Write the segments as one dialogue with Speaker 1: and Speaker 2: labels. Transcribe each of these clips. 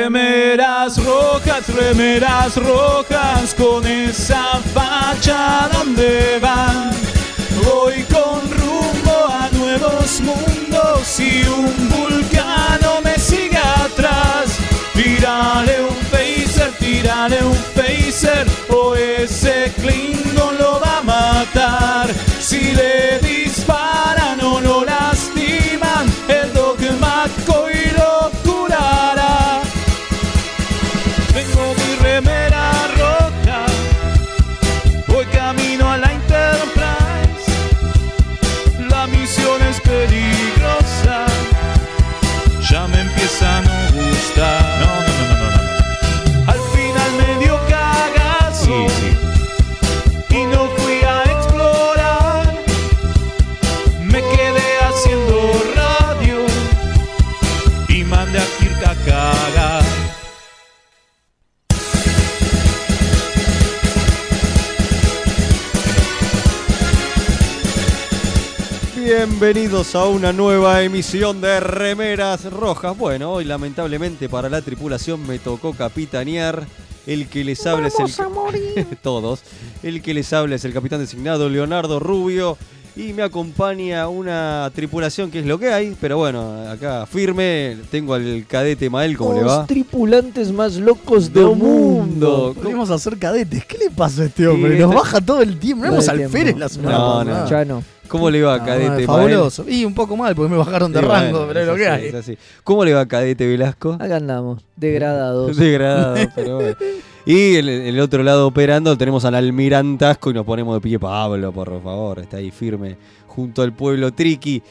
Speaker 1: remeras rojas, remeras rojas, con esa facha donde van. Voy con rumbo a nuevos mundos y un vulcano me sigue atrás. Tírale un phaser, tírale un phaser, o ese Klingon lo va a matar. Si le disparan o lo lastiman, el dogma y lo curará. Tengo mi remera rota, voy camino a la Enterprise. La misión es peligrosa, ya me empieza a no gustar. No, no, no, no, no. Al final me dio cagazo y no fui a explorar. Me quedé haciendo radio y mandé a Kirk a cagar.
Speaker 2: Bienvenidos a una nueva emisión de Remeras Rojas. Bueno, hoy lamentablemente para la tripulación me tocó capitanear. El que les habla es el todos. El que les habla es el capitán designado Leonardo Rubio y me acompaña una tripulación que es lo que hay, pero bueno, acá firme tengo al cadete Mael, ¿cómo le va?
Speaker 3: Los tripulantes más locos del
Speaker 2: Del
Speaker 3: mundo.
Speaker 2: mundo.
Speaker 4: Podríamos hacer cadetes. ¿Qué le pasa a este hombre?
Speaker 2: Sí,
Speaker 4: Nos
Speaker 2: está-
Speaker 4: baja todo el tiempo. No
Speaker 3: Todo
Speaker 4: éramos
Speaker 3: el tiempo.
Speaker 4: alférez la semana
Speaker 2: No,
Speaker 4: pasada.
Speaker 2: no.
Speaker 3: Ya no.
Speaker 2: ¿Cómo le va,
Speaker 4: Ah,
Speaker 2: cadete Mael?
Speaker 4: fabuloso. Y un poco mal porque me bajaron de
Speaker 2: Sí,
Speaker 4: rango,
Speaker 2: bueno,
Speaker 4: pero es lo
Speaker 2: es
Speaker 4: que
Speaker 2: así,
Speaker 4: hay.
Speaker 2: es así. ¿Cómo le va, cadete Velasco?
Speaker 3: Acá andamos, degradados.
Speaker 2: Degradado, pero bueno. Y el, el otro lado operando tenemos al almirantasco y nos ponemos de pie Pablo, por favor, está ahí firme junto al pueblo triqui.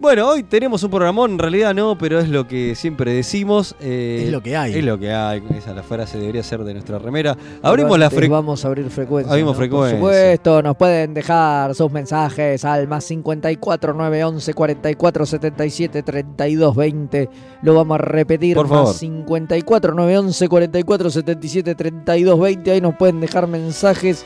Speaker 2: Bueno, hoy tenemos un programón, en realidad no, pero es lo que siempre decimos. eh,
Speaker 4: Es lo que hay.
Speaker 2: Es lo que hay, esa la frase debería ser de nuestra remera. Abrimos la
Speaker 3: Antes
Speaker 2: frecuencia.
Speaker 3: Vamos a abrir frecuencia.
Speaker 2: Abrimos frecuencia.
Speaker 3: Por supuesto, nos pueden dejar sus mensajes al más 54 911 44 77 32 20. Lo vamos a repetir.
Speaker 2: Por favor.
Speaker 3: Más 54 911 44 77 32 20. Ahí nos pueden dejar mensajes.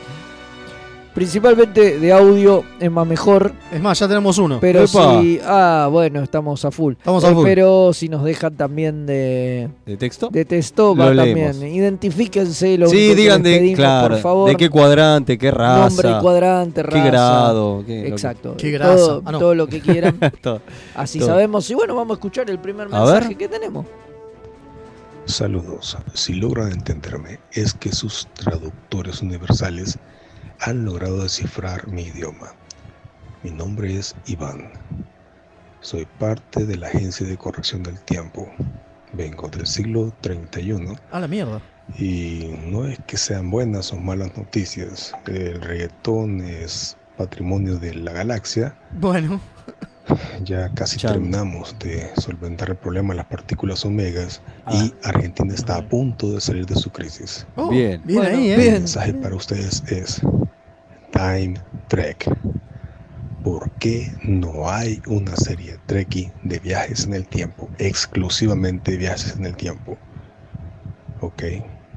Speaker 3: Principalmente de audio es más mejor,
Speaker 4: Es más, ya tenemos uno.
Speaker 3: pero
Speaker 2: Epa.
Speaker 3: si... Ah, bueno, estamos a full.
Speaker 4: Estamos a full.
Speaker 3: Pero si nos dejan también de,
Speaker 2: ¿De texto?
Speaker 3: de texto,
Speaker 2: Lo
Speaker 3: va
Speaker 2: leemos.
Speaker 3: también. Identifíquense, lo único
Speaker 2: sí,
Speaker 3: que
Speaker 2: digan
Speaker 3: les
Speaker 2: de,
Speaker 3: pedimos,
Speaker 2: claro,
Speaker 3: por favor.
Speaker 2: de qué cuadrante, qué
Speaker 3: Nombre,
Speaker 2: raza,
Speaker 3: cuadrante, raza.
Speaker 2: qué grado. qué- lo que-
Speaker 3: Exacto.
Speaker 4: Qué grasa.
Speaker 3: Todo,
Speaker 4: Ah, no.
Speaker 3: todo lo que quieran.
Speaker 2: todo.
Speaker 3: Así
Speaker 2: Todo.
Speaker 3: sabemos. Y bueno, vamos a escuchar el primer
Speaker 2: A
Speaker 3: mensaje
Speaker 2: ver.
Speaker 3: que tenemos.
Speaker 5: Saludos. Si logran entenderme, es que sus traductores universales han logrado descifrar mi idioma. Mi nombre es Iván. Soy parte de la Agencia de Corrección del Tiempo. Vengo del siglo 31
Speaker 4: A la mierda.
Speaker 5: y no es que sean buenas o malas noticias. El reggaetón es patrimonio de la galaxia
Speaker 4: Bueno,
Speaker 5: ya casi
Speaker 2: Chan.
Speaker 5: terminamos de solventar el problema de las partículas omegas
Speaker 2: Ah.
Speaker 5: y Argentina está a punto de salir de su crisis.
Speaker 4: Oh,
Speaker 2: Bien.
Speaker 4: Bien
Speaker 3: Bueno,
Speaker 4: ahí, ¿eh?
Speaker 5: Mi
Speaker 3: bien.
Speaker 5: mensaje para ustedes es Time Trek. ¿Por qué no hay una serie Trekkie de viajes en el tiempo? Exclusivamente de viajes en el tiempo. Ok,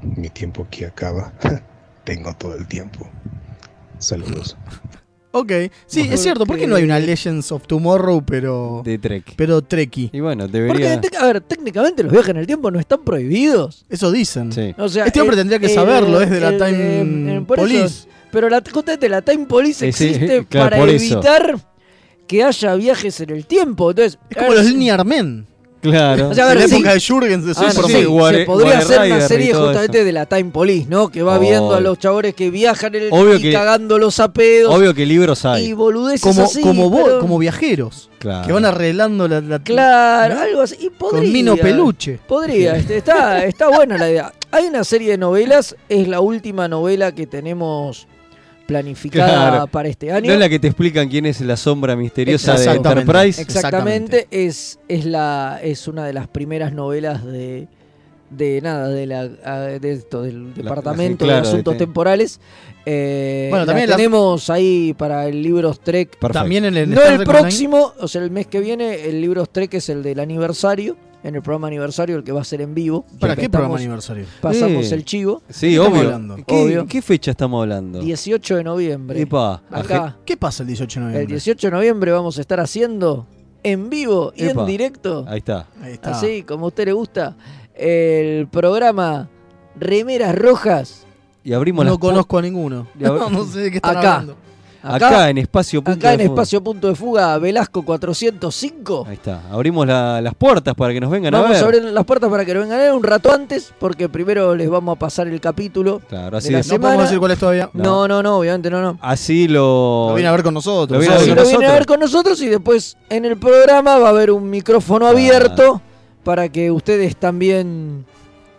Speaker 5: mi tiempo aquí acaba. Tengo todo el tiempo. Saludos.
Speaker 4: Ok. Sí, es cierto. ¿Por qué no hay una Legends of Tomorrow, pero.
Speaker 2: De Trek.
Speaker 4: Pero Treki?
Speaker 2: Y bueno,
Speaker 3: Porque,
Speaker 2: debería...
Speaker 3: te- a ver, técnicamente los viajes en el tiempo no están prohibidos.
Speaker 4: Eso dicen.
Speaker 2: Sí.
Speaker 3: O sea,
Speaker 4: Este hombre
Speaker 3: el-
Speaker 4: tendría que
Speaker 3: el-
Speaker 4: saberlo, es de la
Speaker 3: el-
Speaker 4: Time
Speaker 3: eh, por eso,
Speaker 4: Police.
Speaker 3: pero la, justamente la Time Police
Speaker 2: Eh, sí,
Speaker 3: existe
Speaker 2: claro,
Speaker 3: para
Speaker 2: por eso.
Speaker 3: evitar que haya viajes en el tiempo. Entonces,
Speaker 4: Es
Speaker 3: a
Speaker 4: como
Speaker 3: ver,
Speaker 4: los
Speaker 3: si-
Speaker 4: Linear Men.
Speaker 2: Claro.
Speaker 3: O sea, a
Speaker 4: En
Speaker 3: ver,
Speaker 4: la
Speaker 3: sí.
Speaker 4: época de Jürgens de
Speaker 3: Ah,
Speaker 4: Super
Speaker 3: no,
Speaker 2: sí,
Speaker 3: sí,
Speaker 2: Guare-
Speaker 3: se podría
Speaker 2: Guare
Speaker 3: hacer una
Speaker 2: Rider y
Speaker 3: serie
Speaker 2: todo
Speaker 3: justamente de la Time Police, ¿no? Que va
Speaker 2: Obvio.
Speaker 3: viendo a los chavores que viajan en el
Speaker 2: Obvio
Speaker 3: y
Speaker 2: que-
Speaker 3: cagándolos a pedos
Speaker 2: Obvio que libros
Speaker 3: y
Speaker 2: hay.
Speaker 3: boludeces
Speaker 4: Como,
Speaker 3: así.
Speaker 4: como, vos-
Speaker 3: pero-
Speaker 4: como viajeros.
Speaker 2: Claro.
Speaker 4: Que van arreglando la. la
Speaker 3: Claro,
Speaker 4: ¿no?
Speaker 3: algo así. Y podría.
Speaker 4: Con Mino Peluche.
Speaker 3: Podría, este, está, está buena la idea. Hay una serie de novelas, es la última novela que tenemos planificada
Speaker 2: Claro.
Speaker 3: para este año.
Speaker 2: No es la que te explican quién es la sombra misteriosa de
Speaker 4: Exactamente.
Speaker 2: Enterprise.
Speaker 4: Ex-
Speaker 3: Exactamente, Es, es, la, es una de las primeras novelas de, de nada, de, la, ah, de esto, del Departamento
Speaker 2: claro,
Speaker 3: de
Speaker 2: de
Speaker 3: Asuntos
Speaker 2: te-
Speaker 3: Temporales. Eh, la
Speaker 4: Bueno, también las-
Speaker 3: tenemos ahí para el Libros Trek.
Speaker 2: Perfecto.
Speaker 4: También en el.
Speaker 3: No
Speaker 4: Star
Speaker 3: el
Speaker 4: Trek Online.
Speaker 3: próximo, o sea, el mes que viene, el Libros Trek es el del aniversario, en el programa aniversario, el que va a ser en vivo.
Speaker 4: ¿Para
Speaker 3: que
Speaker 4: qué
Speaker 3: estamos-
Speaker 4: programa aniversario?
Speaker 3: Pasamos
Speaker 2: Eh.
Speaker 3: el chivo,
Speaker 2: Sí,
Speaker 4: ¿Qué estamos
Speaker 2: obvio.
Speaker 4: hablando?
Speaker 2: ¿Qué,
Speaker 3: Obvio.
Speaker 2: qué fecha estamos hablando?
Speaker 3: 18 de noviembre.
Speaker 2: Epa, Arge-
Speaker 3: Acá,
Speaker 4: ¿Qué pasa el 18 de noviembre?
Speaker 3: el 18 de noviembre vamos a estar haciendo en vivo y en
Speaker 2: Epa. Ah.
Speaker 3: directo.
Speaker 2: Ahí está.
Speaker 4: Ahí está.
Speaker 3: Ah, Así, como a usted le gusta. el programa Remeras Rojas.
Speaker 2: Y abrimos las
Speaker 4: No
Speaker 2: pu-
Speaker 4: conozco a ninguno.
Speaker 2: Ya,
Speaker 4: No, no sé de qué están
Speaker 3: Acá.
Speaker 4: hablando.
Speaker 2: Acá, en espacio. Punto
Speaker 3: acá en
Speaker 2: de Fuga.
Speaker 3: Espacio Punto de Fuga, Velasco 405.
Speaker 2: Ahí está. Abrimos la- las puertas para que nos vengan a
Speaker 3: Vamos
Speaker 2: ver.
Speaker 3: a abrir las puertas para que lo vengan a ver un rato antes, porque primero les vamos a pasar el capítulo.
Speaker 2: Claro, así,
Speaker 3: de la
Speaker 2: es.
Speaker 4: No
Speaker 3: Semana-
Speaker 4: podemos decir cuál es todavía.
Speaker 3: No, no, no, obviamente no, no.
Speaker 2: así lo.
Speaker 4: Lo viene a ver con nosotros.
Speaker 2: Lo viene a ver
Speaker 3: Así
Speaker 2: con
Speaker 3: lo vienen a
Speaker 2: nosotros.
Speaker 3: ver con nosotros y después en el programa va a haber un micrófono
Speaker 2: Ah.
Speaker 3: abierto para que ustedes también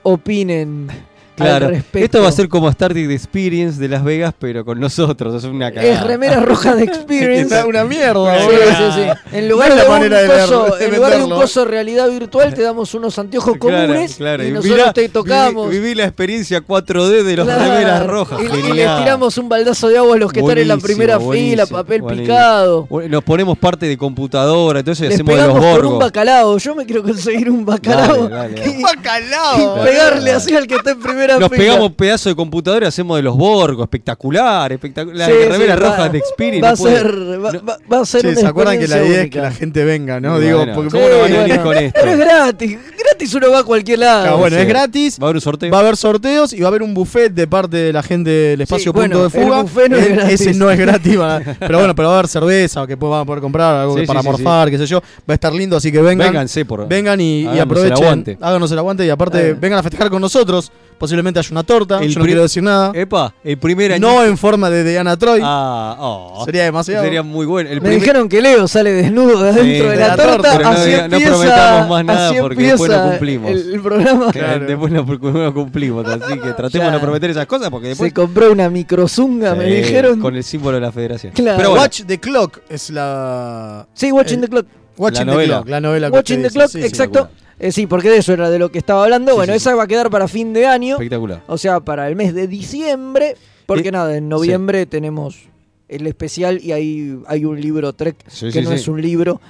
Speaker 3: opinen.
Speaker 2: Claro.
Speaker 3: al respecto.
Speaker 2: Esto va a ser como Star Trek The Experience de Las Vegas, pero con nosotros. Es una cagada.
Speaker 3: Es remeras rojas de Experience.
Speaker 4: Está una mierda.
Speaker 3: Sí,
Speaker 4: boludo.
Speaker 3: sí, sí. En lugar,
Speaker 4: No es la
Speaker 3: de,
Speaker 4: manera
Speaker 3: un
Speaker 4: de leer-
Speaker 3: coso,
Speaker 4: de
Speaker 3: en lugar de un
Speaker 4: venderlo.
Speaker 3: coso realidad virtual, te damos unos anteojos
Speaker 2: Claro,
Speaker 3: comunes
Speaker 2: claro.
Speaker 3: ¿eh? y
Speaker 2: Y
Speaker 3: nosotros
Speaker 2: mirá,
Speaker 3: te tocamos.
Speaker 2: Viví, viví la experiencia 4D de los
Speaker 3: Claro.
Speaker 2: remeras rojas.
Speaker 3: Y, y
Speaker 2: Genial.
Speaker 3: les tiramos un baldazo de agua a los que están en la
Speaker 2: Buenísimo,
Speaker 3: primera fila,
Speaker 2: buenísimo,
Speaker 3: papel
Speaker 2: buenísimo.
Speaker 3: picado.
Speaker 2: Bueno, Nos ponemos parte de computadora, entonces
Speaker 3: Les
Speaker 2: hacemos de los
Speaker 3: pegamos con un
Speaker 2: borgos.
Speaker 3: bacalao. Yo me quiero conseguir un bacalao.
Speaker 2: Dale, dale, dale.
Speaker 3: y-
Speaker 4: Bacalao.
Speaker 3: y pegarle así al que está en primera
Speaker 2: Nos
Speaker 3: fila.
Speaker 2: pegamos pedazo de computadora y hacemos de los borgos. Espectacular, espectacular. Las
Speaker 3: Sí, sí,
Speaker 2: remeras
Speaker 3: va-
Speaker 2: rojas de Experience.
Speaker 3: Va a
Speaker 2: no puede-
Speaker 3: ser, va,
Speaker 2: no-
Speaker 3: va- va a ser
Speaker 4: Che,
Speaker 3: una
Speaker 4: ¿se acuerdan que la
Speaker 3: experiencia
Speaker 4: idea es que
Speaker 3: única?
Speaker 4: la gente venga, no?
Speaker 2: Bueno.
Speaker 4: Digo, porque
Speaker 2: Sí,
Speaker 4: ¿cómo no van a
Speaker 2: bueno.
Speaker 4: venir?
Speaker 2: con esto?
Speaker 3: Pero es gratis. Gratis uno va a cualquier lado.
Speaker 4: Ah, bueno,
Speaker 2: Sí.
Speaker 4: es gratis.
Speaker 2: Va a haber un sorteo.
Speaker 4: Va a haber sorteos y va a haber un buffet de parte de la gente del espacio
Speaker 3: bueno,
Speaker 4: punto de
Speaker 3: el
Speaker 4: fuga.
Speaker 3: buffet no es
Speaker 4: Eh,
Speaker 3: gratis.
Speaker 4: Ese no es gratis. van a- pero bueno, pero va a haber cerveza que después van a poder comprar, algo
Speaker 2: Sí, sí,
Speaker 4: para
Speaker 2: sí,
Speaker 4: morfar, qué sé yo. Va a estar lindo, así que vengan.
Speaker 2: Vénganse por
Speaker 4: Vengan y, y
Speaker 2: Háganos el
Speaker 4: aprovechen.
Speaker 2: aguante. Eh.
Speaker 4: Háganos el aguante y aparte
Speaker 3: Ah.
Speaker 4: vengan a festejar con nosotros. Posiblemente haya una torta.
Speaker 2: El
Speaker 4: yo no
Speaker 2: pri-
Speaker 4: quiero decir nada.
Speaker 2: Epa, el primer año.
Speaker 4: No en forma de Diana Troy.
Speaker 2: Ah, oh.
Speaker 4: Sería demasiado.
Speaker 2: Sería muy bueno. El
Speaker 3: Me
Speaker 2: primer-
Speaker 3: dijeron que Leo sale desnudo de
Speaker 2: Sí,
Speaker 3: adentro de la torta.
Speaker 2: pero no
Speaker 3: así
Speaker 2: diga- no
Speaker 3: empieza,
Speaker 2: prometamos más nada
Speaker 3: así
Speaker 2: porque después no
Speaker 3: empieza
Speaker 2: cumplimos.
Speaker 3: El, el programa
Speaker 2: Eh, Después no, no cumplimos, así que tratemos de no
Speaker 3: Ya.
Speaker 2: prometer esas cosas porque después
Speaker 3: se compró una microzunga, me
Speaker 2: Sí,
Speaker 3: dijeron.
Speaker 2: con el símbolo de la federación.
Speaker 3: Claro.
Speaker 2: Pero bueno,
Speaker 4: Watch the Clock es la.
Speaker 3: Sí, Watching
Speaker 4: el-
Speaker 3: the Clock.
Speaker 4: Watching
Speaker 2: La
Speaker 4: the
Speaker 2: novela.
Speaker 4: Clock, la novela. que
Speaker 3: Watching the
Speaker 4: ustedes
Speaker 3: Clock,
Speaker 4: dicen, sí, sí.
Speaker 3: exacto. Eh, sí, porque de eso era de lo que estaba hablando.
Speaker 2: Sí,
Speaker 3: bueno,
Speaker 2: sí,
Speaker 3: esa va a quedar para fin de año.
Speaker 2: espectacular.
Speaker 3: O sea, para el mes de diciembre. Porque
Speaker 2: Eh,
Speaker 3: nada, en noviembre tenemos el especial y ahí hay un libro Trek
Speaker 2: Sí,
Speaker 3: que
Speaker 2: sí,
Speaker 3: no
Speaker 2: sí.
Speaker 3: es un libro,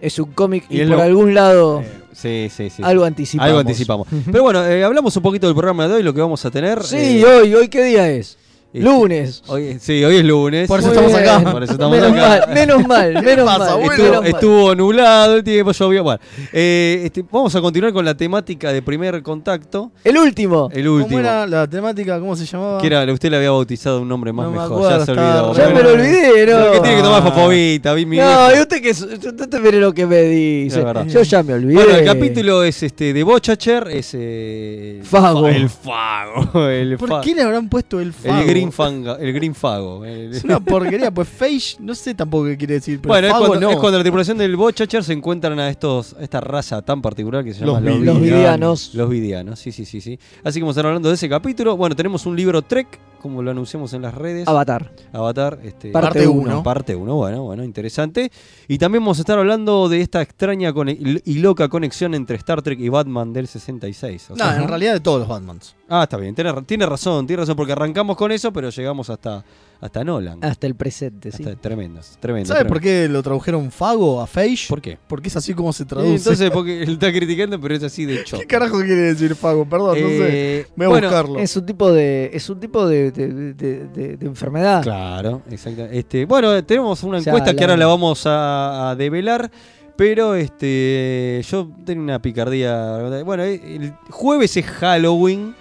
Speaker 3: es un cómic
Speaker 2: Y
Speaker 3: y,
Speaker 2: es
Speaker 3: por
Speaker 2: lo- Eh,
Speaker 3: algún lado
Speaker 2: Sí, sí, sí. sí.
Speaker 3: algo anticipamos.
Speaker 2: Algo anticipamos. Pero bueno, eh, hablamos un poquito del programa de hoy, lo que vamos a tener.
Speaker 3: Sí,
Speaker 2: eh,
Speaker 3: hoy, hoy qué día es?
Speaker 2: este,
Speaker 3: Lunes.
Speaker 2: hoy- sí, hoy es lunes.
Speaker 4: Por eso
Speaker 3: Muy
Speaker 4: estamos acá.
Speaker 3: bien.
Speaker 2: Por eso estamos
Speaker 3: menos
Speaker 2: acá.
Speaker 3: Mal, menos mal, menos
Speaker 4: pasa,
Speaker 3: mal.
Speaker 4: abuelo?
Speaker 3: menos
Speaker 2: Estuvo,
Speaker 3: mal.
Speaker 2: estuvo nublado el tiempo, llovió. Bueno, eh, este, vamos a continuar con la temática de primer contacto.
Speaker 3: El último.
Speaker 2: El
Speaker 4: ¿Cómo
Speaker 2: último. Eh,
Speaker 4: era la temática? ¿Cómo se llamaba?
Speaker 2: Que era- usted le había bautizado un nombre más
Speaker 4: No me
Speaker 2: mejor. ya
Speaker 4: acuerdo,
Speaker 2: se
Speaker 4: estaba
Speaker 2: olvidó.
Speaker 4: re-
Speaker 3: ya
Speaker 2: Bueno,
Speaker 3: me lo olvidé,
Speaker 2: ¿Qué
Speaker 3: ¿no?
Speaker 2: tiene que tomar fofobita? vi mi
Speaker 3: No,
Speaker 2: viejo.
Speaker 3: y usted que es- usted te mire lo que me dice.
Speaker 2: Es verdad.
Speaker 3: Yo ya me olvidé.
Speaker 2: Bueno, el capítulo es este de Bochacher, es eh, el
Speaker 3: Fago.
Speaker 2: fa- El fago. El
Speaker 4: ¿Por
Speaker 2: fa-
Speaker 4: qué le habrán puesto el fago?
Speaker 2: El green fanga, el green fago. el-
Speaker 4: Es una porquería, pues Fage no sé tampoco qué quiere decir, pero
Speaker 2: bueno, es
Speaker 4: fago
Speaker 2: cuando,
Speaker 4: no.
Speaker 2: es cuando la tripulación del Bochacher se encuentran a estos a esta raza tan particular que se llama
Speaker 4: Los
Speaker 2: los,
Speaker 4: vidianos.
Speaker 3: Los vidianos.
Speaker 2: Los vidianos, sí, sí, sí, sí. Así que vamos a estar hablando de ese capítulo. Bueno, tenemos un libro Trek, como lo anunciamos en las redes.
Speaker 3: Avatar.
Speaker 2: Avatar, este,
Speaker 3: Parte
Speaker 4: Parte
Speaker 3: uno.
Speaker 4: uno.
Speaker 2: No, Parte 1, bueno, bueno, interesante. Y también vamos a estar hablando de esta extraña cone- y loca conexión entre Star Trek y Batman del 66. o sea-
Speaker 4: No, en realidad de todos los Batmans.
Speaker 2: ah, está bien, tiene, ra- tiene razón, tiene razón, porque arrancamos con eso, pero llegamos hasta, hasta Nolan.
Speaker 3: Hasta el presente, sí.
Speaker 2: Hasta- tremendo, tremendo.
Speaker 4: ¿Sabes
Speaker 2: tremendo.
Speaker 4: Ah, por qué lo tradujeron fago a Fage?
Speaker 2: ¿Por qué?
Speaker 4: Porque es así como se traduce.
Speaker 2: Eh, Entonces, porque él está criticando, pero es así de Eh, hecho.
Speaker 4: ¿Qué carajo quiere decir fago? Perdón, no sé. Voy a buscarlo.
Speaker 3: Es un tipo de, es un tipo de, de- de- de- de enfermedad.
Speaker 2: Claro, exacto. Este, bueno, tenemos una
Speaker 3: O sea,
Speaker 2: encuesta que
Speaker 3: la-
Speaker 2: ahora la vamos a, a develar, pero este, yo tengo una picardía. Bueno, eh, el jueves es Halloween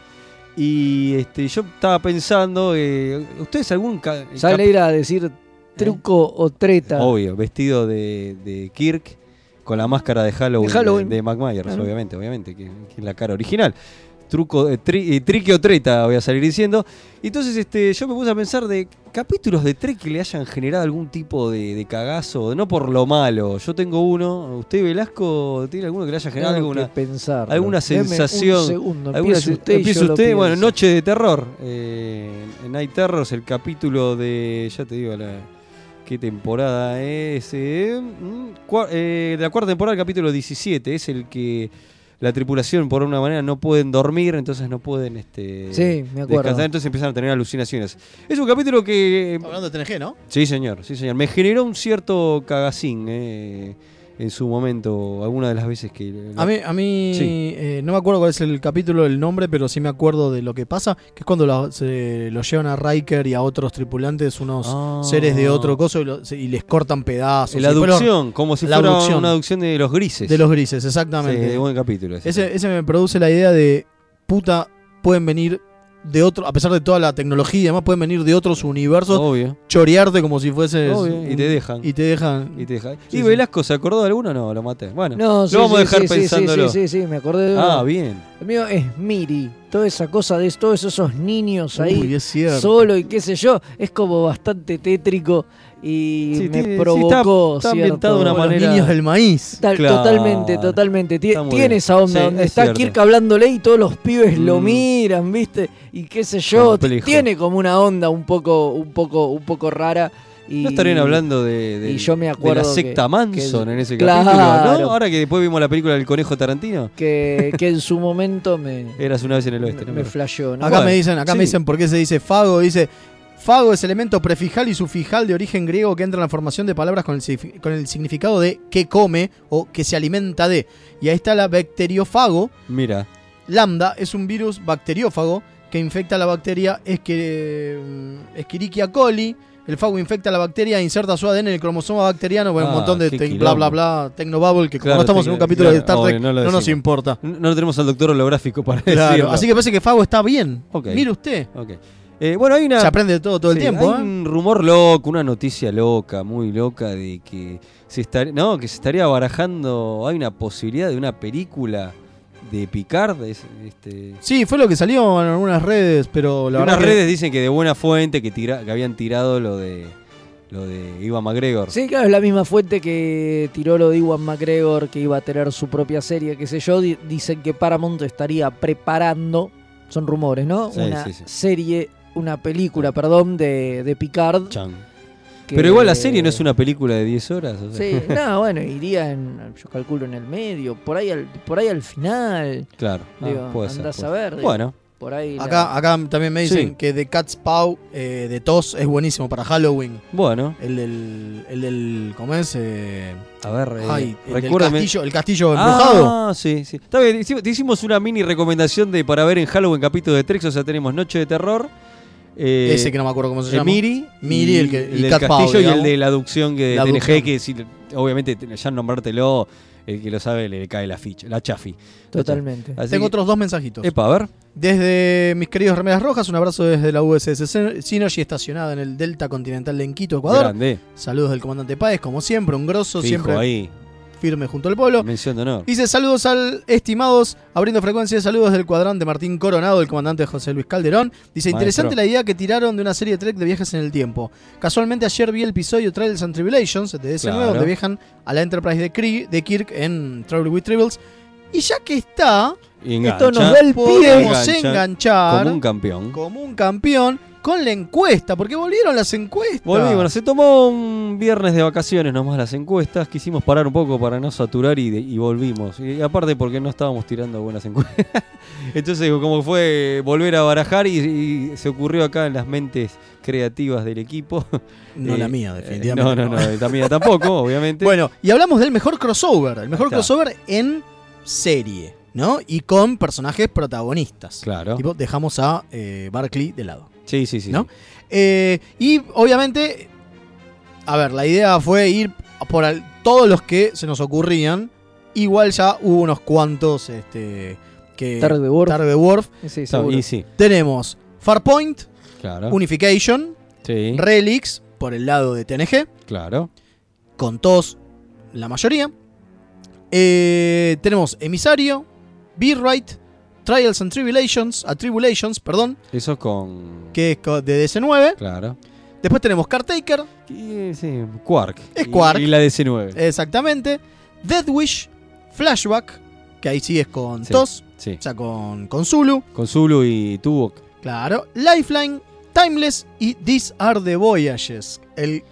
Speaker 2: y este, yo estaba pensando, eh, ¿ustedes algún ca-
Speaker 3: Sale a
Speaker 2: cap-
Speaker 3: ir a decir truco o treta.
Speaker 2: obvio vestido de, de Kirk con la máscara de Halloween de,
Speaker 3: De Halloween.
Speaker 2: de Mike Myers,
Speaker 3: Claro.
Speaker 2: obviamente, obviamente, que, que es la cara original. Truco, eh, tri- eh, trique o treta, voy a salir diciendo. Entonces, este, yo me puse a pensar de capítulos de Trek que le hayan generado algún tipo de, de cagazo, no por lo malo. Yo tengo uno. ¿Usted, Velasco, tiene alguno que le haya generado
Speaker 3: Tengo que
Speaker 2: alguna,
Speaker 3: pensarlo.
Speaker 2: alguna
Speaker 3: Deme
Speaker 2: sensación,
Speaker 3: Un segundo,
Speaker 2: alguna-
Speaker 3: empiece usted. y
Speaker 2: empiece
Speaker 3: yo lo
Speaker 2: usted? Bueno,
Speaker 3: pienso.
Speaker 2: Noche de Terror. eh, en Night Terror es el capítulo de. Ya te digo, la, ¿qué temporada es? eh, mm, cua- eh, de la cuarta temporada, el capítulo 17. Es el que la tripulación, por una manera, no pueden dormir, entonces no pueden. Este,
Speaker 3: Sí, me acuerdo.
Speaker 2: Descansar, entonces empiezan a tener alucinaciones. Es un capítulo que
Speaker 4: Hablando de TNG, ¿no?
Speaker 2: Sí, señor, sí, señor. Me generó un cierto cagacín eh, en su momento, alguna de las veces que...
Speaker 4: A mí, a mí
Speaker 2: Sí.
Speaker 4: eh, no me acuerdo cuál es el capítulo, el nombre, pero sí me acuerdo de lo que pasa, que es cuando lo, se, lo llevan a Riker y a otros tripulantes, unos
Speaker 2: Ah.
Speaker 4: seres de otro coso, y, lo- se- y les cortan pedazos.
Speaker 2: La
Speaker 4: Y después lo-
Speaker 2: aducción, como si
Speaker 4: la
Speaker 2: fuera
Speaker 4: aducción.
Speaker 2: una aducción de los grises.
Speaker 4: de los grises,
Speaker 2: Sí,
Speaker 4: exactamente.
Speaker 2: de buen capítulo. ese.
Speaker 4: ese, ese me produce la idea de, puta, pueden venir de otro, a pesar de toda la tecnología y demás, pueden venir de otros universos,
Speaker 2: Obvio.
Speaker 4: chorearte como si fueses...
Speaker 2: Obvio, y
Speaker 4: un-
Speaker 2: te dejan.
Speaker 4: Y te dejan.
Speaker 2: Y, te deja- ¿Y
Speaker 4: Sí, sí.
Speaker 2: Velasco se acordó de alguno? No, lo maté. Bueno,
Speaker 3: No,
Speaker 2: lo
Speaker 3: sí,
Speaker 2: vamos a
Speaker 3: sí,
Speaker 2: dejar
Speaker 3: sí, sí,
Speaker 2: pensándolo.
Speaker 3: Sí, sí, sí, sí, me acordé de uno.
Speaker 2: Ah, bien.
Speaker 3: El mío es Miri. Toda esa cosa de todos esos niños ahí.
Speaker 4: Uy, es cierto.
Speaker 3: solo y qué sé yo, es como bastante tétrico y
Speaker 2: Sí,
Speaker 3: me
Speaker 2: tiene- sí, está-
Speaker 3: provocó.
Speaker 2: está
Speaker 3: cierto-
Speaker 2: ambientado de una
Speaker 4: Como los
Speaker 2: manera-
Speaker 4: niños del maíz.
Speaker 3: Tal-
Speaker 2: Claro.
Speaker 3: Totalmente, totalmente. Tie-
Speaker 2: Está muy
Speaker 3: Tiene
Speaker 2: bien.
Speaker 3: esa onda
Speaker 2: Sí,
Speaker 3: donde
Speaker 2: es
Speaker 3: está
Speaker 2: cierto.
Speaker 3: Kirk hablándole y todos los pibes lo
Speaker 2: Mm.
Speaker 3: miran, ¿viste? Y qué sé yo,
Speaker 2: Complejo.
Speaker 3: tiene como una onda un poco, un poco, un poco rara. Y,
Speaker 2: No estarían hablando de, de-
Speaker 3: y yo me acuerdo
Speaker 2: de la secta
Speaker 3: que-
Speaker 2: Manson
Speaker 3: que-
Speaker 2: en ese
Speaker 3: Claro.
Speaker 2: capítulo, ¿no? Ahora que después vimos la película del conejo Tarantino,
Speaker 3: que, que en su momento me,
Speaker 2: eras una vez en el
Speaker 3: me,
Speaker 2: oeste. ¿no?
Speaker 3: me flasheó, ¿no?
Speaker 4: Acá
Speaker 2: Bueno,
Speaker 4: me dicen, acá
Speaker 2: sí.
Speaker 4: me dicen por qué se dice fago, dice fago es elemento prefijal y sufijal de origen griego que entra en la formación de palabras con el, signifi- con el significado de que come o que se alimenta de. Y ahí está la bacteriofago.
Speaker 2: Mira,
Speaker 4: Lambda es un virus bacteriófago que infecta la bacteria Esque- mm, Escherichia coli. El fago infecta la bacteria e inserta su ADN en el cromosoma bacteriano. Bueno,
Speaker 2: Ah,
Speaker 4: un montón de
Speaker 2: qué
Speaker 4: tec-
Speaker 2: quilombo.
Speaker 4: bla bla bla, tecnobubble, que como
Speaker 2: Claro,
Speaker 4: no estamos en un
Speaker 2: tecno-
Speaker 4: capítulo de
Speaker 2: claro,
Speaker 4: Star Trek,
Speaker 2: obvio, no lo
Speaker 4: no nos
Speaker 2: decimos.
Speaker 4: importa.
Speaker 2: no no tenemos al doctor holográfico para
Speaker 4: Claro,
Speaker 2: decirlo.
Speaker 4: así que parece que Fago está bien.
Speaker 2: Ok.
Speaker 4: Mire usted.
Speaker 2: Ok. Eh, bueno, hay una...
Speaker 4: Se aprende de todo todo el
Speaker 2: Sí,
Speaker 4: tiempo.
Speaker 2: Hay
Speaker 4: ¿eh?
Speaker 2: un rumor loco, una noticia loca, muy loca, de que se estaría, no, que se estaría barajando, hay una posibilidad de una película de Picard, es- este,
Speaker 4: Sí, fue lo que salió en algunas redes, pero la
Speaker 2: unas
Speaker 4: verdad. que-
Speaker 2: redes dicen que de buena fuente que, tira- que habían tirado lo de lo de Ivan McGregor.
Speaker 3: Sí, claro, es la misma fuente que tiró lo de Iwan McGregor, que iba a tener su propia serie, qué sé yo. Di- Dicen que Paramount estaría preparando, son rumores, ¿no?
Speaker 2: Sí,
Speaker 3: una
Speaker 2: sí, sí.
Speaker 3: serie, una película, perdón, de, de Picard.
Speaker 2: Chan.
Speaker 3: que-
Speaker 2: Pero igual la serie no es una película de 10 horas. o sea,
Speaker 3: Sí, no, bueno, iría, en, yo calculo, en el medio, por ahí al, por ahí al final.
Speaker 2: Claro. Ah,
Speaker 3: Digo,
Speaker 2: puede ser,
Speaker 3: andás
Speaker 2: puede
Speaker 3: a
Speaker 2: ser.
Speaker 3: ver, digo.
Speaker 2: Bueno,
Speaker 3: Por ahí la-
Speaker 4: Acá, acá también me dicen
Speaker 2: Sí.
Speaker 4: que The Cat's Paw eh, de Tos es buenísimo para Halloween.
Speaker 2: bueno.
Speaker 4: El del. El del ¿Cómo es? Eh,
Speaker 2: A ver, eh,
Speaker 4: ay, el, del
Speaker 2: recuérdame-
Speaker 4: castillo, el castillo embrujado.
Speaker 2: Ah, sí, sí. Está bien, hicimos- te hicimos una mini recomendación de para ver en Halloween capítulo de Trex, o sea, tenemos Noche de Terror. eh,
Speaker 4: Ese que no me acuerdo cómo se
Speaker 2: eh,
Speaker 4: llama.
Speaker 2: Miri.
Speaker 4: Miri,
Speaker 2: y
Speaker 4: el que- y
Speaker 2: del
Speaker 4: Cat Pau,
Speaker 2: Castillo y el
Speaker 4: digamos.
Speaker 2: de la aducción que
Speaker 4: La
Speaker 2: de TNG,
Speaker 4: aducción.
Speaker 2: que si- obviamente te- ya nombrártelo, el que lo sabe le cae la ficha, la chafi.
Speaker 3: Totalmente.
Speaker 2: Así
Speaker 4: Tengo
Speaker 2: que- Eh,
Speaker 4: otros dos mensajitos.
Speaker 2: Epa, a ver.
Speaker 4: Desde mis queridos remeras rojas, un abrazo desde la USS Synergy, estacionada en el Delta Continental de Enquito, Ecuador.
Speaker 2: Grande.
Speaker 4: Saludos del comandante Páez, como siempre, un grosso,
Speaker 2: Fijo
Speaker 4: siempre
Speaker 2: ahí.
Speaker 4: firme junto al pueblo.
Speaker 2: Mención de honor.
Speaker 4: Dice saludos al estimados, abriendo frecuencia, saludos del cuadrante Martín Coronado, el comandante José Luis Calderón.
Speaker 2: Maestro.
Speaker 4: Dice, interesante la idea que tiraron de una serie de Trek de viajes en el tiempo. Casualmente ayer vi el episodio Trials and Tribulations de ese
Speaker 2: Claro.
Speaker 4: donde viajan a la Enterprise de, Kree- de Kirk en Travel with Tribbles. Y ya que está,
Speaker 2: Y
Speaker 3: Esto nos
Speaker 2: engancha
Speaker 3: da el pie.
Speaker 4: podemos
Speaker 2: Engancha.
Speaker 4: enganchar
Speaker 2: como
Speaker 4: como
Speaker 2: un
Speaker 4: un,
Speaker 2: campeón.
Speaker 4: campeón con la encuesta, porque volvieron las encuestas.
Speaker 2: Volvimos, bueno, se tomó un viernes de vacaciones nomás las encuestas, quisimos parar un poco para no saturar y, de- y volvimos. Y aparte porque no estábamos tirando buenas encuestas. Entonces como fue volver a barajar y, y se ocurrió acá en las mentes creativas del equipo.
Speaker 4: No
Speaker 2: Eh,
Speaker 4: la mía,
Speaker 2: eh,
Speaker 4: definitivamente.
Speaker 2: no, no, no, la mía tampoco, obviamente.
Speaker 4: Bueno, y hablamos del mejor crossover, el mejor
Speaker 2: está.
Speaker 4: crossover en serie, ¿no? Y con personajes protagonistas.
Speaker 2: Claro.
Speaker 4: Tipo, dejamos a eh, Barclay de lado.
Speaker 2: Sí, sí, sí.
Speaker 4: ¿no?
Speaker 2: sí.
Speaker 4: Eh, y obviamente, a ver, la idea fue ir por al- todos los que se nos ocurrían. Igual ya hubo unos cuantos este, que...
Speaker 3: Tarde de Worf.
Speaker 4: Tarde Worf.
Speaker 3: Sí,
Speaker 2: Está-
Speaker 3: seguro.
Speaker 2: y sí,
Speaker 4: Tenemos Farpoint,
Speaker 2: claro.
Speaker 4: Unification,
Speaker 2: Ah. Sí,
Speaker 4: Relics, por el lado de TNG.
Speaker 2: claro.
Speaker 4: con TOS la mayoría. Eh, tenemos Emisario, B-Right, Trials and Tribulations, a Tribulations, perdón,
Speaker 2: Eso es con...
Speaker 4: que es co- de DC9.
Speaker 2: Claro.
Speaker 4: Después tenemos Cartaker,
Speaker 2: Y, eh, sí, Quark.
Speaker 4: Es
Speaker 2: Y-
Speaker 4: Quark. Eh.
Speaker 2: Y, la DC9.
Speaker 4: exactamente. Death Wish, Flashback, que ahí sí es con
Speaker 2: Sí.
Speaker 4: TOS,
Speaker 2: Sí.
Speaker 4: o sea, con, con Zulu,
Speaker 2: Con Zulu y Tuvok.
Speaker 4: claro. Lifeline, Timeless y These Are the Voyages. El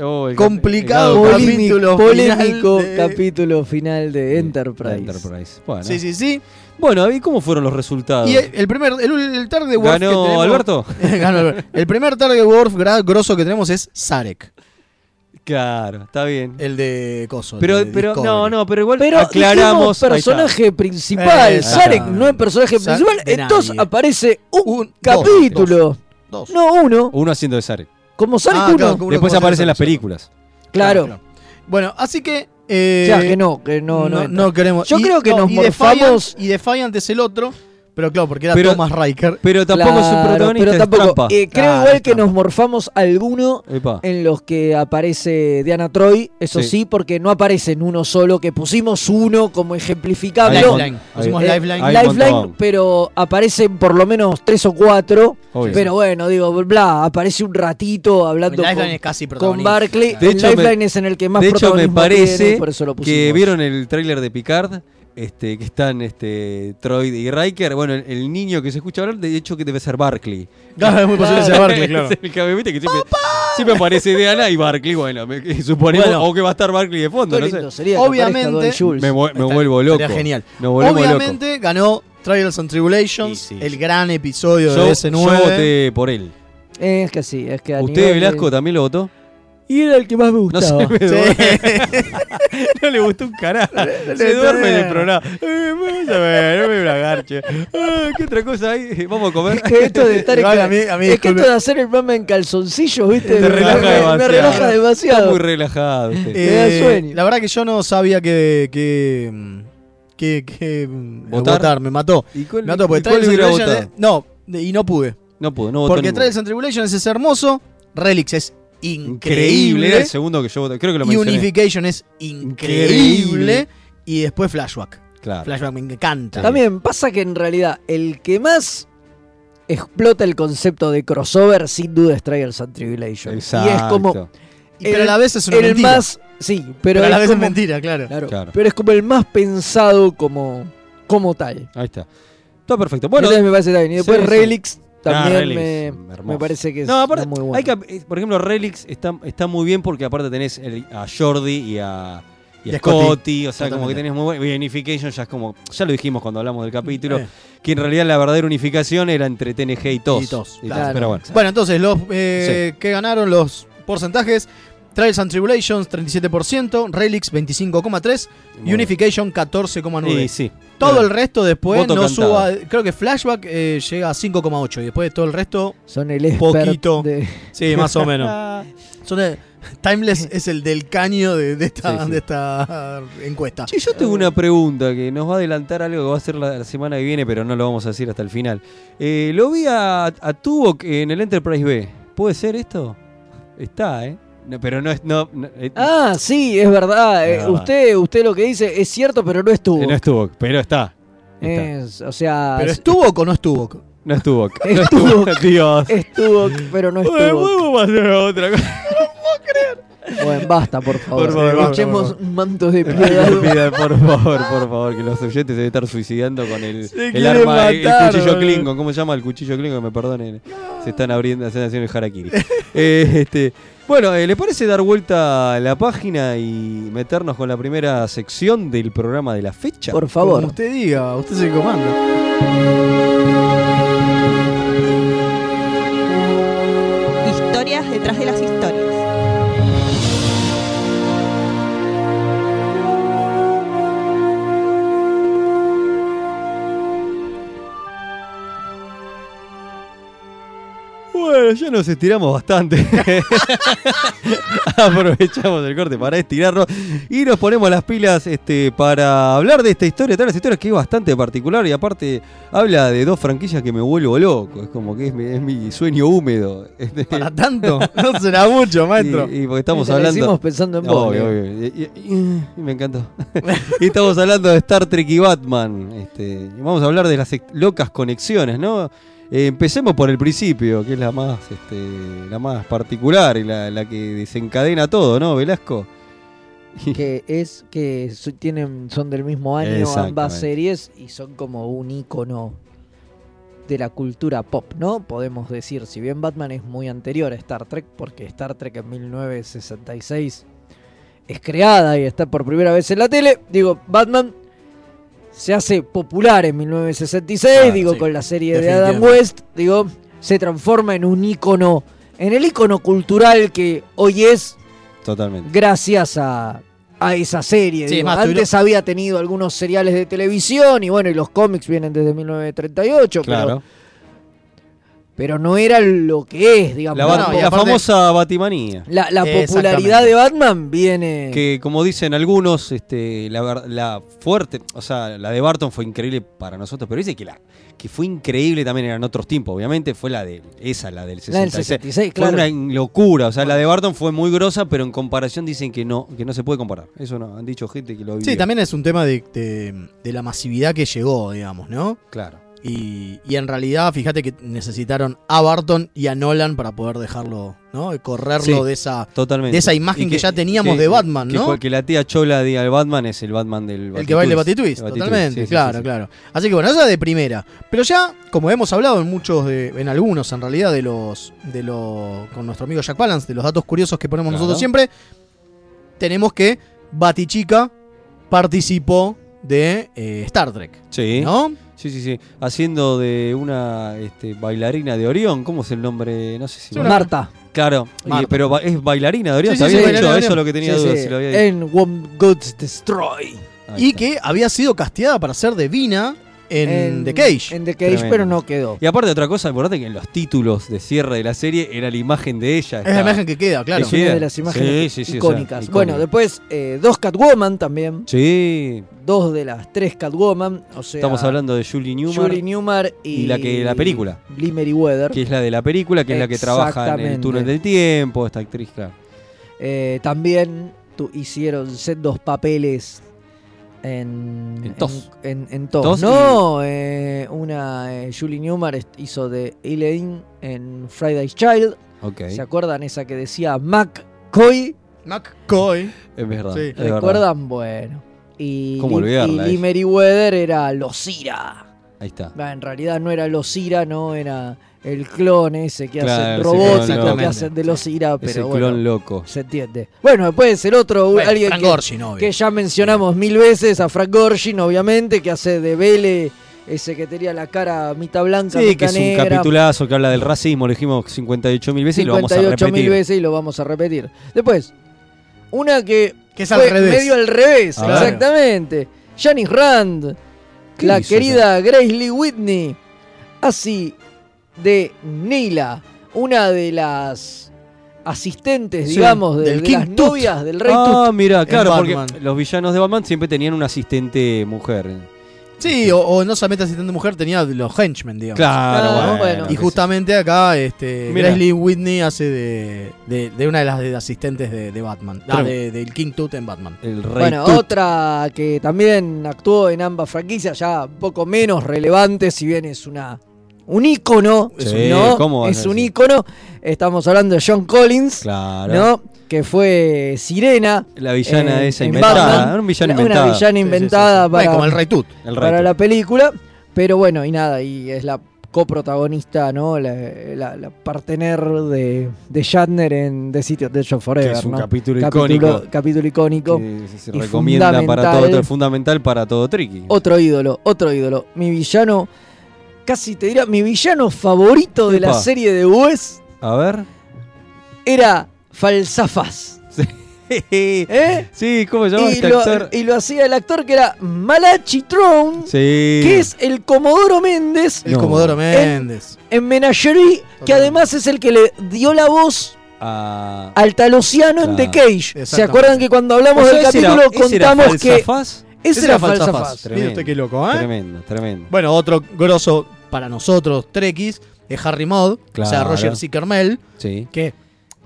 Speaker 2: Oh, el
Speaker 4: Complicado
Speaker 2: cap- el cap-
Speaker 4: capítulo.
Speaker 3: Polémico,
Speaker 4: final
Speaker 3: polémico
Speaker 4: de-
Speaker 3: capítulo final de Enterprise.
Speaker 2: Enterprise. Bueno.
Speaker 4: Sí, sí, sí.
Speaker 2: Bueno, ¿y cómo fueron los resultados?
Speaker 4: Y el el primer, el, el Target Wolf que
Speaker 2: ¿Ganó
Speaker 4: tenemos-
Speaker 2: Alberto?
Speaker 4: Ganó Alberto. El primer target Worf gra- grosso que tenemos es Sarek.
Speaker 2: Claro, está bien.
Speaker 4: El de Coso. el
Speaker 2: Pero,
Speaker 4: Eh, de
Speaker 2: pero no,
Speaker 4: Discovery.
Speaker 2: no, pero igual
Speaker 3: Pero
Speaker 2: aclaramos.
Speaker 3: dijimos
Speaker 2: ahí está.
Speaker 3: personaje principal.
Speaker 4: Eh,
Speaker 3: Sarek
Speaker 4: está.
Speaker 3: no es personaje
Speaker 4: Sa-
Speaker 3: principal.
Speaker 4: de
Speaker 3: Entonces
Speaker 4: nadie.
Speaker 3: aparece un,
Speaker 4: Un-
Speaker 3: capítulo.
Speaker 4: Dos.
Speaker 3: No uno.
Speaker 2: Uno haciendo de Sarek.
Speaker 3: Como Sarek
Speaker 4: Ah,
Speaker 3: uno.
Speaker 4: claro,
Speaker 3: Claro.
Speaker 4: como- Uno
Speaker 2: Después
Speaker 4: haciendo
Speaker 2: aparecen
Speaker 4: de
Speaker 2: las
Speaker 4: Sarek.
Speaker 2: películas.
Speaker 4: Bueno, así que. eh,
Speaker 3: o sea, que no, que no. no
Speaker 4: no,
Speaker 3: entra.
Speaker 4: no queremos.
Speaker 3: Yo creo que nos
Speaker 4: y Defiant-
Speaker 3: morfamos-
Speaker 4: Y Defiant es el otro. Pero claro, porque era
Speaker 2: Pero-
Speaker 4: Thomas Riker.
Speaker 2: Pero tampoco es un
Speaker 3: Claro,
Speaker 2: protagonista.
Speaker 3: pero
Speaker 2: es
Speaker 3: tampoco.
Speaker 2: trampa.
Speaker 3: Eh, creo
Speaker 4: Claro,
Speaker 3: igual
Speaker 4: es
Speaker 3: que
Speaker 4: trampa.
Speaker 3: nos morfamos alguno
Speaker 2: Epa.
Speaker 3: en los que aparece Diana Troy. Eso sí,
Speaker 2: Sí.
Speaker 3: porque no aparece en uno solo, que pusimos uno como ejemplificable.
Speaker 2: Ahí,
Speaker 4: Lifeline.
Speaker 2: ahí.
Speaker 4: Pusimos
Speaker 3: Eh,
Speaker 2: Hay
Speaker 4: Lifeline.
Speaker 2: un
Speaker 3: Lifeline,
Speaker 2: montón.
Speaker 3: pero aparecen por lo menos tres o cuatro.
Speaker 2: Obvio.
Speaker 3: Pero bueno, digo, bla, aparece un ratito hablando
Speaker 4: Lifeline
Speaker 3: con,
Speaker 4: es casi
Speaker 3: con
Speaker 4: protagonista.
Speaker 3: Barclay.
Speaker 2: De
Speaker 3: el
Speaker 2: hecho,
Speaker 3: Lifeline
Speaker 2: me-
Speaker 3: es en el que más
Speaker 2: de hecho, me
Speaker 3: protagonismo
Speaker 2: parece
Speaker 3: tiene, por eso lo
Speaker 2: que
Speaker 3: pusimos.
Speaker 2: vieron el tráiler de Picard, este, que están este, Troy y Riker. Bueno, el, el niño que se escucha hablar, de hecho, que debe ser Barkley.
Speaker 4: Claro, es muy posible ser Pues Barclay, claro.
Speaker 2: Es el que, viste, que siempre, siempre aparece Diana y Barkley. Bueno, me- que suponemos
Speaker 4: Bueno.
Speaker 2: o que va a estar Barkley de fondo,
Speaker 3: Qué
Speaker 2: no
Speaker 3: lindo
Speaker 2: sé.
Speaker 3: sería que aparezca
Speaker 4: Obviamente,
Speaker 3: Don Jules.
Speaker 2: Me, vu- me
Speaker 4: Está-
Speaker 2: vuelvo loco.
Speaker 4: estaría genial.
Speaker 2: Me vuelvo
Speaker 4: Obviamente ganó Trials and Tribulations,
Speaker 2: Y sí.
Speaker 4: el gran episodio
Speaker 2: loco. Yo,
Speaker 4: de
Speaker 2: yo
Speaker 4: S9.
Speaker 2: voté por él.
Speaker 3: Es que sí, es que a
Speaker 2: ¿Usted,
Speaker 3: nivel de-
Speaker 2: Velasco, también lo votó?
Speaker 3: Y era el que más me
Speaker 2: No
Speaker 3: gustaba.
Speaker 2: sé, me duerme.
Speaker 4: Sí.
Speaker 2: No le gustó un carajo. Se duerme en el programa. Eh, Vamos a ver, no me una garcha. Ah, ¿Qué otra cosa hay? Vamos a comer.
Speaker 3: Es que esto de estar
Speaker 4: Igual
Speaker 3: en-
Speaker 4: a mí- a mí,
Speaker 3: es que
Speaker 4: disculpe.
Speaker 3: esto de hacer el mame en calzoncillos, ¿viste?
Speaker 2: Te
Speaker 3: Me-
Speaker 2: relaja
Speaker 3: me, Me
Speaker 2: demasiado.
Speaker 3: relaja
Speaker 2: Está
Speaker 3: demasiado.
Speaker 2: muy relajado. usted.
Speaker 3: Eh, da sueño.
Speaker 4: La verdad que yo no sabía que, que, mm, que, que, mm,
Speaker 2: ¿Votar?
Speaker 4: Me mató.
Speaker 2: ¿Y cuál,
Speaker 4: Me mató porque
Speaker 2: y cuál
Speaker 4: Trials and
Speaker 2: hubiera
Speaker 4: Tribulations.
Speaker 2: votado?
Speaker 4: eh, No, de- y no pude.
Speaker 2: No pudo, no votó
Speaker 4: Porque
Speaker 2: ninguno.
Speaker 4: Trials and Tribulations es hermoso, Relics es
Speaker 2: Increíble. Era
Speaker 4: increíble,
Speaker 2: el segundo que yo voté. Creo que lo
Speaker 4: y
Speaker 2: mencioné.
Speaker 4: Unification es
Speaker 2: Increíble.
Speaker 4: increíble, y después Flashback.
Speaker 2: Claro.
Speaker 4: Flashback me encanta.
Speaker 3: También pasa que en realidad el que más explota el concepto de crossover sin duda es Trials and Tribulation.
Speaker 2: Exacto.
Speaker 3: Y es como
Speaker 4: Y- pero
Speaker 3: el-
Speaker 4: a la vez es una
Speaker 3: el
Speaker 4: mentira.
Speaker 3: más... Sí, pero,
Speaker 4: pero a la
Speaker 3: es
Speaker 4: vez
Speaker 3: como-
Speaker 4: es mentira, claro.
Speaker 3: Claro,
Speaker 2: Claro.
Speaker 3: Pero es como el más pensado como, como tal.
Speaker 2: Ahí está. Todo perfecto. Bueno, eh,
Speaker 3: Entonces me parece también. Y después
Speaker 2: sí, sí.
Speaker 3: Relix también
Speaker 2: Ah, Relics,
Speaker 3: me-
Speaker 2: hermoso.
Speaker 3: me, parece que es
Speaker 2: No, aparte,
Speaker 3: muy bueno.
Speaker 2: hay que- eh, por ejemplo, Relix está, está muy bien porque aparte tenés el- a Jordi y a, y a
Speaker 4: Y a
Speaker 2: Scotty,
Speaker 4: Scotty.
Speaker 2: o sea, como que
Speaker 4: Totalmente.
Speaker 2: tenés muy buen. y Unification ya es como, ya lo dijimos cuando hablamos del capítulo,
Speaker 4: Eh.
Speaker 2: que en realidad la verdadera unificación era entre TNG y TOS.
Speaker 4: Y TOS,
Speaker 3: claro.
Speaker 2: Pero bueno,
Speaker 4: Bueno, entonces, los eh, que ganaron los porcentajes: Trials and Tribulations 37%, Relics 25,3%,
Speaker 2: Muy
Speaker 4: Unification
Speaker 2: y
Speaker 4: 14,9%.
Speaker 2: sí.
Speaker 4: Todo
Speaker 2: Pero
Speaker 4: el resto después
Speaker 2: Voto
Speaker 4: no
Speaker 2: cantado.
Speaker 4: suba. Creo que Flashback eh, llega a 5,8%. Y después de todo el resto,
Speaker 3: Son el expert
Speaker 4: Poquito.
Speaker 3: de-
Speaker 4: sí, más o menos. Son de- Timeless es el del caño de, de esta,
Speaker 2: Sí, sí.
Speaker 4: de esta encuesta.
Speaker 2: Che, yo tengo una pregunta que nos va a adelantar algo que va a ser la, la semana que viene, pero no lo vamos a decir hasta el final. Eh, lo vi a, a Tuvok en el Enterprise B. ¿Puede ser esto? Está, ¿eh? No, pero no es. No, no, eh,
Speaker 3: Ah, sí, es verdad.
Speaker 2: Es
Speaker 3: Eh,
Speaker 2: verdad.
Speaker 3: Usted, usted lo que dice es cierto, pero no estuvo.
Speaker 2: Eh, No estuvo, pero está. Está.
Speaker 3: Es- o sea,
Speaker 4: ¿Pero
Speaker 3: es-
Speaker 4: estuvo o no estuvo?
Speaker 2: No estuvo. No
Speaker 3: Estuvo.
Speaker 2: estuvo. Dios.
Speaker 3: estuvo, pero no estuvo.
Speaker 2: Bueno, vamos a hacer otra cosa.
Speaker 3: Bueno, basta, por favor.
Speaker 2: Por favor, por
Speaker 3: Echemos
Speaker 2: favor.
Speaker 3: mantos de piedad.
Speaker 2: Pidan, por favor, por favor, que los oyentes deben estar suicidando con el,
Speaker 4: Se
Speaker 2: el
Speaker 4: quieren
Speaker 2: arma, el-
Speaker 4: matar,
Speaker 2: el cuchillo
Speaker 4: boludo.
Speaker 2: Klingon. ¿Cómo se llama el cuchillo Klingon? Me perdonen. Se están abriendo, se están haciendo el harakiri. Eh, este, bueno, eh, ¿le parece dar vuelta a la página y meternos con la primera sección del programa de la fecha?
Speaker 3: Por
Speaker 4: Como
Speaker 3: favor.
Speaker 4: usted diga, usted se comanda.
Speaker 6: Historias detrás de las historias.
Speaker 2: Bueno, ya nos estiramos bastante. Aprovechamos el corte para estirarnos y nos ponemos las pilas este, para hablar de esta historia, de las historias que es bastante particular y aparte habla de dos franquicias que me vuelvo loco. Es como que es mi, es mi sueño húmedo. Este,
Speaker 4: Para tanto, no será mucho, maestro.
Speaker 2: y, y porque estamos
Speaker 3: Te la
Speaker 2: hablando.
Speaker 3: hicimos pensando en vos.
Speaker 2: Obvio,
Speaker 3: Leo.
Speaker 2: obvio. Y, y- y me encantó. y estamos hablando de Star Trek y Batman. Este, y vamos a hablar de las ex- locas conexiones, ¿no? Eh, empecemos por el principio, que es la más, este, la más particular y la, la que desencadena todo, ¿no, Velasco?
Speaker 3: Que es que su- tienen, son del mismo año ambas
Speaker 2: Exactamente.
Speaker 3: series y son como un icono de la cultura pop, ¿no? Podemos decir, si bien Batman es muy anterior a Star Trek, porque Star Trek en 1966 es creada y está por primera vez en la tele, digo, Batman se hace popular en 1966,
Speaker 4: Claro,
Speaker 3: digo,
Speaker 4: sí,
Speaker 3: con la serie de Adam
Speaker 4: definitivamente.
Speaker 3: West, digo, se transforma en un icono, en el icono cultural que hoy es
Speaker 2: Totalmente.
Speaker 3: gracias a, a esa serie.
Speaker 4: Sí,
Speaker 3: digo.
Speaker 4: es más,
Speaker 3: Antes había tenido algunos seriales de televisión y bueno, y los cómics vienen desde 1938, pero-
Speaker 2: Claro.
Speaker 3: pero, no era lo que es, digamos.
Speaker 2: La,
Speaker 4: No,
Speaker 2: bat-
Speaker 4: no, y
Speaker 2: la
Speaker 4: aparte-
Speaker 2: famosa Batimanía.
Speaker 3: La, la
Speaker 4: Exactamente.
Speaker 3: popularidad de Batman viene...
Speaker 2: Que como dicen algunos, este, la, ver- la fuerte, o sea, la de Barton fue increíble para nosotros, pero dice que la que fue increíble también eran otros tiempos, obviamente, fue la de esa, la del 66.
Speaker 3: La del 66,
Speaker 2: Fue
Speaker 3: claro.
Speaker 2: una locura, o sea, la de Barton fue muy grosa, pero en comparación dicen que no, que no se puede comparar. Eso no, han dicho gente que lo vivió.
Speaker 4: Sí, también es un tema de, de- de la masividad que llegó, digamos, ¿no?
Speaker 2: Claro.
Speaker 4: Y, y en realidad, fíjate que necesitaron a Barton y a Nolan para poder dejarlo, ¿no? Y Correrlo
Speaker 2: Sí.
Speaker 4: de esa.
Speaker 2: Totalmente.
Speaker 4: De esa imagen
Speaker 2: Y
Speaker 4: que ya teníamos de Batman,
Speaker 2: que
Speaker 4: ¿no?
Speaker 2: cual- Que la tía Chola diga el Batman es el Batman del
Speaker 4: El que baile Batitwist,
Speaker 2: El Batitwist,
Speaker 4: totalmente,
Speaker 2: sí, sí,
Speaker 4: claro,
Speaker 2: sí, sí.
Speaker 4: claro. Así que bueno, esa de primera. Pero ya, como hemos hablado en muchos de, en algunos en realidad, de los, de los, con nuestro amigo Jack Palance, de los datos curiosos que ponemos
Speaker 2: Claro.
Speaker 4: nosotros siempre, tenemos que Batichica participó de eh, Star Trek,
Speaker 2: Sí.
Speaker 4: ¿no?
Speaker 2: Sí, sí, sí. Haciendo de una este, bailarina de Orión. ¿Cómo es el nombre? No sé si.
Speaker 4: Sí, una-
Speaker 3: Marta.
Speaker 2: Claro, y-
Speaker 4: Marta.
Speaker 2: pero ba- es bailarina de Orión.
Speaker 4: Sí,
Speaker 2: ¿Te
Speaker 4: sí,
Speaker 2: había
Speaker 4: sí,
Speaker 2: dicho?
Speaker 4: bailarina de
Speaker 2: Eso es
Speaker 4: Orión.
Speaker 2: lo que tenía
Speaker 3: Sí,
Speaker 2: dudas.
Speaker 3: sí.
Speaker 2: Si lo había dicho.
Speaker 3: En One Goods Destroy.
Speaker 2: Ahí
Speaker 4: Y
Speaker 2: está.
Speaker 4: que había sido casteada para ser de Vina en, The Cage.
Speaker 3: En The Cage,
Speaker 2: Tremendo.
Speaker 3: pero no quedó.
Speaker 2: Y aparte, otra cosa importante que en los títulos de cierre de la serie era la imagen de ella.
Speaker 4: es la
Speaker 2: estaba.
Speaker 4: imagen que queda, claro.
Speaker 3: Es
Speaker 2: Sí,
Speaker 3: una de las imágenes
Speaker 2: sí, sí, o sea,
Speaker 3: icónicas.
Speaker 2: icónica.
Speaker 3: Bueno, después eh, dos Catwoman también.
Speaker 2: Sí,
Speaker 3: Dos de las tres Catwoman. O sea,
Speaker 2: estamos hablando de Julie Newmar,
Speaker 3: Julie Newmar y,
Speaker 2: y la que- la película.
Speaker 3: Lee Meriwether.
Speaker 2: que es la de la película, que es la que trabaja en el
Speaker 3: Exactamente.
Speaker 2: túnel del tiempo, esta actriz, claro.
Speaker 3: Eh, también tu- hicieron sendos papeles en.
Speaker 2: En Tos.
Speaker 3: En, en Tos,
Speaker 2: Tos
Speaker 3: No, eh, una. eh, Julie Newmar est- hizo de Elaine en Friday's Child.
Speaker 2: Ok,
Speaker 3: ¿Se acuerdan esa que decía McCoy?
Speaker 4: McCoy.
Speaker 2: es verdad.
Speaker 4: Sí.
Speaker 2: es verdad.
Speaker 3: ¿Recuerdan? Bueno. Y,
Speaker 2: ¿Cómo
Speaker 3: Lim- y
Speaker 2: olvidarla, eh?
Speaker 3: Lee
Speaker 2: ella?
Speaker 3: Meriwether era Losira.
Speaker 2: Ahí está.
Speaker 3: Bah, En realidad no era Losira, no era el clon ese que
Speaker 2: Claro,
Speaker 3: hacen
Speaker 2: ese
Speaker 4: clon
Speaker 3: robótico
Speaker 4: loco.
Speaker 3: que hacen de Losira,
Speaker 2: Ese
Speaker 3: pero bueno,
Speaker 2: clon loco.
Speaker 3: se entiende. Bueno, después el otro,
Speaker 4: Bueno,
Speaker 3: alguien
Speaker 4: Frank
Speaker 3: que,
Speaker 4: Gorshin, obvio.
Speaker 3: que ya mencionamos mil veces, a Frank Gorshin, obviamente, que hace de Vele, ese que tenía la cara mitad blanca,
Speaker 2: Sí, que
Speaker 3: mitad
Speaker 2: es un
Speaker 3: negra,
Speaker 2: capitulazo que habla del racismo, lo dijimos 58 mil veces y lo vamos a
Speaker 3: 58 mil
Speaker 2: repetir.
Speaker 3: veces y lo vamos a repetir. Después, una que
Speaker 4: Que es
Speaker 3: fue
Speaker 4: al revés.
Speaker 3: medio al revés,
Speaker 2: Ah.
Speaker 3: exactamente. Janice Rand,
Speaker 2: ¿Qué
Speaker 3: la
Speaker 2: hizo
Speaker 3: querida Grace Lee Whitney, así de Nila, una de las asistentes,
Speaker 4: Sí,
Speaker 3: digamos, de,
Speaker 4: del
Speaker 3: de las
Speaker 4: King Tut.
Speaker 3: novias del rey Tut.
Speaker 2: Ah, mira, claro, porque
Speaker 4: Batman.
Speaker 2: los villanos de Batman siempre tenían una asistente mujer.
Speaker 4: Sí, o, o no solamente asistente mujer, tenía los henchmen, digamos.
Speaker 2: Claro,
Speaker 3: Ah,
Speaker 2: bueno.
Speaker 3: bueno.
Speaker 4: Y
Speaker 2: qué sé
Speaker 4: justamente acá, este,
Speaker 2: Mira.
Speaker 4: Grace Lee Whitney hace de, de- de una de las de- asistentes de, de Batman. Ah,
Speaker 2: Trem-
Speaker 4: de- del King Tut en Batman.
Speaker 2: yo. El rey
Speaker 3: Bueno,
Speaker 2: Tut.
Speaker 3: otra que también actuó en ambas franquicias, ya un poco menos relevante, si bien es una un ícono,
Speaker 2: Sí,
Speaker 3: es un- ¿no?
Speaker 2: ¿cómo vas
Speaker 3: es
Speaker 2: a
Speaker 3: un
Speaker 2: decir?
Speaker 3: ícono. Estamos hablando de John Collins,
Speaker 2: Claro.
Speaker 3: ¿no? Que fue Sirena.
Speaker 2: La villana
Speaker 3: eh,
Speaker 2: esa
Speaker 3: en
Speaker 2: inventada.
Speaker 3: Batman.
Speaker 2: Era un villano
Speaker 3: Una
Speaker 2: inventado.
Speaker 3: villana inventada
Speaker 4: Bueno,
Speaker 3: para,
Speaker 4: como el Rey Tut.
Speaker 2: El rey
Speaker 3: para
Speaker 2: Tut.
Speaker 3: la película. Pero bueno, y nada, y es la coprotagonista, ¿no? La, la, la partener de, de Shatner en The City of Death
Speaker 2: Que
Speaker 3: Forever,
Speaker 2: es un
Speaker 3: ¿no?
Speaker 2: capítulo
Speaker 3: Capítulo-
Speaker 2: icónico.
Speaker 3: capítulo icónico.
Speaker 2: que se
Speaker 3: y
Speaker 2: recomienda para
Speaker 3: fundamental.
Speaker 2: todo, todo, es fundamental para todo Tricky.
Speaker 3: Otro ídolo, otro ídolo. Mi villano, casi te dirá, mi villano favorito de la
Speaker 2: Epa.
Speaker 3: serie de US
Speaker 2: A ver.
Speaker 3: era Falsafaz. ¿eh?
Speaker 2: sí, ¿cómo se llama
Speaker 3: Y
Speaker 2: este
Speaker 3: lo,
Speaker 2: actor?
Speaker 3: y lo hacía el actor que era Malachi Tron,
Speaker 2: Sí.
Speaker 3: que es el Comodoro Méndez
Speaker 4: El
Speaker 2: No.
Speaker 4: Comodoro Méndez.
Speaker 3: en Menagerie, que además es el que le dio la voz
Speaker 2: Ah.
Speaker 3: al Talosiano en The
Speaker 2: Claro.
Speaker 3: Cage. ¿Se
Speaker 4: Exactamente.
Speaker 3: acuerdan que cuando hablamos
Speaker 2: ¿Vos
Speaker 3: del
Speaker 2: sabés,
Speaker 3: capítulo
Speaker 2: ese era- ese
Speaker 3: contamos
Speaker 2: era
Speaker 3: que ¿Eh?
Speaker 2: Falsafaz?
Speaker 3: ese era Falsafaz?
Speaker 4: Falsafaz. Mire usted qué loco, ¿eh?
Speaker 2: Tremendo, tremendo.
Speaker 4: Bueno, otro grosso para nosotros, Trekkies, es Harry Mod, o sea,
Speaker 2: Claro.
Speaker 4: Roger Sickermel,
Speaker 2: Sí.
Speaker 4: que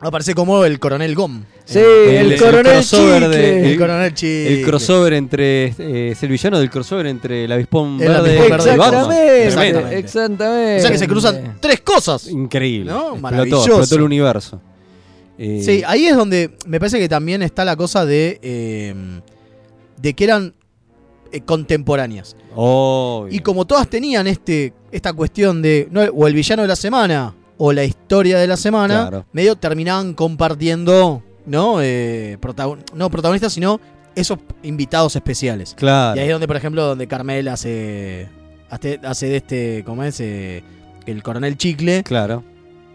Speaker 4: aparece como el coronel Gom.
Speaker 3: Sí,
Speaker 4: Eh,
Speaker 3: el,
Speaker 2: el
Speaker 3: coronel
Speaker 2: crossover de-
Speaker 3: Chicle.
Speaker 4: el,
Speaker 2: el-
Speaker 4: coronel Chicle.
Speaker 2: El crossover entre. eh, es el villano del crossover entre el avispón
Speaker 4: El
Speaker 2: verde,
Speaker 4: avispón verde
Speaker 2: y Batman.
Speaker 3: Exactamente,
Speaker 2: Tremendo.
Speaker 4: Exactamente.
Speaker 3: exactamente.
Speaker 4: O sea que se cruzan tres cosas.
Speaker 2: Increíble.
Speaker 4: ¿No?
Speaker 2: explotó,
Speaker 4: Maravilloso.
Speaker 2: explotó el universo. Eh,
Speaker 4: Sí, ah, ahí es donde me parece que también está la cosa de, eh, de que eran eh, contemporáneas.
Speaker 2: obvio.
Speaker 4: Y como todas tenían este, esta cuestión de no, o el villano de la semana o la historia de la semana,
Speaker 2: Claro.
Speaker 4: medio terminaban compartiendo, ¿no? Eh, protagon- no protagonistas, sino esos invitados especiales.
Speaker 2: Claro.
Speaker 4: Y ahí es donde, por ejemplo, donde Carmel hace, hace, hace de este, ¿cómo es? Eh, el coronel Chicle.
Speaker 2: Claro.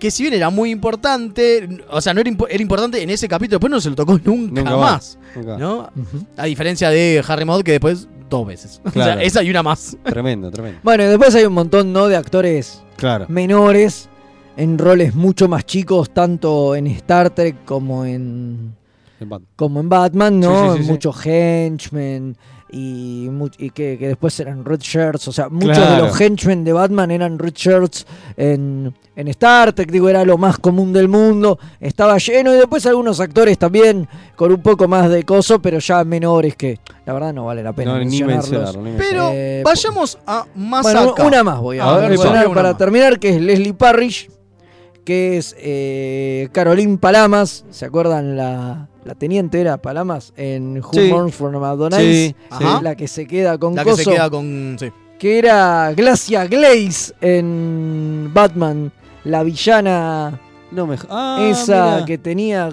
Speaker 4: que si bien era muy importante, o sea, no era, impo- era importante en ese capítulo, después no se lo tocó nunca,
Speaker 2: Nunca más.
Speaker 4: más,
Speaker 2: Nunca.
Speaker 4: ¿no? A diferencia de Harry Mod, que después dos veces. O
Speaker 2: Claro.
Speaker 4: sea, esa y una más.
Speaker 2: Tremendo, tremendo.
Speaker 3: Bueno, y después hay un montón, ¿no? De actores
Speaker 2: Claro.
Speaker 3: menores en roles mucho más chicos, tanto en Star Trek como en
Speaker 2: El Batman.
Speaker 3: como en Batman,
Speaker 2: Sí,
Speaker 3: ¿no?
Speaker 2: sí, sí, sí.
Speaker 3: muchos henchmen y, mu- y que, que después eran red shirts, o sea, muchos
Speaker 2: Claro.
Speaker 3: de los henchmen de Batman eran red shirts en, en Star Trek, digo, era lo más común del mundo, estaba lleno y después algunos actores también con un poco más de coso, pero ya menores que la verdad no vale la pena
Speaker 2: No, ni
Speaker 3: mencionarlos.
Speaker 2: mencionarlo. ni mencionarlo.
Speaker 4: Pero
Speaker 3: Eh,
Speaker 4: vayamos a más
Speaker 3: Bueno,
Speaker 4: acá.
Speaker 3: una más voy a,
Speaker 2: A ver,
Speaker 3: mencionar
Speaker 4: voy a una
Speaker 3: para
Speaker 4: más.
Speaker 3: terminar, que es Leslie Parrish, que es eh, Caroline Palamas, ¿se acuerdan? La, la teniente era Palamas en Who
Speaker 2: Sí.
Speaker 3: Mourns for Madonna
Speaker 2: Sí,
Speaker 4: sí.
Speaker 3: la que se queda con
Speaker 4: La que
Speaker 3: Coso,
Speaker 4: se
Speaker 3: que,
Speaker 4: queda con. Sí.
Speaker 3: era Glacia Glaze en Batman, la villana
Speaker 2: No me... Ah,
Speaker 3: esa
Speaker 2: mira.
Speaker 3: que tenía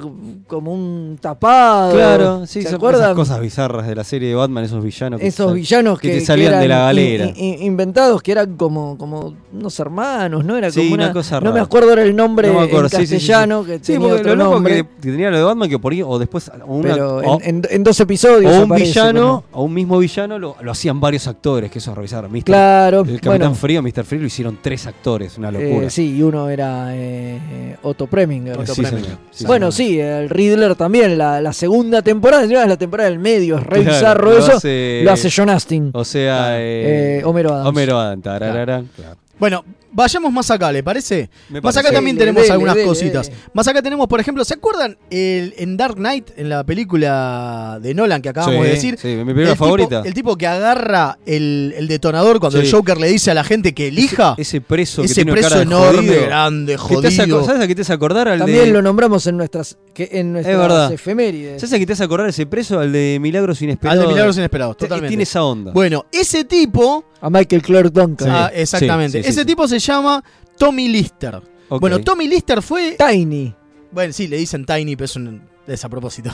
Speaker 3: como un tapado.
Speaker 2: Claro, sí,
Speaker 3: ¿se
Speaker 2: son
Speaker 3: acuerdan?
Speaker 2: esas cosas bizarras de la serie de Batman, esos villanos. que
Speaker 3: Esos
Speaker 2: sal-
Speaker 3: villanos
Speaker 2: que
Speaker 3: que,
Speaker 2: te
Speaker 3: que
Speaker 2: salían de
Speaker 3: eran
Speaker 2: la
Speaker 3: in-
Speaker 2: galera.
Speaker 3: in- in- inventados, que eran como, como unos hermanos, ¿no? Era
Speaker 2: Sí,
Speaker 3: como
Speaker 2: una
Speaker 3: una,
Speaker 2: cosa
Speaker 3: No me
Speaker 2: rara.
Speaker 3: acuerdo era el nombre
Speaker 2: No me acuerdo,
Speaker 3: en
Speaker 2: sí, sí, sí, sí.
Speaker 3: castellano que
Speaker 2: Sí,
Speaker 3: tenía
Speaker 2: porque
Speaker 3: otro
Speaker 2: lo loco
Speaker 3: nombre,
Speaker 2: que, que tenía lo de Batman que por ahí, o después, o, una-
Speaker 3: pero
Speaker 2: o-
Speaker 3: en, en- en dos episodios
Speaker 2: o un
Speaker 3: aparece,
Speaker 2: villano,
Speaker 3: pero-
Speaker 2: o un mismo villano, lo, lo hacían varios actores, que eso es revisar. Mr.
Speaker 3: Claro,
Speaker 2: El Capitán
Speaker 3: bueno,
Speaker 2: Frío, Mr. Frío, lo hicieron tres actores, una locura.
Speaker 3: eh, sí, y uno era eh, eh, Otto Preminger.
Speaker 4: Otto
Speaker 2: Oh, Sí,
Speaker 4: Preminger.
Speaker 2: señor. Sí,
Speaker 3: bueno,
Speaker 2: señor.
Speaker 3: sí, el Riddler también, la, la segunda temporada, encima es la temporada del medio, es re
Speaker 2: Claro,
Speaker 3: bizarro
Speaker 2: lo
Speaker 3: eso,
Speaker 2: hace-
Speaker 3: lo hace John Astin,
Speaker 2: O sea, eh,
Speaker 3: eh, Homero Adams.
Speaker 2: Homero Adam, tarararán.
Speaker 4: Bueno, vayamos más acá, ¿le parece?
Speaker 2: Me
Speaker 4: Más
Speaker 2: parece.
Speaker 4: acá también
Speaker 3: Dele,
Speaker 4: tenemos
Speaker 3: dele,
Speaker 4: algunas
Speaker 3: dele,
Speaker 4: cositas.
Speaker 3: dele.
Speaker 4: Más acá tenemos, por ejemplo, ¿se acuerdan el, en Dark Knight, en la película de Nolan que acabamos
Speaker 2: Sí,
Speaker 4: de decir?
Speaker 2: sí, mi película
Speaker 4: el
Speaker 2: favorita.
Speaker 4: Tipo, el tipo que agarra el, el detonador cuando
Speaker 2: Sí.
Speaker 4: el Joker le dice a la gente que elija.
Speaker 2: Ese preso que
Speaker 4: ese
Speaker 2: tiene una
Speaker 4: preso
Speaker 2: cara de
Speaker 4: enorme,
Speaker 2: jodido.
Speaker 4: grande,
Speaker 2: Que te hace aco-
Speaker 4: jodido.
Speaker 2: ¿Sabes a qué te hace acordar? Al
Speaker 3: También
Speaker 2: de,
Speaker 3: lo nombramos en nuestras, que, en
Speaker 2: verdad.
Speaker 3: nuestras efemérides.
Speaker 2: ¿Sabes a qué te hace acordar ese preso? Al de Milagros Inesperados.
Speaker 4: Al de Milagros Inesperados,
Speaker 2: Te-
Speaker 4: totalmente.
Speaker 2: Tiene esa onda.
Speaker 4: Bueno, ese tipo.
Speaker 3: A Michael Clark Duncan.
Speaker 4: ah, exactamente.
Speaker 2: sí, sí,
Speaker 4: ese
Speaker 2: sí.
Speaker 4: tipo se llama Tommy Lister.
Speaker 2: Ok.
Speaker 4: Bueno, Tommy Lister fue.
Speaker 3: Tiny,
Speaker 4: Bueno, sí, le dicen Tiny, pero es un despropósito.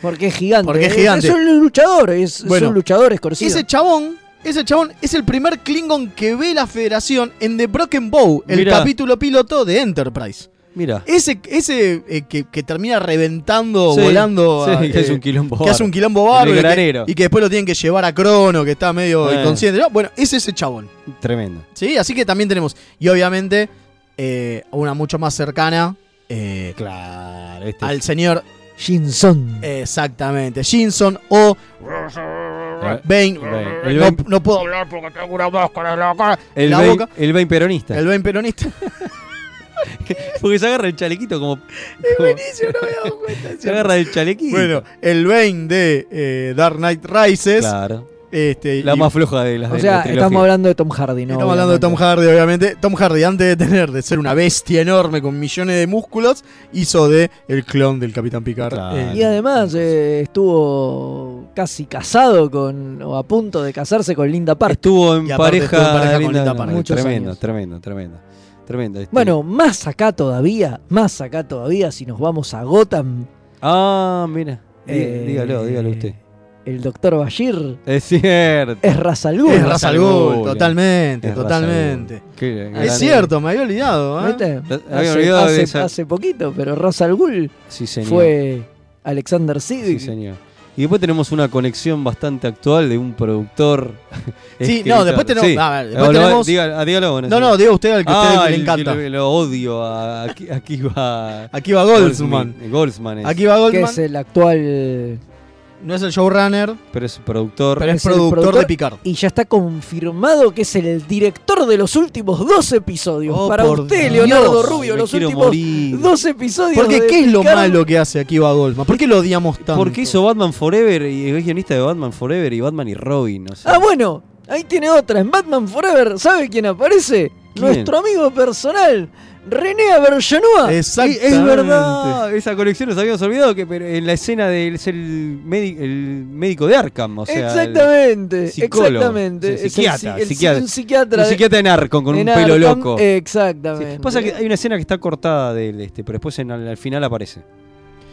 Speaker 3: porque es gigante.
Speaker 4: Porque es
Speaker 3: eh,
Speaker 4: gigante.
Speaker 3: Es un luchador, es,
Speaker 4: Bueno,
Speaker 3: es un luchador escorcido.
Speaker 4: Ese chabón, ese chabón es el primer Klingon que ve la Federación en The Broken Bow, el
Speaker 2: Mirá.
Speaker 4: capítulo piloto de Enterprise.
Speaker 2: mira.
Speaker 4: Ese, ese eh, que, que termina reventando,
Speaker 2: Sí,
Speaker 4: volando.
Speaker 2: sí,
Speaker 4: a-
Speaker 2: que es
Speaker 4: eh,
Speaker 2: un quilombo.
Speaker 4: que hace un quilombo
Speaker 2: El
Speaker 4: bárbaro y
Speaker 2: granero. Eh.
Speaker 4: que, y que después lo tienen que llevar a Crono, que está medio
Speaker 2: Bueno.
Speaker 4: inconsciente. ¿no? Bueno, es ese chabón.
Speaker 2: Tremendo.
Speaker 4: ¿sí? Así que también tenemos. Y obviamente, eh, una mucho más cercana eh,
Speaker 2: Claro, este.
Speaker 4: al señor
Speaker 3: Shinson.
Speaker 4: exactamente Jinson o Bane.
Speaker 2: Bane. Eh, El
Speaker 4: no,
Speaker 2: Bane-
Speaker 4: no puedo hablar porque tengo una máscara en la, cara-
Speaker 2: el,
Speaker 4: en la
Speaker 2: Bane-
Speaker 4: boca.
Speaker 2: el Bane peronista.
Speaker 4: El Bane peronista.
Speaker 2: Porque se agarra el chalequito como. como- se agarra el chalequito.
Speaker 4: bueno, el Bane de eh, Dark Knight Rises.
Speaker 2: claro.
Speaker 4: Este,
Speaker 2: La
Speaker 4: y-
Speaker 2: más floja de las
Speaker 3: O
Speaker 2: de
Speaker 3: sea,
Speaker 2: la trilogía.
Speaker 3: estamos hablando de Tom Hardy, ¿no?
Speaker 4: Estamos hablando de Tom
Speaker 3: Obviamente.
Speaker 4: Hardy, obviamente. Tom Hardy, antes de tener de ser una bestia enorme con millones de músculos, hizo de el clon del Capitán Picard.
Speaker 2: Claro.
Speaker 4: Eh,
Speaker 3: Y además eh, estuvo casi casado con, o a punto de casarse con Linda Park.
Speaker 2: Estuvo en
Speaker 4: Y aparte
Speaker 2: pareja,
Speaker 4: estuvo en pareja con
Speaker 2: Linda-
Speaker 4: Linda Park.
Speaker 3: Muchos
Speaker 2: Tremendo,
Speaker 3: años.
Speaker 2: tremendo, tremendo, tremendo. Este-
Speaker 3: Bueno, más acá todavía, más acá todavía, si nos vamos a Gotham.
Speaker 2: Ah, mira. Dí-
Speaker 3: eh,
Speaker 2: dígalo, dígalo usted.
Speaker 3: El doctor Bashir
Speaker 2: Es cierto.
Speaker 3: es Razalgul.
Speaker 4: es
Speaker 2: Ra's
Speaker 4: Ra's al Ghul,
Speaker 2: al Ghul.
Speaker 4: totalmente,
Speaker 2: eh. Es
Speaker 4: totalmente.
Speaker 2: Razalgul. Qué gran-
Speaker 4: Es cierto, me había olvidado. ¿eh?
Speaker 3: ¿Viste?
Speaker 2: La- había
Speaker 3: Hace,
Speaker 2: olvidado de
Speaker 3: hace-
Speaker 2: esa-
Speaker 3: hace poquito, pero Razalgul
Speaker 2: Sí, señor.
Speaker 3: fue Alexander Siddig.
Speaker 2: Sí, señor. Y después tenemos una conexión bastante actual de un productor.
Speaker 4: Sí,
Speaker 2: escritor.
Speaker 4: no, después tenemos.
Speaker 2: Sí.
Speaker 4: A ver,
Speaker 2: Ah,
Speaker 4: después
Speaker 2: lo-
Speaker 4: tenemos.
Speaker 2: diga- ah, dígalo, bueno,
Speaker 4: No,
Speaker 2: sí.
Speaker 4: no, diga usted al que a usted
Speaker 2: Ah,
Speaker 4: le
Speaker 2: el
Speaker 4: encanta.
Speaker 2: que lo, lo odio. a- aquí, aquí va.
Speaker 4: Aquí va Goldsman.
Speaker 2: Goldsman. Goldsman es,
Speaker 4: Aquí va
Speaker 3: que
Speaker 4: Goldsman.
Speaker 3: es el actual
Speaker 4: No es el showrunner,
Speaker 2: pero es productor.
Speaker 4: pero es,
Speaker 3: es el
Speaker 4: productor,
Speaker 3: productor.
Speaker 4: de Picard.
Speaker 3: y ya está confirmado que es el director de los últimos dos episodios.
Speaker 4: Oh,
Speaker 3: Para
Speaker 4: por
Speaker 3: usted,
Speaker 4: Dios.
Speaker 3: Leonardo
Speaker 4: Ay,
Speaker 3: Rubio,
Speaker 2: me
Speaker 3: los
Speaker 2: quiero
Speaker 3: últimos
Speaker 2: morir.
Speaker 3: dos episodios.
Speaker 4: Porque,
Speaker 3: de
Speaker 4: ¿qué es lo
Speaker 3: Picard.
Speaker 4: malo que hace aquí va Goldsman? ¿Por qué lo odiamos tanto?
Speaker 2: Porque hizo Batman Forever y es guionista de Batman Forever y Batman y Robin. O sea,
Speaker 3: Ah, bueno, ahí tiene otra. En Batman Forever, ¿sabe quién aparece?
Speaker 2: ¿Quién?
Speaker 3: Nuestro amigo personal, René Avergenua.
Speaker 4: Exactamente.
Speaker 2: Es verdad, esa conexión nos habíamos olvidado que pero en la escena del es el, médi- el médico de Arkham, o sea, el-
Speaker 3: exactamente,
Speaker 2: psicólogo,
Speaker 3: exactamente.
Speaker 2: sí,
Speaker 3: Es el
Speaker 2: psiquiatra,
Speaker 3: si- el-
Speaker 2: psiquiatra.
Speaker 3: un psiquiatra.
Speaker 2: un
Speaker 3: de-
Speaker 2: psiquiatra en Arkham con
Speaker 3: en eh,
Speaker 2: un pelo
Speaker 3: Arkham,
Speaker 2: loco. Sí,
Speaker 3: Exactamente.
Speaker 2: Pasa que hay una escena que está cortada de él, este, pero después en, al, al final aparece.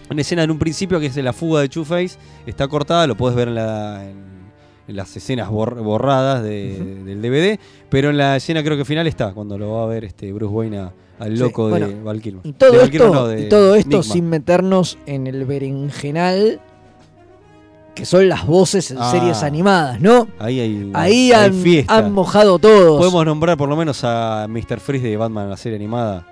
Speaker 2: Una escena en un principio que es de la fuga de Two Face, está cortada, lo puedes ver en la en, en las escenas bor- borradas de- del DVD, pero en la escena creo que final está, cuando lo va a ver este Bruce Wayne a- al
Speaker 3: Sí,
Speaker 2: loco de
Speaker 3: bueno,
Speaker 2: Val Kilmer.
Speaker 3: Y todo
Speaker 2: De Val
Speaker 3: esto,
Speaker 2: Kilmer no, de
Speaker 3: y todo esto
Speaker 2: Nickman.
Speaker 3: sin meternos en el berenjenal que son las voces en
Speaker 2: Ah.
Speaker 3: series animadas, ¿no?
Speaker 2: Ahí hay, hay
Speaker 3: Ahí han,
Speaker 2: fiesta.
Speaker 3: han mojado todos.
Speaker 2: Podemos nombrar por lo menos a Mr. Freeze de Batman, la serie animada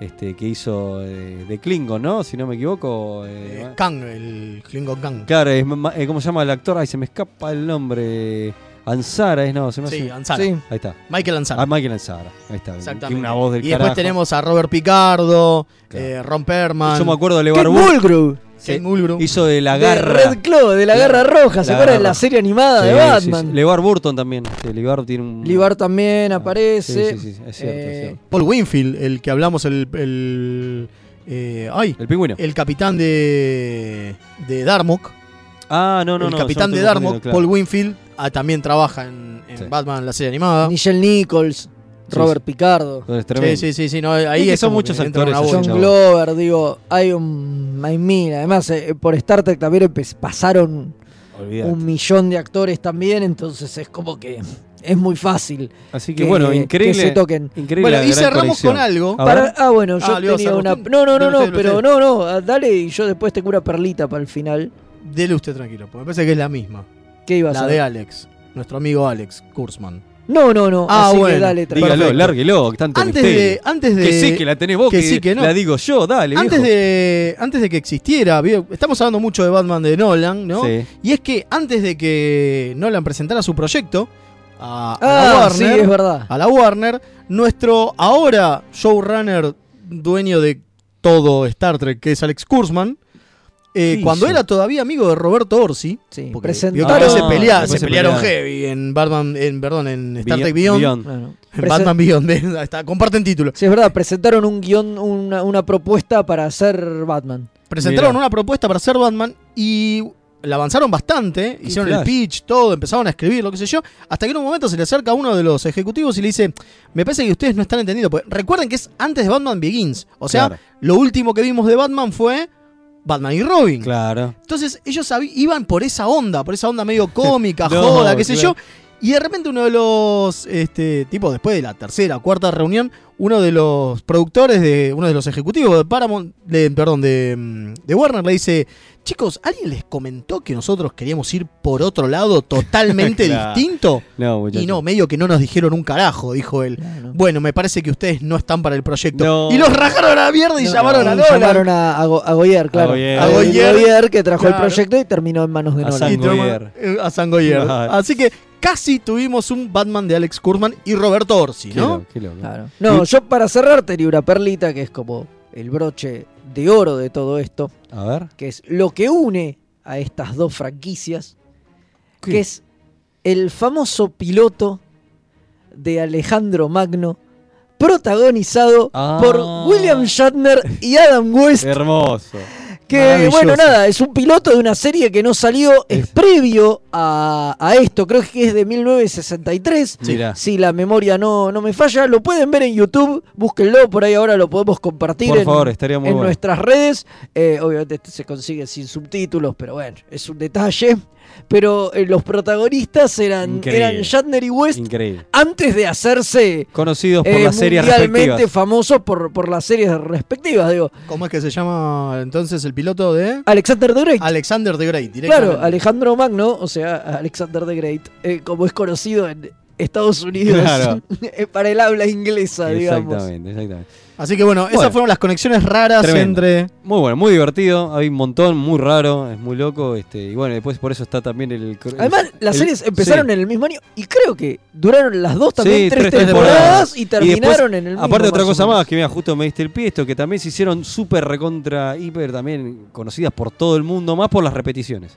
Speaker 2: este, que hizo eh, de, de Klingon, ¿no? Si no me equivoco. eh,
Speaker 4: Eh, Kang, el Klingon Kang.
Speaker 2: claro, es ma- ma- eh, ¿cómo se llama el actor? Ay, se me escapa el nombre. Ansara, es no, se me hace-
Speaker 4: Sí, Ansara.
Speaker 3: Sí.
Speaker 2: Ahí está.
Speaker 4: Michael Ansara.
Speaker 2: Ah, Michael Ansara. Ahí está. Tiene
Speaker 4: Exactamente.
Speaker 2: una voz del
Speaker 4: y
Speaker 2: carajo.
Speaker 4: después tenemos a Robert Picardo,
Speaker 2: Claro.
Speaker 4: eh, Ron Perman,
Speaker 2: Yo me acuerdo de
Speaker 3: Ken
Speaker 2: Levar
Speaker 3: Mulgrew,
Speaker 4: Ken Mulgrew.
Speaker 2: Hizo de la
Speaker 3: de
Speaker 2: garra.
Speaker 3: Red Claw, de la
Speaker 2: La-
Speaker 3: Garra Roja, ¿se
Speaker 2: la
Speaker 3: acuerdan
Speaker 2: Garra
Speaker 3: de la
Speaker 2: Roja.
Speaker 3: serie animada de
Speaker 2: Sí, sí,
Speaker 3: Batman?
Speaker 2: sí. LeVar Burton también. Sí, LeVar tiene un.
Speaker 3: Libar también
Speaker 2: Ah,
Speaker 3: aparece.
Speaker 2: Sí, sí, sí, es cierto, es
Speaker 3: Eh,
Speaker 2: cierto.
Speaker 4: Paul Winfield, el que hablamos, el. el eh, ay,
Speaker 2: El pingüino.
Speaker 4: el capitán de. de Darmok.
Speaker 2: ah, no, no,
Speaker 4: el
Speaker 2: no.
Speaker 4: capitán
Speaker 2: yo
Speaker 4: de
Speaker 2: me estoy
Speaker 4: Darmok,
Speaker 2: confundiendo, claro.
Speaker 4: Paul Winfield, ah, también trabaja en, en
Speaker 2: Sí.
Speaker 4: Batman, la serie animada.
Speaker 3: Michelle Nichols, Robert Picardo,
Speaker 2: Entonces,
Speaker 4: Sí,
Speaker 2: tremendo.
Speaker 4: sí, sí, sí, no, ahí
Speaker 2: que
Speaker 4: es
Speaker 2: son
Speaker 4: como
Speaker 2: muchos
Speaker 4: que entra
Speaker 2: actores
Speaker 4: una
Speaker 2: así,
Speaker 3: John
Speaker 4: bocha.
Speaker 2: chabón.
Speaker 3: Glover, digo, hay un hay mil. Además, eh, por Star Trek también empe- pasaron
Speaker 2: Olvidate.
Speaker 3: un millón de actores también, entonces es como que es muy fácil
Speaker 2: Así que, bueno,
Speaker 3: que se
Speaker 2: increíble.
Speaker 3: toquen.
Speaker 2: increíble
Speaker 4: Bueno,
Speaker 2: la
Speaker 4: y
Speaker 2: gran
Speaker 4: cerramos
Speaker 2: conexión.
Speaker 4: con algo.
Speaker 2: A ver.
Speaker 3: Para- ah, bueno, yo
Speaker 4: Ah, ¿le ibas a
Speaker 3: tenía
Speaker 4: hacer
Speaker 3: una.
Speaker 4: vos?
Speaker 3: No, no, no,
Speaker 4: Dale
Speaker 3: no,
Speaker 4: usted, dale
Speaker 3: pero
Speaker 4: usted.
Speaker 3: no, no, ah, dale y yo después tengo una perlita para el final.
Speaker 4: Dele usted tranquilo, porque me parece que es la misma.
Speaker 3: ¿Qué ibas
Speaker 4: La
Speaker 3: a hacer?
Speaker 4: de Alex, nuestro amigo Alex Kurzman.
Speaker 3: No, no, no.
Speaker 4: Ah,
Speaker 3: así que
Speaker 4: bueno.
Speaker 3: dale, tranquilo.
Speaker 2: Dígalo,
Speaker 4: Perfecto.
Speaker 2: lárguelo. que Tanto
Speaker 4: Antes
Speaker 2: misterio.
Speaker 4: de, antes de,
Speaker 2: que sí, que la tenés vos, que,
Speaker 4: que sí, que no.
Speaker 2: la digo yo, dale.
Speaker 4: antes
Speaker 2: viejo.
Speaker 4: de, antes de que existiera, vio- estamos hablando mucho de Batman de Nolan, ¿no?
Speaker 2: Sí.
Speaker 4: Y es que antes de que Nolan presentara su proyecto a, a la
Speaker 3: Ah, sí,
Speaker 4: Warner,
Speaker 3: es verdad.
Speaker 4: a la Warner, nuestro ahora showrunner, dueño de todo Star Trek, que es Alex Kurzman, eh,
Speaker 2: ¿Qué
Speaker 4: cuando
Speaker 2: hizo?
Speaker 4: era todavía amigo de Roberto Orsi,
Speaker 3: Sí,
Speaker 4: porque vio que
Speaker 3: presentaron.
Speaker 4: después
Speaker 2: Ah,
Speaker 4: se, pelea-
Speaker 2: después
Speaker 4: se
Speaker 2: se
Speaker 4: pelearon
Speaker 2: pelearon.
Speaker 4: heavy en Batman, en, perdón, en Star
Speaker 2: Beyond-
Speaker 4: Trek Beyond,
Speaker 2: Beyond.
Speaker 3: Bueno,
Speaker 4: en
Speaker 3: presen-
Speaker 4: Batman Beyond, de- está- comparten título.
Speaker 3: Sí, es verdad, presentaron un guión, una, una propuesta para hacer Batman.
Speaker 4: Presentaron
Speaker 2: Mirá.
Speaker 4: una propuesta para ser Batman y la avanzaron bastante, hicieron el
Speaker 2: flash.
Speaker 4: pitch, todo, empezaron a escribir, lo que sé yo, hasta que en un momento se le acerca uno de los ejecutivos y le dice, me parece que ustedes no están entendiendo, porque recuerden que es antes de Batman Begins, o sea,
Speaker 2: Claro.
Speaker 4: lo último que vimos de Batman fue Batman y Robin.
Speaker 2: Claro.
Speaker 4: Entonces ellos sabi- iban por esa onda, por esa onda medio cómica,
Speaker 2: No,
Speaker 4: joda, qué sé
Speaker 2: claro.
Speaker 4: yo. Y de repente uno de los este, tipos, después de la tercera, cuarta reunión, uno de los productores, de uno de los ejecutivos de Paramount, de, perdón, de, mm, de Warner, le dice, chicos, ¿alguien les comentó que nosotros queríamos ir por otro lado totalmente
Speaker 2: Claro.
Speaker 4: distinto?
Speaker 2: No, muchachos.
Speaker 4: Y no, medio que no nos dijeron un carajo, dijo él. Bueno, me parece que ustedes no están para el proyecto.
Speaker 2: No.
Speaker 4: Y los rajaron a la mierda y
Speaker 3: No,
Speaker 4: llamaron a
Speaker 3: y
Speaker 4: Nolan.
Speaker 3: llamaron a, a Go- a Goyer, claro.
Speaker 2: A Goyer.
Speaker 3: A Goyer,
Speaker 4: A Goyer,
Speaker 3: que trajo el
Speaker 4: claro.
Speaker 3: proyecto y terminó en manos de
Speaker 2: A
Speaker 3: Nolan.
Speaker 2: San
Speaker 4: Y tenemos-
Speaker 2: Goyer.
Speaker 4: eh, a Sangoyer.
Speaker 2: Claro.
Speaker 4: Así que casi tuvimos un Batman de Alex Kurman y Roberto Orsi,
Speaker 2: Qué
Speaker 4: ¿no? Ah.
Speaker 2: loco, qué loco.
Speaker 3: Claro. No, yo para cerrar tenía una perlita que es como el broche de oro de todo esto,
Speaker 2: A ver.
Speaker 3: que es lo que une a estas dos franquicias,
Speaker 2: ¿Qué?
Speaker 3: que es el famoso piloto de Alejandro Magno, protagonizado
Speaker 2: Ah.
Speaker 3: por William Shatner y Adam West,
Speaker 2: Hermoso.
Speaker 3: que
Speaker 4: maravilloso.
Speaker 3: bueno, nada, es un piloto de una serie que no salió, es
Speaker 2: Es-
Speaker 3: previo a, a esto, creo que es de 1963.
Speaker 2: Sí. Mirá.
Speaker 3: Si la memoria no, no me falla, lo pueden ver en YouTube, búsquenlo, por ahí ahora lo podemos compartir
Speaker 2: Por
Speaker 3: en,
Speaker 2: favor, estaría muy
Speaker 3: en
Speaker 2: bueno.
Speaker 3: nuestras redes. Eh, obviamente este se consigue sin subtítulos, pero bueno, es un detalle. Pero eh, los protagonistas eran,
Speaker 2: Increíble.
Speaker 3: eran Shatner y West
Speaker 2: Increíble.
Speaker 3: antes de hacerse
Speaker 2: Conocidos por
Speaker 3: eh,
Speaker 2: las series
Speaker 3: mundialmente
Speaker 2: respectivas.
Speaker 3: famosos por, por las series respectivas. Digo,
Speaker 4: ¿Cómo es que se llama entonces el piloto de
Speaker 3: Alexander the Great.
Speaker 4: Alexander the Great? Ah, directamente.
Speaker 3: Claro, Alejandro Magno, o sea, Alexander the Great, eh, como es conocido en Estados Unidos
Speaker 2: Claro.
Speaker 3: eh, para el habla inglesa, digamos.
Speaker 2: Exactamente, exactamente.
Speaker 4: Así que bueno,
Speaker 2: Bueno.
Speaker 4: esas fueron las conexiones raras
Speaker 2: Tremendo.
Speaker 4: entre.
Speaker 2: Muy bueno, muy divertido. Hay un montón, muy raro, es muy loco. Este, y bueno, después por eso está también el. el-
Speaker 3: Además, las
Speaker 2: Pues, el-
Speaker 3: series empezaron
Speaker 2: sí.
Speaker 3: en el mismo año y creo que duraron las dos también,
Speaker 2: Sí,
Speaker 3: tres,
Speaker 2: tres
Speaker 3: temporadas,
Speaker 2: temporadas.
Speaker 3: y
Speaker 2: después,
Speaker 3: terminaron en el mismo.
Speaker 2: Aparte, otra
Speaker 3: más o
Speaker 2: cosa
Speaker 3: menos.
Speaker 2: más, que mira, justo me diste el pie, esto que también se hicieron súper recontra hiper, también conocidas por todo el mundo, más por las repeticiones.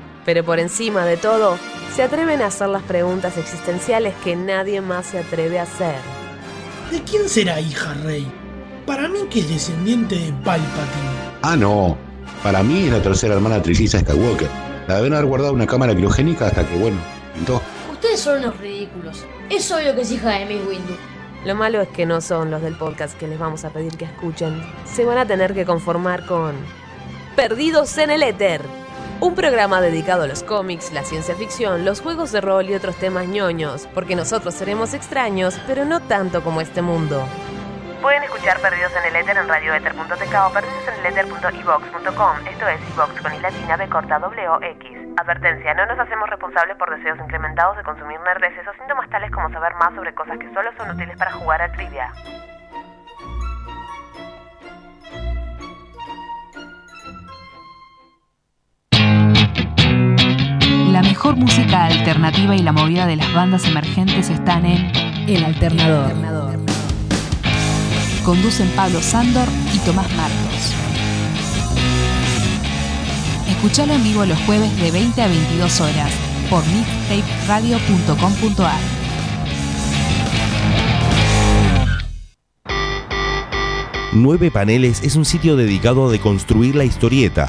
Speaker 7: Pero por encima de todo, se atreven a hacer las preguntas existenciales que nadie más se atreve a hacer.
Speaker 8: ¿De quién será hija Rey? Para mí que es descendiente de Palpatine.
Speaker 9: Ah, no. Para mí es la tercera hermana trilliza Skywalker. La deben haber guardado en una cámara criogénica hasta que, bueno, pintó.
Speaker 10: Ustedes son unos ridículos. Es obvio que es hija de Miss Windu.
Speaker 7: Lo malo es que no son los del podcast que les vamos a pedir que escuchen. Se van a tener que conformar con Perdidos en el Éter. Un programa dedicado a los cómics, la ciencia ficción, los juegos de rol y otros temas ñoños, porque nosotros seremos extraños, pero no tanto como este mundo. Pueden escuchar Perdidos en el Éter en radioether.tk o perdidos en el Esto es iVox con i latina b corta w x. Advertencia, no nos hacemos responsables por deseos incrementados de consumir nerdeces o síntomas tales como saber más sobre cosas que solo son útiles para jugar a trivia.
Speaker 11: La mejor música alternativa y la movida de las bandas emergentes están en El Alternador. Conducen Pablo Sándor y Tomás Marcos. Escuchalo en vivo los jueves de 20 a 22 horas por mixtaperadio.com.ar.
Speaker 12: Nueve Paneles es un sitio dedicado a deconstruir la historieta.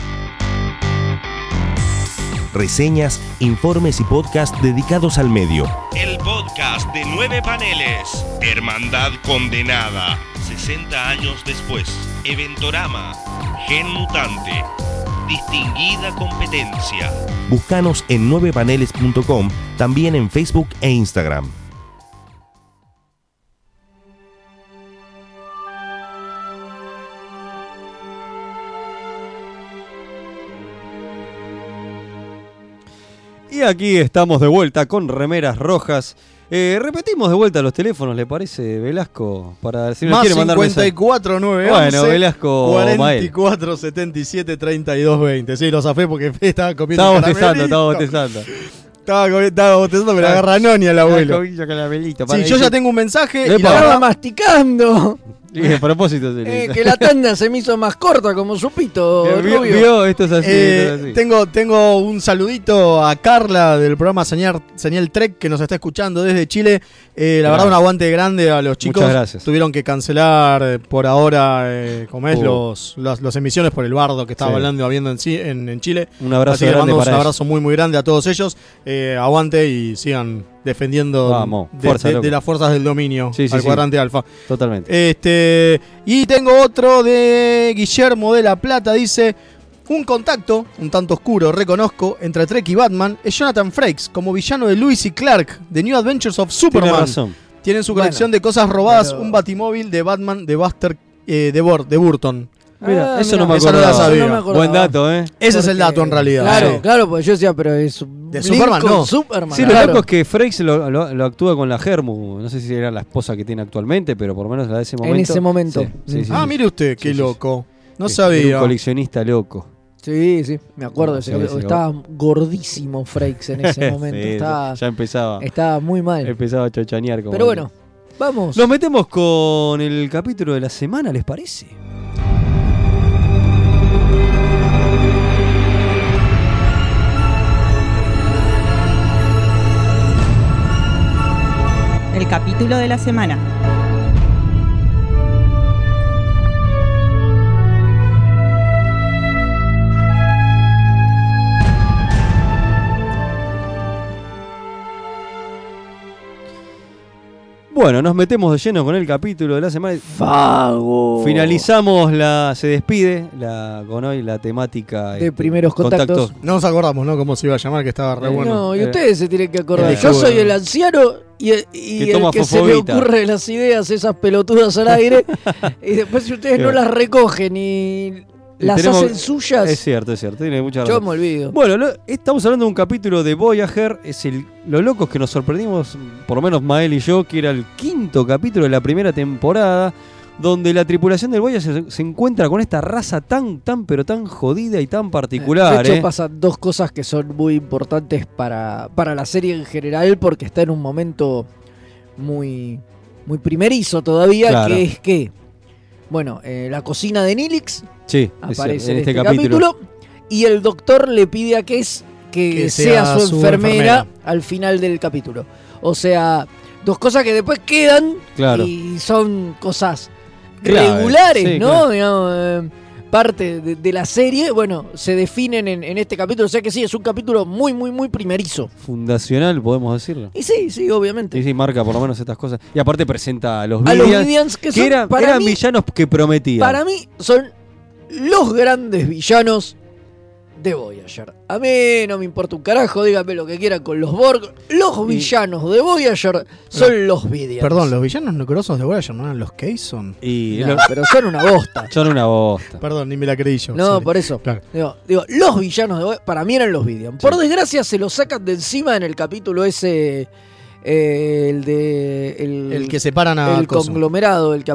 Speaker 12: Reseñas, informes y podcast dedicados al medio.
Speaker 13: El podcast de nueve paneles. Hermandad condenada. 60 años después. Eventorama. Gen mutante. Distinguida competencia.
Speaker 12: Búscanos en 9paneles.com, también en Facebook e Instagram.
Speaker 2: Y aquí estamos de vuelta con remeras rojas. Eh, repetimos de vuelta los teléfonos, ¿le parece, Velasco? Para si nos
Speaker 4: Más
Speaker 2: quiere mandar mensaje.
Speaker 4: 54, 9,
Speaker 2: Bueno, Velasco
Speaker 4: 44, 77, 32, 20. Sí, lo zafé porque estaba comiendo
Speaker 2: Estaba bostezando, estaba
Speaker 4: caramelito.
Speaker 2: bostezando.
Speaker 4: Estaba comiendo, estaba bostezando, me la agarra Noni al abuelo.
Speaker 2: Con caramelito, para
Speaker 4: Sí,
Speaker 2: ahí.
Speaker 4: yo ya tengo un mensaje y
Speaker 2: Epa.
Speaker 4: la
Speaker 3: Estaba
Speaker 4: verdad,
Speaker 3: masticando.
Speaker 2: Y a propósito, se le
Speaker 3: Eh,
Speaker 2: hizo.
Speaker 3: que la tanda se me hizo más corta como supito,
Speaker 2: Eh, vio-
Speaker 3: rubio.
Speaker 2: vio, esto es así.
Speaker 4: eh,
Speaker 2: esto es así.
Speaker 4: tengo, tengo un saludito a Carla del programa Señal, Señal Trek que nos está escuchando desde Chile. Eh, la
Speaker 2: Gracias.
Speaker 4: verdad, un aguante grande a los chicos.
Speaker 2: Muchas gracias.
Speaker 4: Tuvieron que cancelar eh, por ahora, eh, como es,
Speaker 2: Oh.
Speaker 4: los, las, las emisiones por el bardo que estaba
Speaker 2: Sí.
Speaker 4: hablando habiendo en, sí- en, en Chile.
Speaker 2: Un abrazo
Speaker 4: Así que le
Speaker 2: grande
Speaker 4: mandamos
Speaker 2: para
Speaker 4: un
Speaker 2: ellos.
Speaker 4: abrazo muy muy grande a todos ellos. Eh, aguante y sigan defendiendo
Speaker 2: Vamos,
Speaker 4: de,
Speaker 2: fuerza,
Speaker 4: de-
Speaker 2: loco.
Speaker 4: de las fuerzas del dominio
Speaker 2: Sí, sí,
Speaker 4: al
Speaker 2: sí.
Speaker 4: cuadrante alfa.
Speaker 3: Eh,
Speaker 2: Totalmente.
Speaker 4: Este, y tengo otro de Guillermo de la Plata, dice, un contacto, un tanto oscuro, reconozco, entre Trek y Batman es Jonathan Frakes como villano de Lewis y Clark, de New Adventures of
Speaker 2: Tiene
Speaker 4: Superman.
Speaker 2: razón.
Speaker 4: Tienen su
Speaker 3: Bueno,
Speaker 4: colección de cosas robadas,
Speaker 3: pero-
Speaker 4: un batimóvil de Batman de Buster eh, de, Bor- de Burton.
Speaker 3: Ah, Mira,
Speaker 2: eso no me
Speaker 4: esa no la
Speaker 2: acordaba.
Speaker 4: sabía.
Speaker 3: Eso no me acordaba.
Speaker 2: Buen dato, ¿eh?
Speaker 4: Ese es
Speaker 3: Porque-
Speaker 4: el dato en realidad.
Speaker 3: Claro,
Speaker 4: Sí.
Speaker 3: claro, porque yo decía, pero es un
Speaker 4: De
Speaker 3: Lincoln
Speaker 4: Superman, no.
Speaker 3: Superman.
Speaker 2: Sí, lo
Speaker 3: claro.
Speaker 2: loco es que Frakes lo, lo- lo actúa con la Germu. No sé si era la esposa que tiene actualmente, pero por lo menos la de ese momento.
Speaker 3: ese momento. Mm.
Speaker 2: Sí, sí, sí,
Speaker 4: Ah,
Speaker 2: sí.
Speaker 4: mire usted, qué
Speaker 2: Sí, sí, sí.
Speaker 4: loco. No
Speaker 2: Sí, era
Speaker 4: sabía.
Speaker 2: Un coleccionista loco.
Speaker 3: Sí, sí, me acuerdo. de ese
Speaker 2: Sí,
Speaker 3: capítulo.
Speaker 2: sí,
Speaker 3: estaba gordísimo Frakes en ese momento.
Speaker 2: Eh, Sí,
Speaker 3: estaba,
Speaker 2: Ya empezaba.
Speaker 3: estaba muy mal.
Speaker 2: Empezaba a chochanear como.
Speaker 3: Pero bueno, vamos.
Speaker 2: Nos metemos con el capítulo de la semana, ¿les parece?
Speaker 6: El capítulo de la semana.
Speaker 2: Bueno, nos metemos de lleno con el capítulo de la semana.
Speaker 3: Fago.
Speaker 2: Finalizamos la. Se despide la, con hoy la temática. este,
Speaker 3: De primeros contactos.
Speaker 4: No nos acordamos, ¿no? Cómo se iba a llamar, que estaba re
Speaker 2: Eh,
Speaker 4: bueno.
Speaker 3: No, y
Speaker 2: Eh,
Speaker 3: ustedes se tienen que acordar.
Speaker 4: eh,
Speaker 3: Yo soy
Speaker 4: bueno.
Speaker 3: el anciano y el y
Speaker 2: Que
Speaker 3: el que,
Speaker 2: toma
Speaker 3: se le
Speaker 2: fofobita.
Speaker 3: ocurre las ideas, esas pelotudas al aire. y después si ustedes no
Speaker 2: Claro.
Speaker 3: las recogen y Las
Speaker 2: tenemos-
Speaker 3: hacen suyas.
Speaker 2: Es cierto, es cierto. Tiene mucha razón.
Speaker 3: Yo me olvido.
Speaker 2: Bueno, lo- estamos hablando de un capítulo de Voyager. Es el, lo locos que nos sorprendimos, por lo menos Mael y yo, que era el quinto capítulo de la primera temporada, donde la tripulación del Voyager se, se encuentra con esta raza tan, tan, pero tan jodida y tan particular.
Speaker 3: De hecho,
Speaker 2: ¿eh?
Speaker 3: pasan dos cosas que son muy importantes para, para la serie en general, porque está en un momento muy, muy primerizo todavía,
Speaker 2: Claro.
Speaker 3: que es que, bueno, eh, la cocina de Nilix
Speaker 2: Sí, es-
Speaker 3: aparece en este, capítulo. y el doctor le pide a Kes que,
Speaker 4: Que
Speaker 3: sea,
Speaker 4: sea
Speaker 3: su,
Speaker 4: su
Speaker 3: enfermera,
Speaker 4: enfermera.
Speaker 3: al final del capítulo. O sea, dos cosas que después quedan
Speaker 2: Claro.
Speaker 3: y son cosas
Speaker 2: Clave,
Speaker 3: regulares,
Speaker 2: sí,
Speaker 3: ¿no?
Speaker 2: claro.
Speaker 3: Digamos, eh, parte de, de la serie, bueno, se definen en, en este capítulo. O sea que sí, es un capítulo muy, muy, muy primerizo.
Speaker 2: Fundacional, podemos decirlo.
Speaker 3: Y sí, sí, obviamente.
Speaker 2: Y sí, marca por lo menos estas cosas. Y aparte presenta a los
Speaker 3: A los
Speaker 2: Vidians,
Speaker 3: Vidians que son,
Speaker 2: eran,
Speaker 3: para
Speaker 2: eran
Speaker 3: mí-
Speaker 2: villanos que prometían.
Speaker 3: Para mí son los grandes villanos de Voyager. A mí no me importa un carajo, díganme lo que quieran con los Borg. Los villanos de Voyager son los Vidians.
Speaker 4: Perdón, los villanos nucleosos de Voyager no eran los Keyson.
Speaker 2: Y
Speaker 3: No, pero son una bosta.
Speaker 2: Son una bosta.
Speaker 4: Perdón, ni me la creí yo.
Speaker 3: No,
Speaker 4: sorry.
Speaker 3: por eso.
Speaker 4: Claro.
Speaker 3: Digo, digo, los villanos de Voyager, para mí eran los Vidians. Por desgracia se los sacan de encima en el capítulo ese... eh, el de. El,
Speaker 2: Mm.
Speaker 4: El que separan a
Speaker 3: El
Speaker 4: Coso.
Speaker 3: conglomerado, el que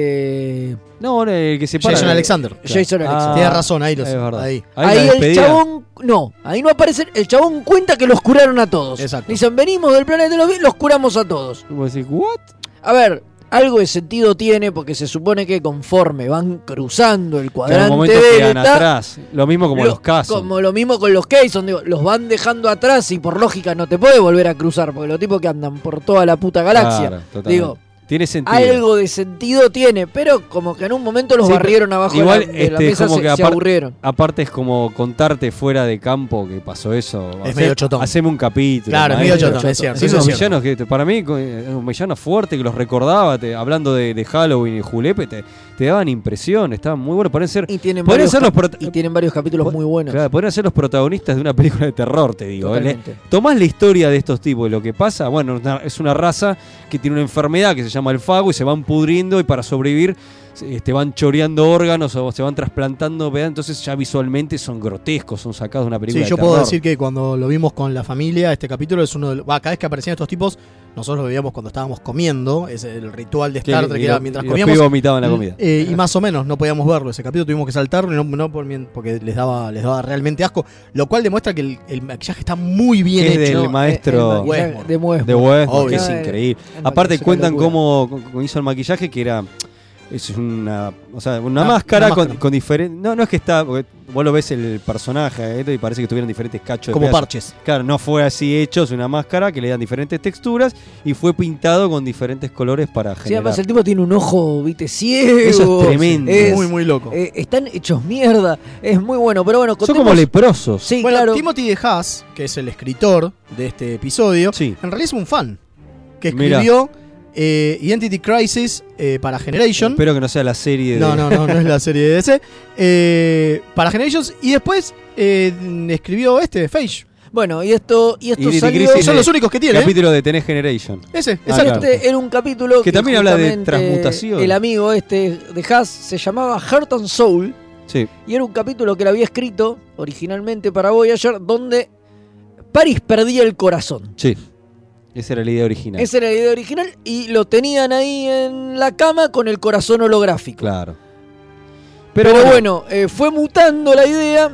Speaker 3: aparece.
Speaker 2: No, el que se para- eh, Ah,
Speaker 4: Jason Alexander.
Speaker 3: Jason Alexander.
Speaker 4: Tienes razón, ahí los.
Speaker 2: Es verdad.
Speaker 4: Ahí.
Speaker 3: Ahí,
Speaker 2: la
Speaker 3: el
Speaker 2: despedida.
Speaker 3: chabón. No, ahí no aparece. El chabón cuenta que los curaron a todos.
Speaker 4: Exacto.
Speaker 3: Dicen, venimos del planeta de los bien, los curamos a todos.
Speaker 2: Y vos decís, ¿what?
Speaker 3: A ver, algo de sentido tiene porque se supone que conforme van cruzando el
Speaker 2: Que en un
Speaker 3: cuadrante
Speaker 2: momento quedan
Speaker 3: delta.
Speaker 2: atrás. Lo mismo como
Speaker 3: lo-
Speaker 2: los casos.
Speaker 3: Como lo mismo con los Keyson, digo, los van dejando atrás y por lógica no te puede volver a cruzar porque los tipos que andan por toda la puta galaxia.
Speaker 2: Claro, totalmente.
Speaker 3: digo,
Speaker 2: Tiene sentido.
Speaker 3: algo de sentido tiene, pero como que en un momento los
Speaker 2: Sí,
Speaker 3: barrieron
Speaker 2: pero
Speaker 3: abajo
Speaker 2: igual,
Speaker 3: de la, de la
Speaker 2: este,
Speaker 3: mesa,
Speaker 2: como
Speaker 3: se-
Speaker 2: que
Speaker 3: se
Speaker 2: apar-
Speaker 3: aburrieron.
Speaker 2: Aparte es como contarte fuera de campo que pasó eso. Hacé-
Speaker 4: medio chotón.
Speaker 2: Haceme un capítulo.
Speaker 4: Claro, es medio
Speaker 2: maestro.
Speaker 4: chotón, es cierto,
Speaker 2: Sí,
Speaker 4: eso
Speaker 2: unos
Speaker 4: es cierto.
Speaker 2: villanos que te- para mí, co- eh, un villano fuerte que los recordaba, te- hablando de, de Halloween y Julepe, te, te daban impresión, estaban muy buenos. Podrían ser,
Speaker 3: Y tienen,
Speaker 2: podrían
Speaker 3: varios
Speaker 2: ser los
Speaker 3: cap-
Speaker 2: prota-
Speaker 3: y tienen varios capítulos muy buenos.
Speaker 2: Claro, podrían ser los protagonistas de una película de terror, te digo. ¿eh?
Speaker 3: Totalmente.
Speaker 2: Tomás la historia de estos tipos y lo que pasa, bueno, es una- es una raza que tiene una enfermedad que se llama el fago y se van pudriendo y para sobrevivir se- este, van choreando órganos o se van trasplantando, ¿verdad? entonces ya visualmente son grotescos, son sacados de una película de
Speaker 4: Sí, yo puedo
Speaker 2: terror.
Speaker 4: decir que cuando lo vimos con la familia, este capítulo es uno de los. va, cada vez que aparecían estos tipos, nosotros lo veíamos cuando estábamos comiendo. Es el ritual de
Speaker 2: Que-
Speaker 4: Star Trek,
Speaker 2: y
Speaker 4: que era
Speaker 2: lo-
Speaker 4: mientras
Speaker 2: y los
Speaker 4: comíamos.
Speaker 2: pibos vomitaban la comida.
Speaker 4: Eh, y más o menos, no podíamos verlo. Ese capítulo tuvimos que saltarlo y no, no por mien- porque les daba, les daba realmente asco. Lo cual demuestra que el, el maquillaje está muy bien
Speaker 2: Que es
Speaker 4: hecho. eh,
Speaker 2: del maestro este
Speaker 4: el maquillaje
Speaker 3: de Westmore.
Speaker 2: de Westmore,
Speaker 4: Obvio.
Speaker 2: que es
Speaker 4: Claro,
Speaker 2: increíble.
Speaker 3: el maquillaje
Speaker 2: Aparte
Speaker 3: es una
Speaker 2: cuentan
Speaker 3: locura.
Speaker 2: cómo, cómo hizo el maquillaje, que era es una, o sea, una
Speaker 3: Ah,
Speaker 4: Una-
Speaker 2: máscara,
Speaker 4: una
Speaker 2: con- Con,
Speaker 4: máscara.
Speaker 2: diferentes... No, no es que está, porque vos lo ves el personaje ¿eh? y parece que tuvieron diferentes cachos. de
Speaker 4: Como
Speaker 2: pedazos.
Speaker 4: parches.
Speaker 2: Claro, no fue así hecho, es una máscara que le dan diferentes texturas y fue pintado con diferentes colores para
Speaker 3: Sí,
Speaker 2: generar.
Speaker 3: además el tipo tiene un ojo, viste, ciego.
Speaker 2: Eso es tremendo. Muy,
Speaker 4: muy loco.
Speaker 3: eh, están hechos mierda. Es muy bueno, pero bueno,
Speaker 2: Son
Speaker 3: contemos-
Speaker 2: como leprosos.
Speaker 3: Sí,
Speaker 4: bueno,
Speaker 3: claro.
Speaker 4: Timothy de Haas, que es el escritor de este episodio,
Speaker 2: Sí.
Speaker 4: en realidad es un fan que
Speaker 2: Mirá.
Speaker 4: escribió eh, Identity Crisis eh, para Generation.
Speaker 2: Espero que no sea la serie de...
Speaker 4: No, no, no, no es la serie de DC. Eh, para Generations. Y después eh, escribió este, Phage.
Speaker 3: Bueno, y esto, y esto
Speaker 2: Identity
Speaker 3: salió.
Speaker 2: Crisis
Speaker 4: son
Speaker 2: de-
Speaker 4: los únicos que tiene, ¿eh?
Speaker 2: Capítulo de Tenés Generation.
Speaker 4: Ese,
Speaker 2: Ah,
Speaker 4: exacto.
Speaker 2: claro.
Speaker 3: Este era un capítulo
Speaker 2: Que
Speaker 3: que,
Speaker 2: también habla de
Speaker 3: justamente
Speaker 2: transmutación.
Speaker 3: El amigo este de Haas se llamaba Heart and Soul.
Speaker 2: Sí.
Speaker 3: Y era un capítulo que le había escrito originalmente para Voyager, donde Paris perdía el corazón.
Speaker 2: Sí. Esa era la idea original.
Speaker 3: Esa era la idea original y lo tenían ahí en la cama con el corazón holográfico.
Speaker 2: Claro.
Speaker 3: Pero, bueno, eh, fue mutando la idea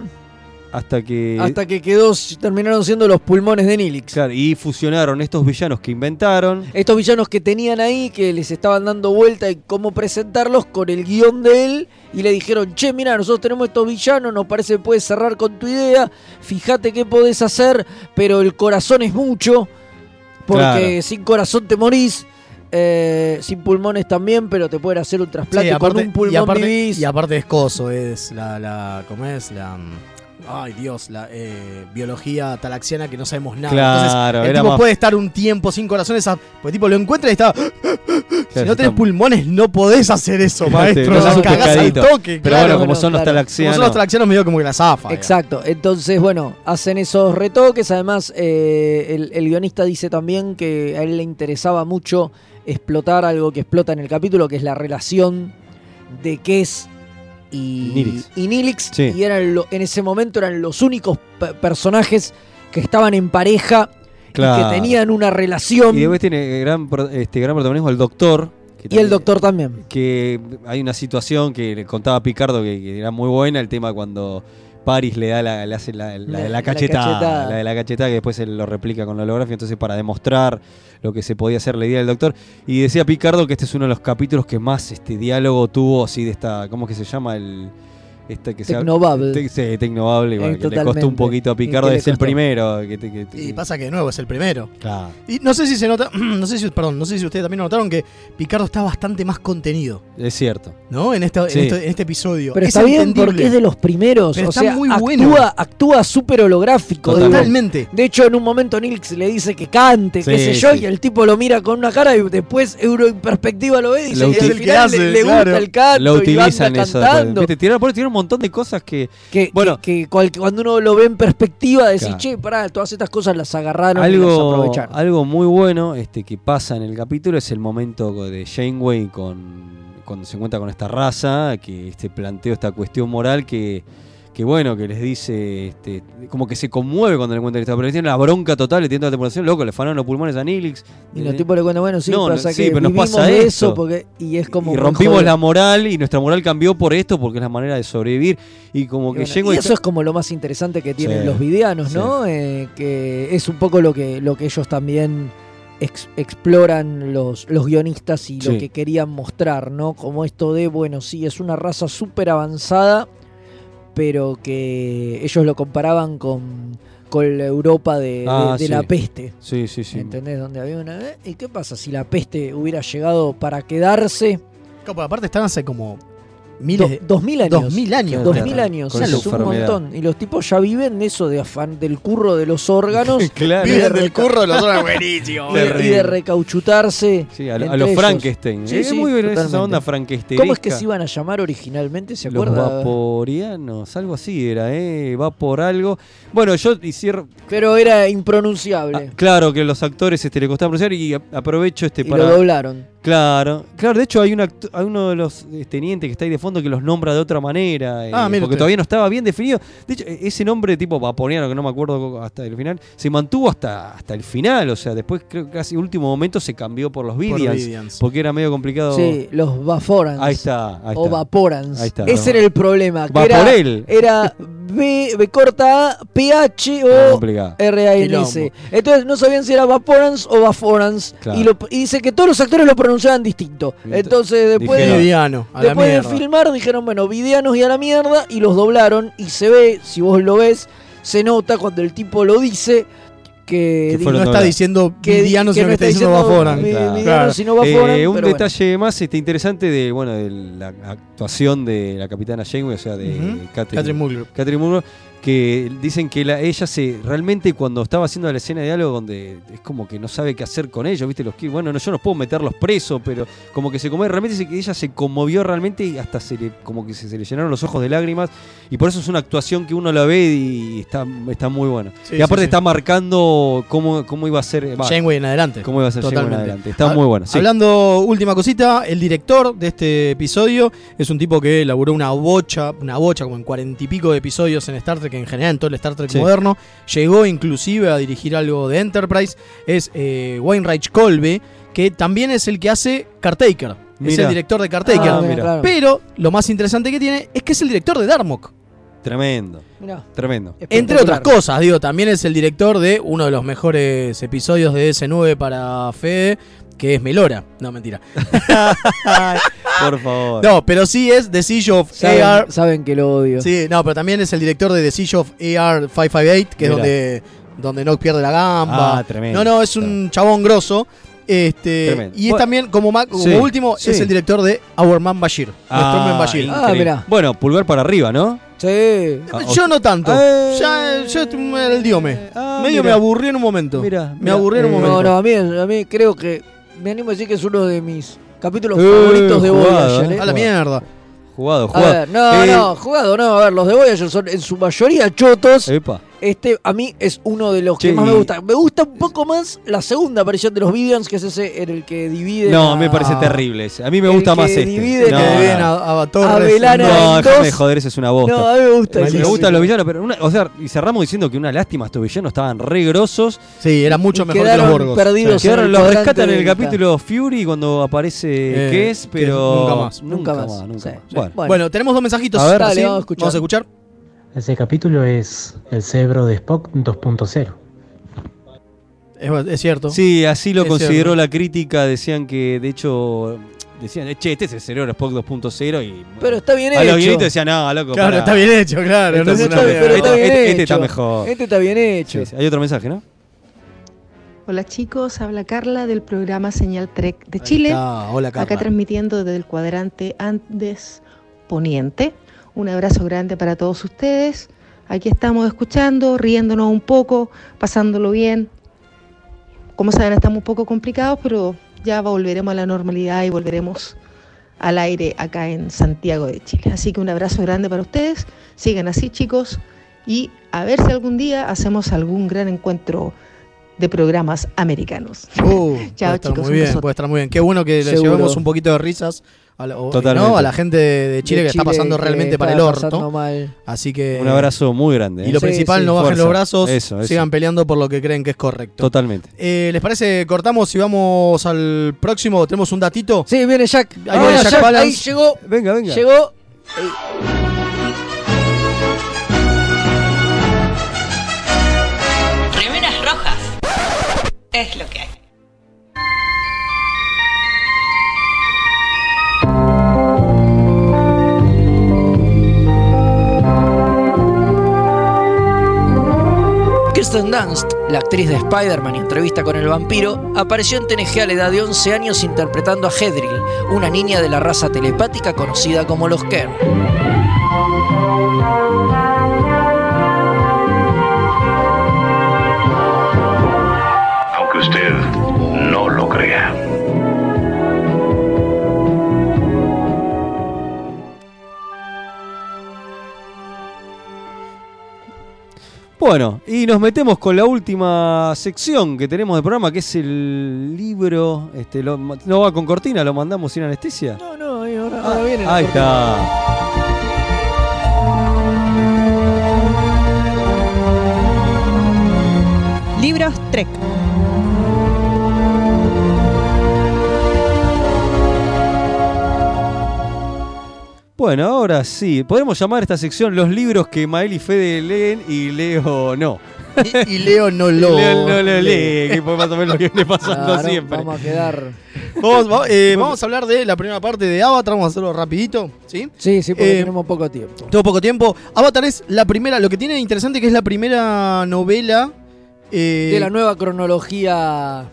Speaker 2: Hasta que...
Speaker 3: hasta que quedó, terminaron siendo los pulmones de Nilix.
Speaker 2: Claro, y fusionaron estos villanos que inventaron.
Speaker 3: Estos villanos que tenían ahí, que les estaban dando vuelta en cómo presentarlos con el guión de él, y le dijeron, che, mira, nosotros tenemos estos villanos, nos parece que puedes cerrar con tu idea, fíjate qué podés hacer, pero el corazón es mucho, porque
Speaker 2: Claro.
Speaker 3: sin corazón te morís. eh, sin pulmones también, pero te pueden hacer un trasplante
Speaker 4: Sí, aparte-
Speaker 3: con un pulmón
Speaker 4: y, aparte,
Speaker 3: vivís.
Speaker 4: y aparte es coso, es la, la. ¿Cómo es? La. mm, Ay, Dios, la eh, biología talaxiana que no sabemos nada.
Speaker 2: Claro,
Speaker 4: Entonces, el
Speaker 2: era
Speaker 4: tipo
Speaker 2: más-
Speaker 4: puede estar un tiempo sin corazones. a- Pues, tipo, lo encuentra y está. si
Speaker 2: está-
Speaker 4: no tenés pulmones, no podés hacer eso, maestro.
Speaker 2: no,
Speaker 4: la
Speaker 2: es un
Speaker 4: cagás al
Speaker 2: pecadito.
Speaker 4: toque.
Speaker 2: Pero
Speaker 4: claro.
Speaker 2: bueno, como son los
Speaker 3: claro.
Speaker 4: Como
Speaker 2: talaxianos.
Speaker 4: son los talaxianos, medio como que la zafa. digamos.
Speaker 3: Exacto, entonces bueno, hacen esos retoques, además eh, el, el guionista dice también que a él le interesaba mucho explotar algo que explota en el capítulo, que es la relación de Kes y
Speaker 2: Nilix.
Speaker 3: y Nilix,
Speaker 2: Sí.
Speaker 3: y eran lo- en ese momento eran los únicos pe- personajes que estaban en pareja y
Speaker 2: Claro.
Speaker 3: que tenían una relación
Speaker 2: Y
Speaker 3: y,
Speaker 2: después tiene gran, pro- este, gran protagonismo el doctor. que
Speaker 3: el doctor también.
Speaker 2: que hay una situación que le contaba Picardo que, que era muy buena, el tema cuando Paris le da la, le hace la, la de la
Speaker 3: la
Speaker 2: cachetada,
Speaker 3: cachetada.
Speaker 2: la de la cachetada que después se lo replica con la holografía, entonces para demostrar lo que se podía hacer la idea del doctor. Y decía Picardo que este es uno de los capítulos que más este diálogo tuvo así de esta, ¿cómo es que se llama? el este que se-
Speaker 4: Tecnobabble.
Speaker 2: Tec- sí, Tecnobabble, y bueno,
Speaker 4: Eh,
Speaker 2: que le costó un
Speaker 4: totalmente.
Speaker 2: poquito a
Speaker 4: Y que
Speaker 2: Picardo,
Speaker 4: le
Speaker 2: es el
Speaker 4: costó.
Speaker 2: primero. que te- que te-
Speaker 4: Y pasa que de nuevo es el primero.
Speaker 2: Claro.
Speaker 4: Y no sé si se nota, no sé si, perdón, no sé si ustedes también notaron que Picardo está bastante más contenido,
Speaker 2: Es cierto.
Speaker 4: ¿no? En, esta- en
Speaker 2: Sí.
Speaker 4: este, en este episodio.
Speaker 3: Pero
Speaker 4: Es
Speaker 3: está bien
Speaker 4: entendible.
Speaker 3: porque es de los primeros.
Speaker 4: Pero
Speaker 3: o
Speaker 4: está
Speaker 3: sea,
Speaker 4: muy
Speaker 3: actúa,
Speaker 4: bueno.
Speaker 3: actúa súper holográfico. digo.
Speaker 4: Totalmente.
Speaker 3: De hecho, en un momento Nilix le dice que cante, qué
Speaker 2: Sí,
Speaker 3: sé yo,
Speaker 2: sí.
Speaker 3: y el tipo lo mira con una cara y después Euro en perspectiva lo ve y dice,
Speaker 2: Lo
Speaker 3: y al
Speaker 2: util-
Speaker 3: final le, le gusta el canto
Speaker 2: Lo utilizan
Speaker 3: y lo anda
Speaker 2: eso.
Speaker 3: cantando.
Speaker 2: Viste, tiraron- por ahí tiraron un montón de cosas que.
Speaker 3: Que,
Speaker 2: bueno,
Speaker 3: que, que cual- cuando uno lo ve en perspectiva decís,
Speaker 2: Claro.
Speaker 3: che, pará, todas estas cosas las agarraron y las
Speaker 2: algo,
Speaker 3: aprovecharon.
Speaker 2: algo muy bueno este, que pasa en el capítulo es el momento de Janeway con, cuando se encuentra con esta raza, que este, planteó esta cuestión moral que, que bueno, que les dice, este, como que se conmueve cuando le cuentan esta pero tiene una bronca total, le tiene toda la tripulación, loco, le fanaron los pulmones a Nilix.
Speaker 3: Y los tipos le cuentan, bueno, sí,
Speaker 2: No, no,
Speaker 3: pasa
Speaker 2: sí,
Speaker 3: que
Speaker 2: pero nos
Speaker 3: vivimos
Speaker 2: pasa
Speaker 3: de
Speaker 2: esto.
Speaker 3: eso porque, y es como...
Speaker 2: y
Speaker 3: bueno,
Speaker 2: rompimos
Speaker 3: joder.
Speaker 2: la moral y nuestra moral cambió por esto porque es la manera de sobrevivir y como
Speaker 3: Y
Speaker 2: que
Speaker 3: bueno,
Speaker 2: Janeway
Speaker 3: y eso es como lo más interesante que tienen
Speaker 2: Sí.
Speaker 3: los vidianos,
Speaker 2: Sí.
Speaker 3: ¿no? Eh, que es un poco lo que, lo que ellos también ex- exploran los, los guionistas y
Speaker 2: Sí.
Speaker 3: lo que querían mostrar, ¿no? Como esto de, bueno, sí, es una raza súper avanzada, pero que ellos lo comparaban con, con la Europa de, de-
Speaker 2: Ah,
Speaker 3: de
Speaker 2: sí.
Speaker 3: la peste.
Speaker 2: Sí, sí, sí.
Speaker 3: ¿Entendés? Donde había una... eh, ¿Y qué pasa si la peste hubiera llegado para quedarse?
Speaker 4: Claro, porque aparte están hace como miles
Speaker 3: Do-
Speaker 4: de-
Speaker 3: 2000 años.
Speaker 4: 2000 años.
Speaker 3: 2000 años,
Speaker 4: Con
Speaker 3: es
Speaker 4: esa
Speaker 3: un
Speaker 4: enfermedad.
Speaker 3: montón. Y los tipos ya viven de eso de afán del curro de los órganos.
Speaker 2: Claro.
Speaker 3: Y de
Speaker 4: Viven del
Speaker 3: reca-
Speaker 4: curro de los órganos, buenísimo,
Speaker 3: Y de- y
Speaker 2: terrible.
Speaker 3: de recauchutarse.
Speaker 2: Sí, a, lo- a
Speaker 3: entre
Speaker 2: los
Speaker 3: ellos.
Speaker 2: Frankenstein.
Speaker 3: Sí,
Speaker 2: es
Speaker 3: sí,
Speaker 2: muy buena esa
Speaker 3: totalmente.
Speaker 2: onda Frankenstein.
Speaker 3: ¿Cómo es que se iban a llamar originalmente? ¿Se
Speaker 2: Los
Speaker 3: acuerda?
Speaker 2: vaporianos, algo así era, ¿eh? Va por algo. Bueno, yo hicieron. Ah,
Speaker 3: Pero era impronunciable.
Speaker 2: Claro que los actores este, le costaba pronunciar y a- aprovecho este
Speaker 3: y
Speaker 2: para.
Speaker 3: lo doblaron.
Speaker 2: Claro, claro. De hecho, hay, un act- hay uno de los eh, tenientes que está ahí de fondo que los nombra de otra manera. eh,
Speaker 4: Ah, mire
Speaker 2: porque
Speaker 4: usted.
Speaker 2: todavía no estaba bien definido. De hecho, eh, ese nombre tipo vaporiano, que no me acuerdo hasta el final, se mantuvo hasta, hasta el final. O sea, después, creo que casi último momento, se cambió por los Vidians.
Speaker 4: Vidians.
Speaker 2: Porque era medio complicado.
Speaker 3: Sí, los Vaforans.
Speaker 2: Oh. Ahí está, ahí
Speaker 3: O
Speaker 2: está.
Speaker 3: Vaporans.
Speaker 2: Ahí está.
Speaker 3: Ese era el problema. Que era,
Speaker 2: Vaporel.
Speaker 3: era B, B corta A, PH
Speaker 2: Ah,
Speaker 3: o
Speaker 2: complicado.
Speaker 3: R-A-N-S. Entonces no sabían si era Vaporans o Vaforans.
Speaker 2: Claro.
Speaker 3: Y, lo- y dice que todos los actores lo pronunciaban distinto. Entonces después,
Speaker 4: Dijeron,
Speaker 3: de,
Speaker 4: "Vidiano, a la
Speaker 3: después de
Speaker 4: mierda".
Speaker 3: filmar dijeron, bueno, vidianos y a la mierda. Y los doblaron. Y se ve, si vos lo ves, se nota cuando el tipo lo dice. Que,
Speaker 4: Que fueron No está doblados. diciendo vidiano, sino que está diciendo Vaforan.
Speaker 3: vi-
Speaker 4: Claro.
Speaker 3: vidiano,
Speaker 4: Claro.
Speaker 3: sino Vaforan,
Speaker 2: Eh, un
Speaker 3: pero bueno.
Speaker 2: detalle más este, interesante de bueno de la actuación de la capitana Janeway, o sea, de
Speaker 4: Ujú.
Speaker 2: Catherine,
Speaker 4: Catherine Mulgrew.
Speaker 2: Catherine Mulgrew, que dicen que la- ella se realmente cuando estaba haciendo la escena de diálogo donde es como que no sabe qué hacer con ellos, ¿viste? Los que, bueno, no, yo no puedo meterlos presos, pero como que se come, realmente dice que ella se conmovió realmente y hasta se le, como que se, se le llenaron los ojos de lágrimas y por eso es una actuación que uno la ve y está, está muy buena.
Speaker 4: Sí,
Speaker 2: y aparte
Speaker 4: sí, sí.
Speaker 2: está marcando cómo, cómo iba a ser... va,
Speaker 4: Janeway en adelante.
Speaker 2: ¿Cómo iba a ser Janeway en
Speaker 4: Totalmente. Ah,
Speaker 2: adelante? Está
Speaker 4: Ha-
Speaker 2: muy bueno, sí.
Speaker 4: Hablando, última cosita, el director de este episodio es un tipo que laburó una bocha, una bocha como en cuarenta y pico de episodios en Star Trek en general, en todo el Star Trek
Speaker 2: Sí.
Speaker 4: moderno. Llegó inclusive a dirigir algo de Enterprise. Es eh, Wainwright Colby, que también es el que hace Cartaker. Es
Speaker 2: Mira.
Speaker 4: el director de Cartaker.
Speaker 2: Ah, mira. Claro.
Speaker 4: Pero lo más interesante que tiene es que es el director de Darmok.
Speaker 2: Tremendo.
Speaker 3: Mirá.
Speaker 2: Tremendo.
Speaker 4: Entre otras cosas, digo, también es el director de uno de los mejores episodios de S9 para Fede, que es Melora. No, mentira.
Speaker 2: Por favor.
Speaker 4: Ah, No, pero sí es The Siege of
Speaker 3: Saben-
Speaker 4: AR.
Speaker 3: saben que lo odio.
Speaker 4: eh, Sí, no, pero también es el director de The Siege of AR 558, que es
Speaker 2: Mirá.
Speaker 4: donde, donde no pierde la gamba.
Speaker 2: Ah, tremendo.
Speaker 4: No, no, es un chabón grosso. Este,
Speaker 2: Tremendo.
Speaker 4: Y es
Speaker 2: Bueno,
Speaker 4: también, como, ma- como
Speaker 2: sí,
Speaker 4: último,
Speaker 2: sí. Ah,
Speaker 4: es el director de Our Man Bashir. nuestro Man Bashir.
Speaker 3: Ah,
Speaker 2: increíble. Bueno, pulgar para arriba, ¿no?
Speaker 3: Sí.
Speaker 2: Ah, o-
Speaker 4: Yo no tanto.
Speaker 2: Eh.
Speaker 4: Ya, yo el diome.
Speaker 2: Ah,
Speaker 4: Medio me
Speaker 2: mira.
Speaker 4: aburrí en un momento.
Speaker 2: Mirá,
Speaker 4: me aburrí en un
Speaker 3: Eh,
Speaker 4: momento.
Speaker 3: No, no, a mí, a mí creo que. Me animo a decir que es uno de mis capítulos
Speaker 2: Eh,
Speaker 3: favoritos de
Speaker 2: jugado,
Speaker 3: Voyager.
Speaker 2: eh.
Speaker 3: ¿eh?
Speaker 4: A la mierda.
Speaker 2: Jugado,
Speaker 3: A
Speaker 2: jugado.
Speaker 3: ver, no,
Speaker 2: Eh,
Speaker 3: no, jugado, no. A ver, los de Voyager son en su mayoría chotos.
Speaker 2: Epa.
Speaker 3: Este a mí es uno de los
Speaker 2: Che,
Speaker 3: que más me
Speaker 2: y-
Speaker 3: gusta. Me gusta un poco más la segunda aparición de los Videons, que es ese en el que divide.
Speaker 2: No,
Speaker 3: a-
Speaker 2: me parece terrible. ese. A mí me
Speaker 3: el
Speaker 2: gusta
Speaker 3: que
Speaker 2: más este.
Speaker 3: divide
Speaker 2: no,
Speaker 3: la-
Speaker 2: no.
Speaker 4: dividen a- a Torres.
Speaker 3: a Belana
Speaker 2: No,
Speaker 3: en
Speaker 2: déjame de
Speaker 3: dos.
Speaker 2: joder, ese es una bosta.
Speaker 3: No, a mí me gusta
Speaker 2: Me
Speaker 3: ese.
Speaker 2: gustan los villanos, pero una- o sea, y cerramos diciendo que una lástima, estos villanos estaban re grosos.
Speaker 4: Sí, era mucho
Speaker 3: Y
Speaker 4: mejor que los
Speaker 3: quedaron
Speaker 4: Borgos.
Speaker 3: perdidos
Speaker 4: Sí.
Speaker 3: en
Speaker 2: Quedaron,
Speaker 3: el
Speaker 2: los
Speaker 3: cuadrante
Speaker 2: rescatan en el
Speaker 3: de la-
Speaker 2: capítulo Fury cuando aparece
Speaker 4: Eh,
Speaker 2: que es,
Speaker 4: que es
Speaker 2: pero.
Speaker 4: nunca más.
Speaker 2: Nunca,
Speaker 3: Nunca
Speaker 2: más,
Speaker 3: más,
Speaker 2: nunca
Speaker 3: sí.
Speaker 2: más. Bueno.
Speaker 4: Bueno. tenemos dos mensajitos.
Speaker 2: A ver,
Speaker 4: Dale,
Speaker 2: sí.
Speaker 4: vamos, a escuchar. vamos a escuchar.
Speaker 14: Ese capítulo es el cebro de Spock 2.0.
Speaker 4: Es, es cierto.
Speaker 2: Sí, así lo
Speaker 4: Es
Speaker 2: consideró
Speaker 4: cierto.
Speaker 2: la crítica. Decían que, de hecho, decían, che, este es el cerebro Spock 2.0 y.
Speaker 3: Pero está bien
Speaker 2: A los
Speaker 3: hecho.
Speaker 2: guionistas decían, no, loco.
Speaker 4: Claro,
Speaker 2: pará.
Speaker 4: está bien hecho, claro,
Speaker 2: Esto
Speaker 4: no
Speaker 2: es
Speaker 4: es
Speaker 2: una
Speaker 4: una
Speaker 2: mierda. Este-
Speaker 4: mierda. Pero
Speaker 3: está
Speaker 2: este-
Speaker 3: bien
Speaker 2: este está
Speaker 3: hecho.
Speaker 2: mejor.
Speaker 3: Este está bien hecho.
Speaker 2: Sí, sí. Hay otro mensaje, ¿no?
Speaker 15: Hola chicos, habla Carla del programa Señal Trek de Chile.
Speaker 4: está. Hola, Carla.
Speaker 15: Acá transmitiendo desde el cuadrante Andes Poniente. Un abrazo grande para todos ustedes. Aquí estamos escuchando, riéndonos un poco, pasándolo bien. Como saben, estamos un poco complicados, pero ya volveremos a la normalidad y volveremos al aire acá en Santiago de Chile. Así que un abrazo grande para ustedes. Sigan así, chicos. Y a ver si algún día hacemos algún gran encuentro de programas americanos.
Speaker 4: Uh,
Speaker 15: Chao,
Speaker 4: puede estar
Speaker 15: chicos,
Speaker 4: Muy
Speaker 15: un
Speaker 4: bien,
Speaker 15: besote.
Speaker 4: puede estar muy bien. Qué bueno que le
Speaker 3: Seguro.
Speaker 4: llevemos un poquito de risas a la, o-
Speaker 2: Totalmente.
Speaker 4: ¿no? a la gente de, de Chile
Speaker 3: De
Speaker 4: que está
Speaker 3: Chile
Speaker 4: pasando
Speaker 3: que
Speaker 4: realmente
Speaker 3: está
Speaker 4: para el orto.
Speaker 3: pasando mal.
Speaker 4: Así
Speaker 3: Eh.
Speaker 4: que.
Speaker 2: Un abrazo muy grande. ¿eh?
Speaker 4: Y lo principal, no bajen
Speaker 2: Fuerza.
Speaker 4: los brazos,
Speaker 2: Eso, eso.
Speaker 4: sigan peleando por lo que creen que es correcto.
Speaker 2: Totalmente.
Speaker 4: Eh, ¿Les parece? Cortamos y vamos al próximo. ¿Tenemos un datito?
Speaker 3: Sí, viene Jack.
Speaker 4: Ahí viene Jack Palance.
Speaker 3: ahí llegó.
Speaker 2: Venga, venga.
Speaker 3: Llegó.
Speaker 6: Remeras rojas. Es lo que hay.
Speaker 3: Kirsten Dunst, la actriz de Spider-Man y entrevista con el vampiro, apareció en TNG a la edad de 11 años interpretando a Hedril, una niña de la raza telepática conocida como los Kern.
Speaker 16: aunque usted no lo crea.
Speaker 2: Bueno, y nos metemos con la última sección que tenemos del programa, que es el libro. Este, lo- no va con cortina, lo mandamos sin anestesia.
Speaker 3: No, no, ahí ahora, ahora viene. la
Speaker 2: Ahí
Speaker 3: cortina.
Speaker 2: está.
Speaker 6: Libros Trek.
Speaker 2: Bueno, ahora sí. Podemos llamar esta sección los libros que Mael y Fede leen y Leo no.
Speaker 4: Y, y Leo no lo.
Speaker 2: Leo no lo lee, que fue más o menos lo que viene pasando
Speaker 3: Claro,
Speaker 2: siempre.
Speaker 3: Vamos a quedar.
Speaker 4: Vamos, va- eh, vamos a hablar de la primera parte de Avatar, vamos a hacerlo rapidito, ¿sí?
Speaker 3: Sí, sí, porque
Speaker 4: Eh,
Speaker 3: tenemos poco tiempo.
Speaker 4: Tengo poco tiempo. Avatar es la primera, lo que tiene interesante que es la primera novela... eh,
Speaker 3: de la nueva cronología.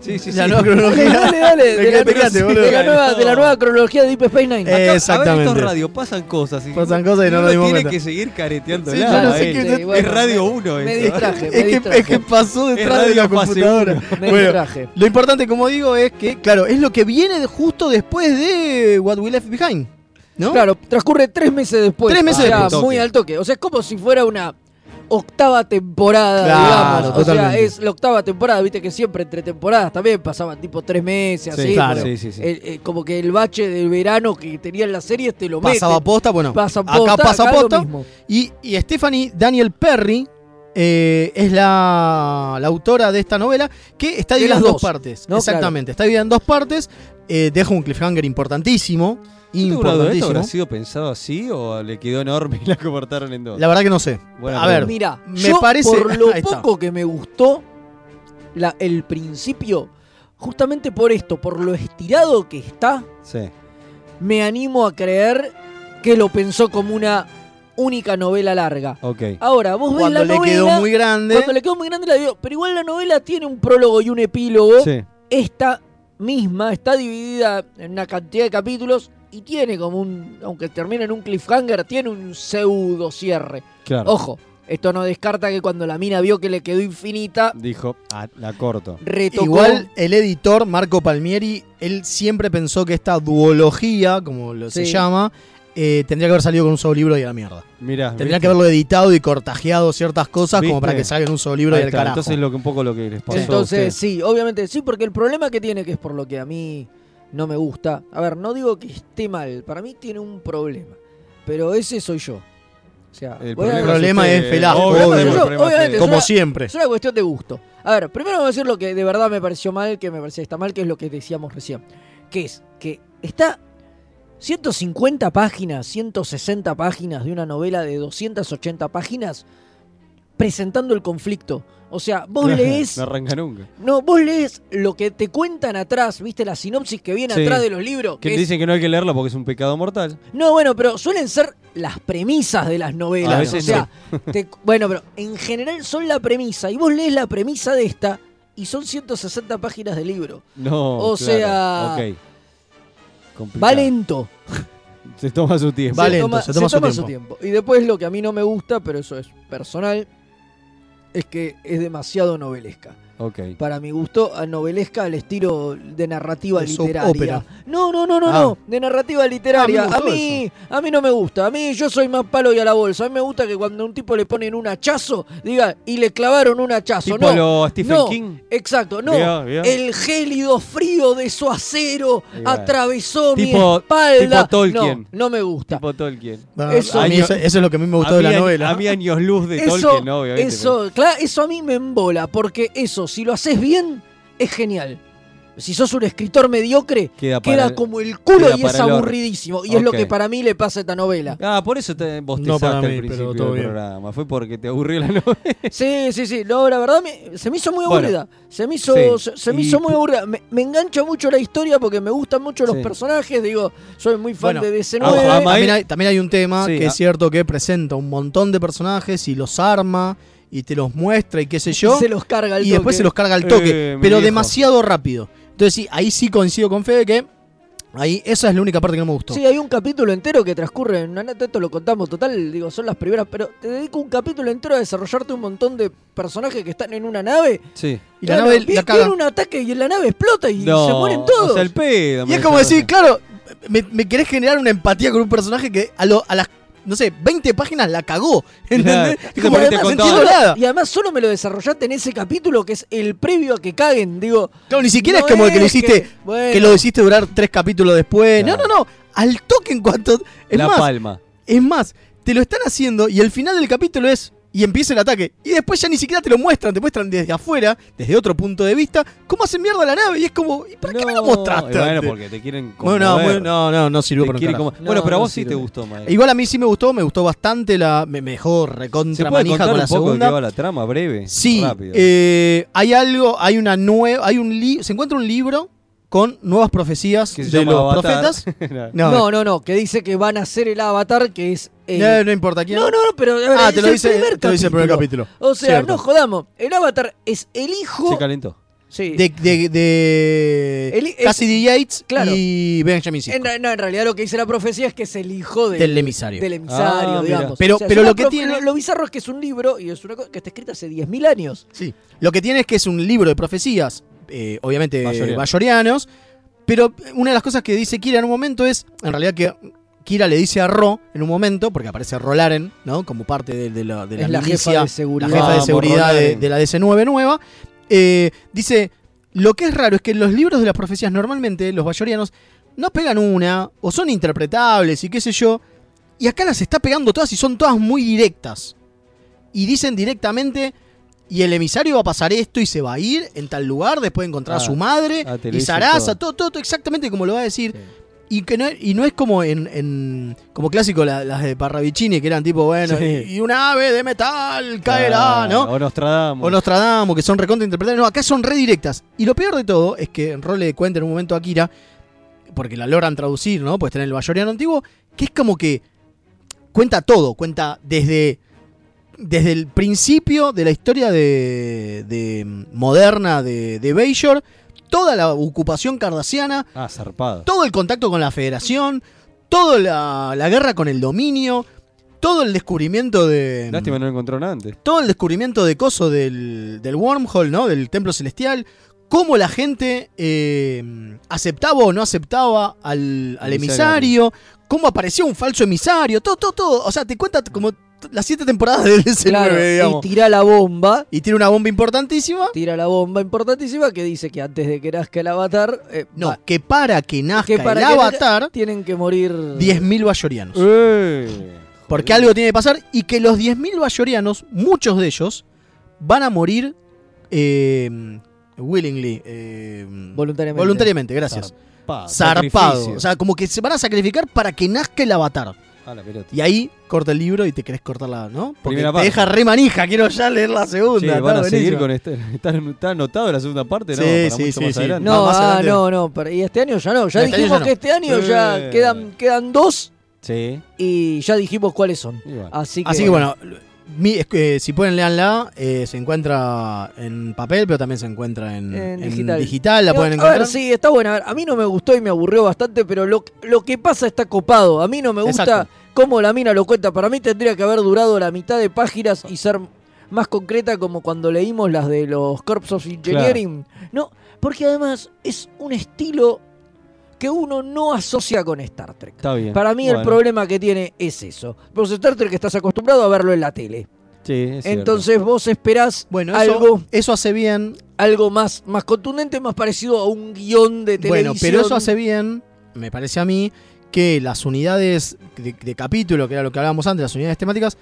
Speaker 2: Sí, sí,
Speaker 4: La nueva cronología.
Speaker 3: Dale, dale,
Speaker 4: Me
Speaker 3: de, la,
Speaker 4: quedé picante, boludo.
Speaker 3: de la nueva, de la nueva cronología de Deep Space Nine.
Speaker 4: Eh,
Speaker 2: A ver,
Speaker 4: Exactamente.
Speaker 2: estos radio pasan cosas. y
Speaker 4: Pasan cosas y no
Speaker 2: uno
Speaker 4: nos dimos
Speaker 2: tiene
Speaker 4: cuenta.
Speaker 2: que seguir careteando.
Speaker 4: Sí,
Speaker 2: la
Speaker 4: yo no sé
Speaker 2: Mael.
Speaker 4: qué-
Speaker 3: Sí, bueno,
Speaker 2: es Radio
Speaker 3: me-
Speaker 2: 1
Speaker 3: me
Speaker 2: eso.
Speaker 3: distraje, me
Speaker 4: Es que,
Speaker 3: distraje.
Speaker 4: es que pasó detrás
Speaker 2: Es
Speaker 4: de la
Speaker 2: radio pase
Speaker 4: computadora.
Speaker 2: uno.
Speaker 3: Me distraje.
Speaker 4: lo importante, como digo, es que, claro, es lo que viene de- justo después de What We Left Behind. ¿No?
Speaker 3: Claro, transcurre tres meses después.
Speaker 4: Tres meses
Speaker 3: o sea,
Speaker 4: después.
Speaker 3: muy al toque. O sea, es como si fuera una octava temporada,
Speaker 4: Claro,
Speaker 3: digamos. O sea,
Speaker 4: totalmente.
Speaker 3: es la octava temporada, viste que siempre entre temporadas también pasaban tipo tres meses,
Speaker 4: Sí,
Speaker 3: así.
Speaker 4: claro.
Speaker 3: porque
Speaker 4: Sí, sí, sí.
Speaker 3: el- eh, como que el bache del verano que tenían las series te lo
Speaker 4: Pasaba
Speaker 3: meten.
Speaker 4: posta, bueno.
Speaker 3: Pasa
Speaker 4: acá
Speaker 3: posta,
Speaker 4: pasa
Speaker 3: acá lo
Speaker 4: posta.
Speaker 3: mismo.
Speaker 4: Y, y Stephanie Daniel Perry eh, es la, la autora de esta novela que está
Speaker 3: De
Speaker 4: dividida
Speaker 3: las
Speaker 4: en dos,
Speaker 3: dos,
Speaker 4: partes.
Speaker 3: ¿no?
Speaker 4: Exactamente, está dividida en dos partes. eh, deja un cliffhanger importantísimo.
Speaker 2: Tengo una duda, ¿Esto habrá
Speaker 4: Importantísimo.
Speaker 2: sido pensado así o le quedó enorme y la cortaron en dos?
Speaker 4: La verdad que no sé.
Speaker 2: Buena
Speaker 4: A ver,
Speaker 2: pregunta.
Speaker 3: Mira,
Speaker 4: Me
Speaker 3: yo
Speaker 4: parece-
Speaker 3: por lo
Speaker 4: Ahí está.
Speaker 3: poco que me gustó la- el principio, justamente por esto, por lo estirado que está,
Speaker 2: Sí.
Speaker 3: me animo a creer que lo pensó como una única novela larga.
Speaker 2: Ok.
Speaker 3: Ahora, vos ves
Speaker 4: Cuando
Speaker 3: la
Speaker 4: le
Speaker 3: novela,
Speaker 4: quedó muy grande.
Speaker 3: Cuando le quedó muy grande la vio, pero igual la novela tiene un prólogo y un epílogo.
Speaker 2: Sí.
Speaker 3: Esta misma está dividida en una cantidad de capítulos y tiene como un, aunque termina en un cliffhanger, tiene un pseudo cierre.
Speaker 2: Claro.
Speaker 3: Ojo, esto no descarta que cuando la mina vio que le quedó infinita,
Speaker 2: Dijo, "Ah, la corto.
Speaker 3: retocó.
Speaker 4: Igual el editor Marco Palmieri, él siempre pensó que esta duología, como lo se
Speaker 3: Sí.
Speaker 4: llama, eh, tendría que haber salido con un solo libro y a la mierda.
Speaker 2: Mirá,
Speaker 4: Tendría
Speaker 2: Ah, ¿viste?
Speaker 4: que haberlo editado y cortajeado ciertas cosas como para
Speaker 2: ¿Viste?
Speaker 4: que salga en un solo libro
Speaker 2: Ahí
Speaker 4: y al
Speaker 2: está,
Speaker 4: carajo.
Speaker 2: Entonces lo que un poco lo que les pasó. a
Speaker 3: Entonces,
Speaker 2: ustedes.
Speaker 3: sí, obviamente sí, porque el problema que tiene, que es por lo que a mí no me gusta. A ver, no digo que esté mal, para mí tiene un problema, pero ese soy yo. O sea,
Speaker 4: El
Speaker 3: voy a-
Speaker 4: problema es Problema es usted. Felasco,
Speaker 3: El problema
Speaker 4: obvio.
Speaker 3: soy yo,
Speaker 4: El problema es
Speaker 3: obviamente,
Speaker 4: usted.
Speaker 3: es
Speaker 4: Como
Speaker 3: una-
Speaker 4: siempre.
Speaker 3: Es una cuestión de gusto. A ver, primero voy a decir lo que de verdad me pareció mal, que me parecía que está mal, que es lo que decíamos recién. Que es que está 150 páginas, 160 páginas de una novela de 280 páginas presentando el conflicto. O sea, vos lees
Speaker 2: No arranca nunca.
Speaker 3: no, vos lees lo que te cuentan atrás, viste la sinopsis que viene
Speaker 2: Sí.
Speaker 3: atrás de los libros.
Speaker 2: Que
Speaker 3: que
Speaker 2: te
Speaker 3: es-
Speaker 2: dicen que no hay que leerlo porque es un pecado mortal.
Speaker 3: No, bueno, pero suelen ser las premisas de las novelas.
Speaker 2: A veces
Speaker 3: o sea, te- bueno, pero en general son la premisa. Y vos lees la premisa de esta y son 160 páginas de libro.
Speaker 2: No.
Speaker 3: O
Speaker 2: claro,
Speaker 3: sea,
Speaker 2: ok. Complicado.
Speaker 3: Va lento.
Speaker 2: Se toma su tiempo.
Speaker 4: Va lento, se toma su tiempo.
Speaker 3: Y después lo que a mí no me gusta, pero eso es personal, es que es demasiado novelesca.
Speaker 2: Ok.
Speaker 3: Para mi gusto, a novelesca al estilo de narrativa
Speaker 4: De soap
Speaker 3: literaria.
Speaker 4: opera.
Speaker 3: No, no, no, no,
Speaker 4: Ah.
Speaker 3: no. De narrativa literaria.
Speaker 4: Ah, me
Speaker 3: a
Speaker 4: gustó
Speaker 3: mí, a mí no me gusta. A mí yo soy más palo y a la bolsa. A mí me gusta que cuando a un tipo le ponen un hachazo, diga, y le clavaron un hachazo.
Speaker 2: Tipo
Speaker 3: no,
Speaker 2: lo Stephen
Speaker 3: no,
Speaker 2: King.
Speaker 3: Exacto, no.
Speaker 2: Bien, bien.
Speaker 3: El gélido frío de su acero
Speaker 2: Bien.
Speaker 3: atravesó mi
Speaker 2: Tipo-
Speaker 3: espalda.
Speaker 2: tipo Tolkien.
Speaker 3: No, no me gusta.
Speaker 2: Tipo Tolkien.
Speaker 4: Bueno, Eso- Ah, a mí eso- eso es lo que a mí me gustó
Speaker 2: a
Speaker 4: de la
Speaker 2: mí a-
Speaker 4: novela.
Speaker 2: A mí años luz de
Speaker 3: eso,
Speaker 2: Tolkien, no, obviamente.
Speaker 3: Eso, claro, eso a mí me embola, porque eso, si lo haces bien, es genial. Si sos un escritor mediocre,
Speaker 2: Queda
Speaker 3: queda,
Speaker 2: para el-
Speaker 3: como el culo
Speaker 2: queda
Speaker 3: y
Speaker 2: para
Speaker 3: es
Speaker 2: el orto.
Speaker 3: aburridísimo. Y es lo
Speaker 2: Ok.
Speaker 3: que para mí le pasa a esta novela.
Speaker 2: pero- Ah, por eso te
Speaker 4: No
Speaker 2: bostezaste
Speaker 4: para mí,
Speaker 2: al
Speaker 4: pero
Speaker 2: principio
Speaker 4: todo
Speaker 2: del
Speaker 4: bien.
Speaker 2: programa. Fue porque te aburrió la novela.
Speaker 3: Sí, sí, sí. No, la verdad me- se me hizo muy
Speaker 2: Bueno,
Speaker 3: aburrida. se me hizo,
Speaker 2: sí.
Speaker 3: se, se me
Speaker 2: Y
Speaker 3: hizo muy
Speaker 2: pu-
Speaker 3: aburrida. Me, me engancha mucho la historia porque me gustan mucho los
Speaker 2: Sí.
Speaker 3: personajes. Digo, soy muy fan
Speaker 4: Bueno,
Speaker 3: de DC9.
Speaker 4: ojo, también, hay, también hay un tema
Speaker 2: Sí, ah.
Speaker 4: que
Speaker 2: a-
Speaker 4: es cierto que presenta un montón de personajes y los arma y te los muestra y qué sé yo.
Speaker 3: Y se los carga al
Speaker 4: Y después
Speaker 3: toque.
Speaker 4: se los carga al
Speaker 2: Eh,
Speaker 4: toque,
Speaker 2: mi
Speaker 4: pero
Speaker 2: viejo.
Speaker 4: demasiado rápido. Entonces sí, ahí sí coincido con Fede que ahí esa es la única parte que no me gustó.
Speaker 3: Sí, hay un capítulo entero que transcurre en una nota, esto lo contamos total, digo, son las primeras, pero te dedico un capítulo entero a desarrollarte un montón de personajes que están en una nave.
Speaker 2: Sí.
Speaker 4: Y la nave la
Speaker 3: vi-
Speaker 4: caga.
Speaker 3: viene un ataque y la nave explota y se mueren todos.
Speaker 2: O sea, el pedo.
Speaker 4: Y
Speaker 2: me
Speaker 4: es
Speaker 2: desarrolla.
Speaker 4: como decir, claro, me, me querés generar una empatía con un personaje que a, lo- a las, no sé, 20 páginas la cagó. ¿Entendés?
Speaker 2: Claro.
Speaker 4: Es
Speaker 2: Y
Speaker 4: como,
Speaker 2: además
Speaker 4: no
Speaker 2: te
Speaker 4: entiendo
Speaker 2: contaba-
Speaker 4: nada.
Speaker 3: Y además solo me lo desarrollaste en ese capítulo que es el previo a que caguen, digo.
Speaker 4: Claro, ni siquiera
Speaker 3: no
Speaker 4: es como el que lo
Speaker 3: es
Speaker 4: hiciste, que,
Speaker 3: bueno,
Speaker 4: lo hiciste durar tres capítulos después. No,
Speaker 2: Claro.
Speaker 4: no, no. Al toque en cuanto. Es
Speaker 2: La
Speaker 4: más,
Speaker 2: palma.
Speaker 4: es más, te lo están haciendo y el final del capítulo es. Y empieza el ataque. Y después ya ni siquiera te lo muestran, te muestran desde afuera, desde otro punto de vista, cómo hacen mierda la nave. Y es como, ¿y para qué me lo mostraste?
Speaker 2: Y Bueno,
Speaker 4: antes?
Speaker 2: porque te quieren
Speaker 4: Bueno, no,
Speaker 2: conmover.
Speaker 4: bueno, no, no, no sirvió
Speaker 2: Te
Speaker 4: para un
Speaker 2: quieren
Speaker 4: carajo.
Speaker 2: conmover. Bueno, pero a
Speaker 3: no
Speaker 2: vos sí te
Speaker 3: sirve.
Speaker 2: gustó, Mael.
Speaker 4: Igual a mí sí me gustó, me gustó bastante la. Me, me dejó recontra
Speaker 2: ¿Se puede
Speaker 4: manija
Speaker 2: contar
Speaker 4: con la
Speaker 2: un poco de
Speaker 4: segunda.
Speaker 2: qué va la trama? Breve.
Speaker 4: Sí,
Speaker 2: Rápido.
Speaker 4: eh, hay algo, hay una nueva, hay un li- se encuentra un libro con nuevas profecías
Speaker 2: Que se
Speaker 4: de
Speaker 2: llama
Speaker 4: los
Speaker 2: Avatar.
Speaker 4: profetas.
Speaker 3: No,
Speaker 4: No,
Speaker 3: no, no, que dice que van a ser el avatar, que es. el-
Speaker 4: no, no importa quién.
Speaker 3: No, no, no, pero a ver,
Speaker 4: Ah,
Speaker 3: es
Speaker 4: te lo,
Speaker 3: el
Speaker 4: dice,
Speaker 3: primer
Speaker 4: te lo dice el primer capítulo.
Speaker 3: O sea,
Speaker 4: Cierto.
Speaker 3: no jodamos. El avatar es el hijo.
Speaker 2: Se calentó.
Speaker 3: Sí.
Speaker 4: De, de, de
Speaker 3: El- es-
Speaker 4: Cassidy Yates
Speaker 3: claro.
Speaker 4: y Benjamin Sisko,
Speaker 3: En, ra- no, en realidad lo que dice la profecía es que es el hijo de-
Speaker 4: del emisario.
Speaker 3: del emisario,
Speaker 2: Ah, mira.
Speaker 3: digamos.
Speaker 4: Pero-
Speaker 3: O sea,
Speaker 4: pero
Speaker 3: es
Speaker 4: lo
Speaker 3: una
Speaker 4: que
Speaker 3: profe-
Speaker 4: tiene-
Speaker 3: Lo, lo bizarro es que es un libro y es una cosa que está escrita hace 10.000 años.
Speaker 4: Sí. Lo que tiene es que es un libro de profecías, eh, obviamente
Speaker 2: Mayoriano.
Speaker 4: mayorianos, pero una de las cosas que dice Kira en un momento es, en realidad que Kira le dice a Ro en un momento, porque aparece Rolaren, ¿no? Como parte de, de la, de la
Speaker 3: Es la jefa
Speaker 4: milicia,
Speaker 3: de seguridad.
Speaker 4: la jefa de
Speaker 2: Vamos,
Speaker 4: seguridad de-
Speaker 2: Rolaren.
Speaker 4: de la DC9 nueva, eh, dice, lo que es raro es que los libros de las profecías normalmente, los mayorianos, no pegan una, o son interpretables y qué sé yo, y acá las está pegando todas y son todas muy directas. Y dicen directamente, y el emisario va a pasar esto y se va a ir en tal lugar, después encontrar a
Speaker 2: Ah,
Speaker 4: su madre,
Speaker 2: ah, te lo
Speaker 4: y
Speaker 2: dice
Speaker 4: Sarasa,
Speaker 2: todo.
Speaker 4: todo. Todo, todo exactamente como lo va a decir. Y, que no, y no es como en, en- como clásico la- las de Parravicini, que eran tipo, bueno,
Speaker 2: Sí.
Speaker 4: y una ave de metal caerá,
Speaker 2: Ah,
Speaker 4: ¿no?
Speaker 2: O Nostradamus.
Speaker 4: O Nostradamus, que son recontra interpretadas. No, acá son re directas. Y lo peor de todo es que en Rol le cuenta en un momento a Kira, porque la logran traducir, ¿no? Pues está en el bayoriano antiguo, que es como que cuenta todo, cuenta desde, desde el principio de la historia de, de mm, moderna de, de Bajor, toda la ocupación cardasiana,
Speaker 2: Ah, zarpado.
Speaker 4: todo el contacto con la federación, toda la, la guerra con el dominio, todo el descubrimiento de
Speaker 2: Lástima no lo encontró nada antes.
Speaker 4: todo el descubrimiento de coso del, del wormhole, ¿no? Del templo celestial. cómo la gente eh, aceptaba o no aceptaba al, al emisario, cómo apareció un falso emisario, todo, todo, todo. O sea, te cuenta como t- las siete temporadas del DC9,
Speaker 3: Claro,
Speaker 4: digamos.
Speaker 3: y tira la bomba.
Speaker 4: Y tira una bomba importantísima.
Speaker 3: Tira la bomba importantísima que dice que antes de que nazca el avatar. eh,
Speaker 4: no,
Speaker 3: va,
Speaker 4: que para que nazca
Speaker 3: que para
Speaker 4: el
Speaker 3: que nazca Eh.
Speaker 4: avatar,
Speaker 3: tienen que morir.
Speaker 4: 10.000 bayorianos. Eh. Porque
Speaker 3: Joder.
Speaker 4: algo tiene que pasar y que los 10.000 bayorianos, muchos de ellos, van a morir eh, willingly. eh,
Speaker 3: voluntariamente.
Speaker 4: voluntariamente, gracias.
Speaker 2: Zarpado. Ah,
Speaker 4: Zarpado.
Speaker 2: Sacrificio.
Speaker 4: O sea, como que se van a sacrificar para que nazca el avatar.
Speaker 2: A la pelota.
Speaker 4: Y ahí corta el libro y te querés cortar la, ¿no? Porque
Speaker 2: Primera
Speaker 4: te
Speaker 2: parte.
Speaker 4: deja re manija, quiero ya leer la segunda.
Speaker 2: Che,
Speaker 4: está
Speaker 2: van a seguir
Speaker 4: buenísimo.
Speaker 2: con este. Está, está anotado la segunda parte, ¿no?
Speaker 4: Sí,
Speaker 2: Para
Speaker 4: sí,
Speaker 2: mucho
Speaker 4: sí,
Speaker 2: más
Speaker 4: sí.
Speaker 2: adelante.
Speaker 3: No,
Speaker 4: Más
Speaker 3: ah,
Speaker 4: adelante.
Speaker 3: no, no, pero- y este año ya no. Ya
Speaker 4: Este año
Speaker 3: dijimos
Speaker 4: ya no.
Speaker 3: que este año ya
Speaker 2: Eh.
Speaker 3: quedan, quedan dos
Speaker 2: Sí.
Speaker 3: y ya dijimos cuáles son.
Speaker 2: Y bueno.
Speaker 3: Así que,
Speaker 4: Así que bueno, mi- es que, si pueden leanla, eh, se encuentra en papel, pero también se encuentra en,
Speaker 3: en
Speaker 4: en
Speaker 3: digital.
Speaker 4: la
Speaker 3: No,
Speaker 4: pueden
Speaker 3: a
Speaker 4: encontrar.
Speaker 3: ver, sí, está buena. A, ver, a mí no me gustó y me aburrió bastante, pero lo, lo que pasa está copado. A mí no me gusta
Speaker 4: Exacto.
Speaker 3: cómo la mina lo cuenta. Para mí tendría que haber durado la mitad de páginas y ser más concreta como cuando leímos las de los Corps of Engineering. No, porque además es un estilo que uno no asocia con Star Trek.
Speaker 2: Está bien.
Speaker 3: Para mí el
Speaker 2: Bueno.
Speaker 3: problema que tiene es eso. Vos Star Trek estás acostumbrado a verlo en la tele.
Speaker 2: Sí, es cierto.
Speaker 3: Entonces vos esperás
Speaker 4: Bueno, eso-
Speaker 3: algo,
Speaker 4: eso hace bien.
Speaker 3: algo más, más contundente, más parecido a un guión de televisión.
Speaker 4: Bueno, pero eso hace bien, me parece a mí, que las unidades de, de capítulo, que era lo que hablábamos antes, las unidades temáticas,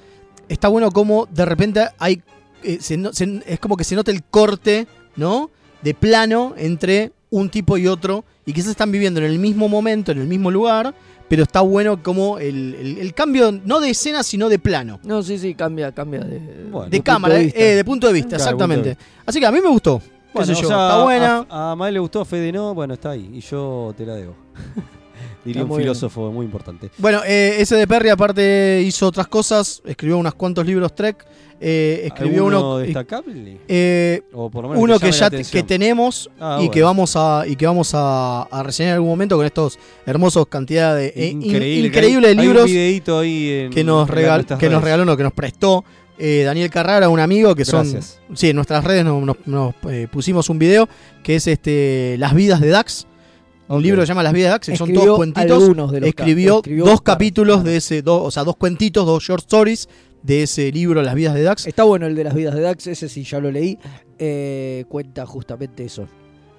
Speaker 4: está bueno como de repente hay. eh, se no- se- es como que se nota el corte, ¿no? De plano entre un tipo y otro, y quizás están viviendo en el mismo momento, en el mismo lugar, pero está bueno como el, el- el cambio, no de escena, sino de plano.
Speaker 3: No, sí, sí, cambia, cambia de,
Speaker 2: Bueno.
Speaker 4: De
Speaker 3: punto
Speaker 4: cámara,
Speaker 3: de
Speaker 4: eh,
Speaker 3: vista.
Speaker 4: eh, de punto de vista,
Speaker 2: Claro, punto de
Speaker 4: exactamente. Así que a mí me gustó. Qué sé
Speaker 2: Bueno,
Speaker 4: yo,
Speaker 2: o sea,
Speaker 4: está buena.
Speaker 2: A, a Mae le gustó, a Fede no, bueno, está ahí. Y yo te la debo. Diría
Speaker 4: Está
Speaker 2: un
Speaker 4: muy bien.
Speaker 2: filósofo muy importante.
Speaker 4: Bueno, eh, ese de Perry aparte hizo otras cosas, escribió unos cuantos libros Trek, eh, escribió
Speaker 2: ¿Alguno
Speaker 4: uno
Speaker 2: destacable?
Speaker 4: eh,
Speaker 2: O por lo menos
Speaker 4: uno
Speaker 2: que
Speaker 4: que,
Speaker 2: llame la
Speaker 4: ya te-
Speaker 2: atención.
Speaker 4: que tenemos
Speaker 2: Ah,
Speaker 4: y
Speaker 2: bueno.
Speaker 4: que vamos a y que vamos a, a reseñar en algún momento con estos hermosos cantidad de eh, in-
Speaker 2: que
Speaker 4: increíbles
Speaker 2: hay- hay
Speaker 4: libros
Speaker 2: un videito ahí en-
Speaker 4: que nos
Speaker 2: en
Speaker 4: regal-
Speaker 2: nuestras
Speaker 4: que nos
Speaker 2: redes.
Speaker 4: regaló no, que nos prestó eh, Daniel Carrara, un amigo que son
Speaker 2: Gracias.
Speaker 4: sí, en nuestras redes nos, nos- nos, eh, pusimos un video que es este Las vidas de Dax. Un
Speaker 3: Ok.
Speaker 4: libro que se llama Las vidas de Dax, que son
Speaker 3: Escribió
Speaker 4: todos cuentitos.
Speaker 3: algunos de los
Speaker 4: escribió,
Speaker 3: cap- escribió
Speaker 4: dos
Speaker 3: un par,
Speaker 4: capítulos de ese, dos, o sea, dos cuentitos, dos short stories de ese libro Las vidas de
Speaker 2: Eh,
Speaker 4: Dax.
Speaker 3: Está bueno el de las vidas de Dax, ese sí ya lo leí. Eh, cuenta justamente eso.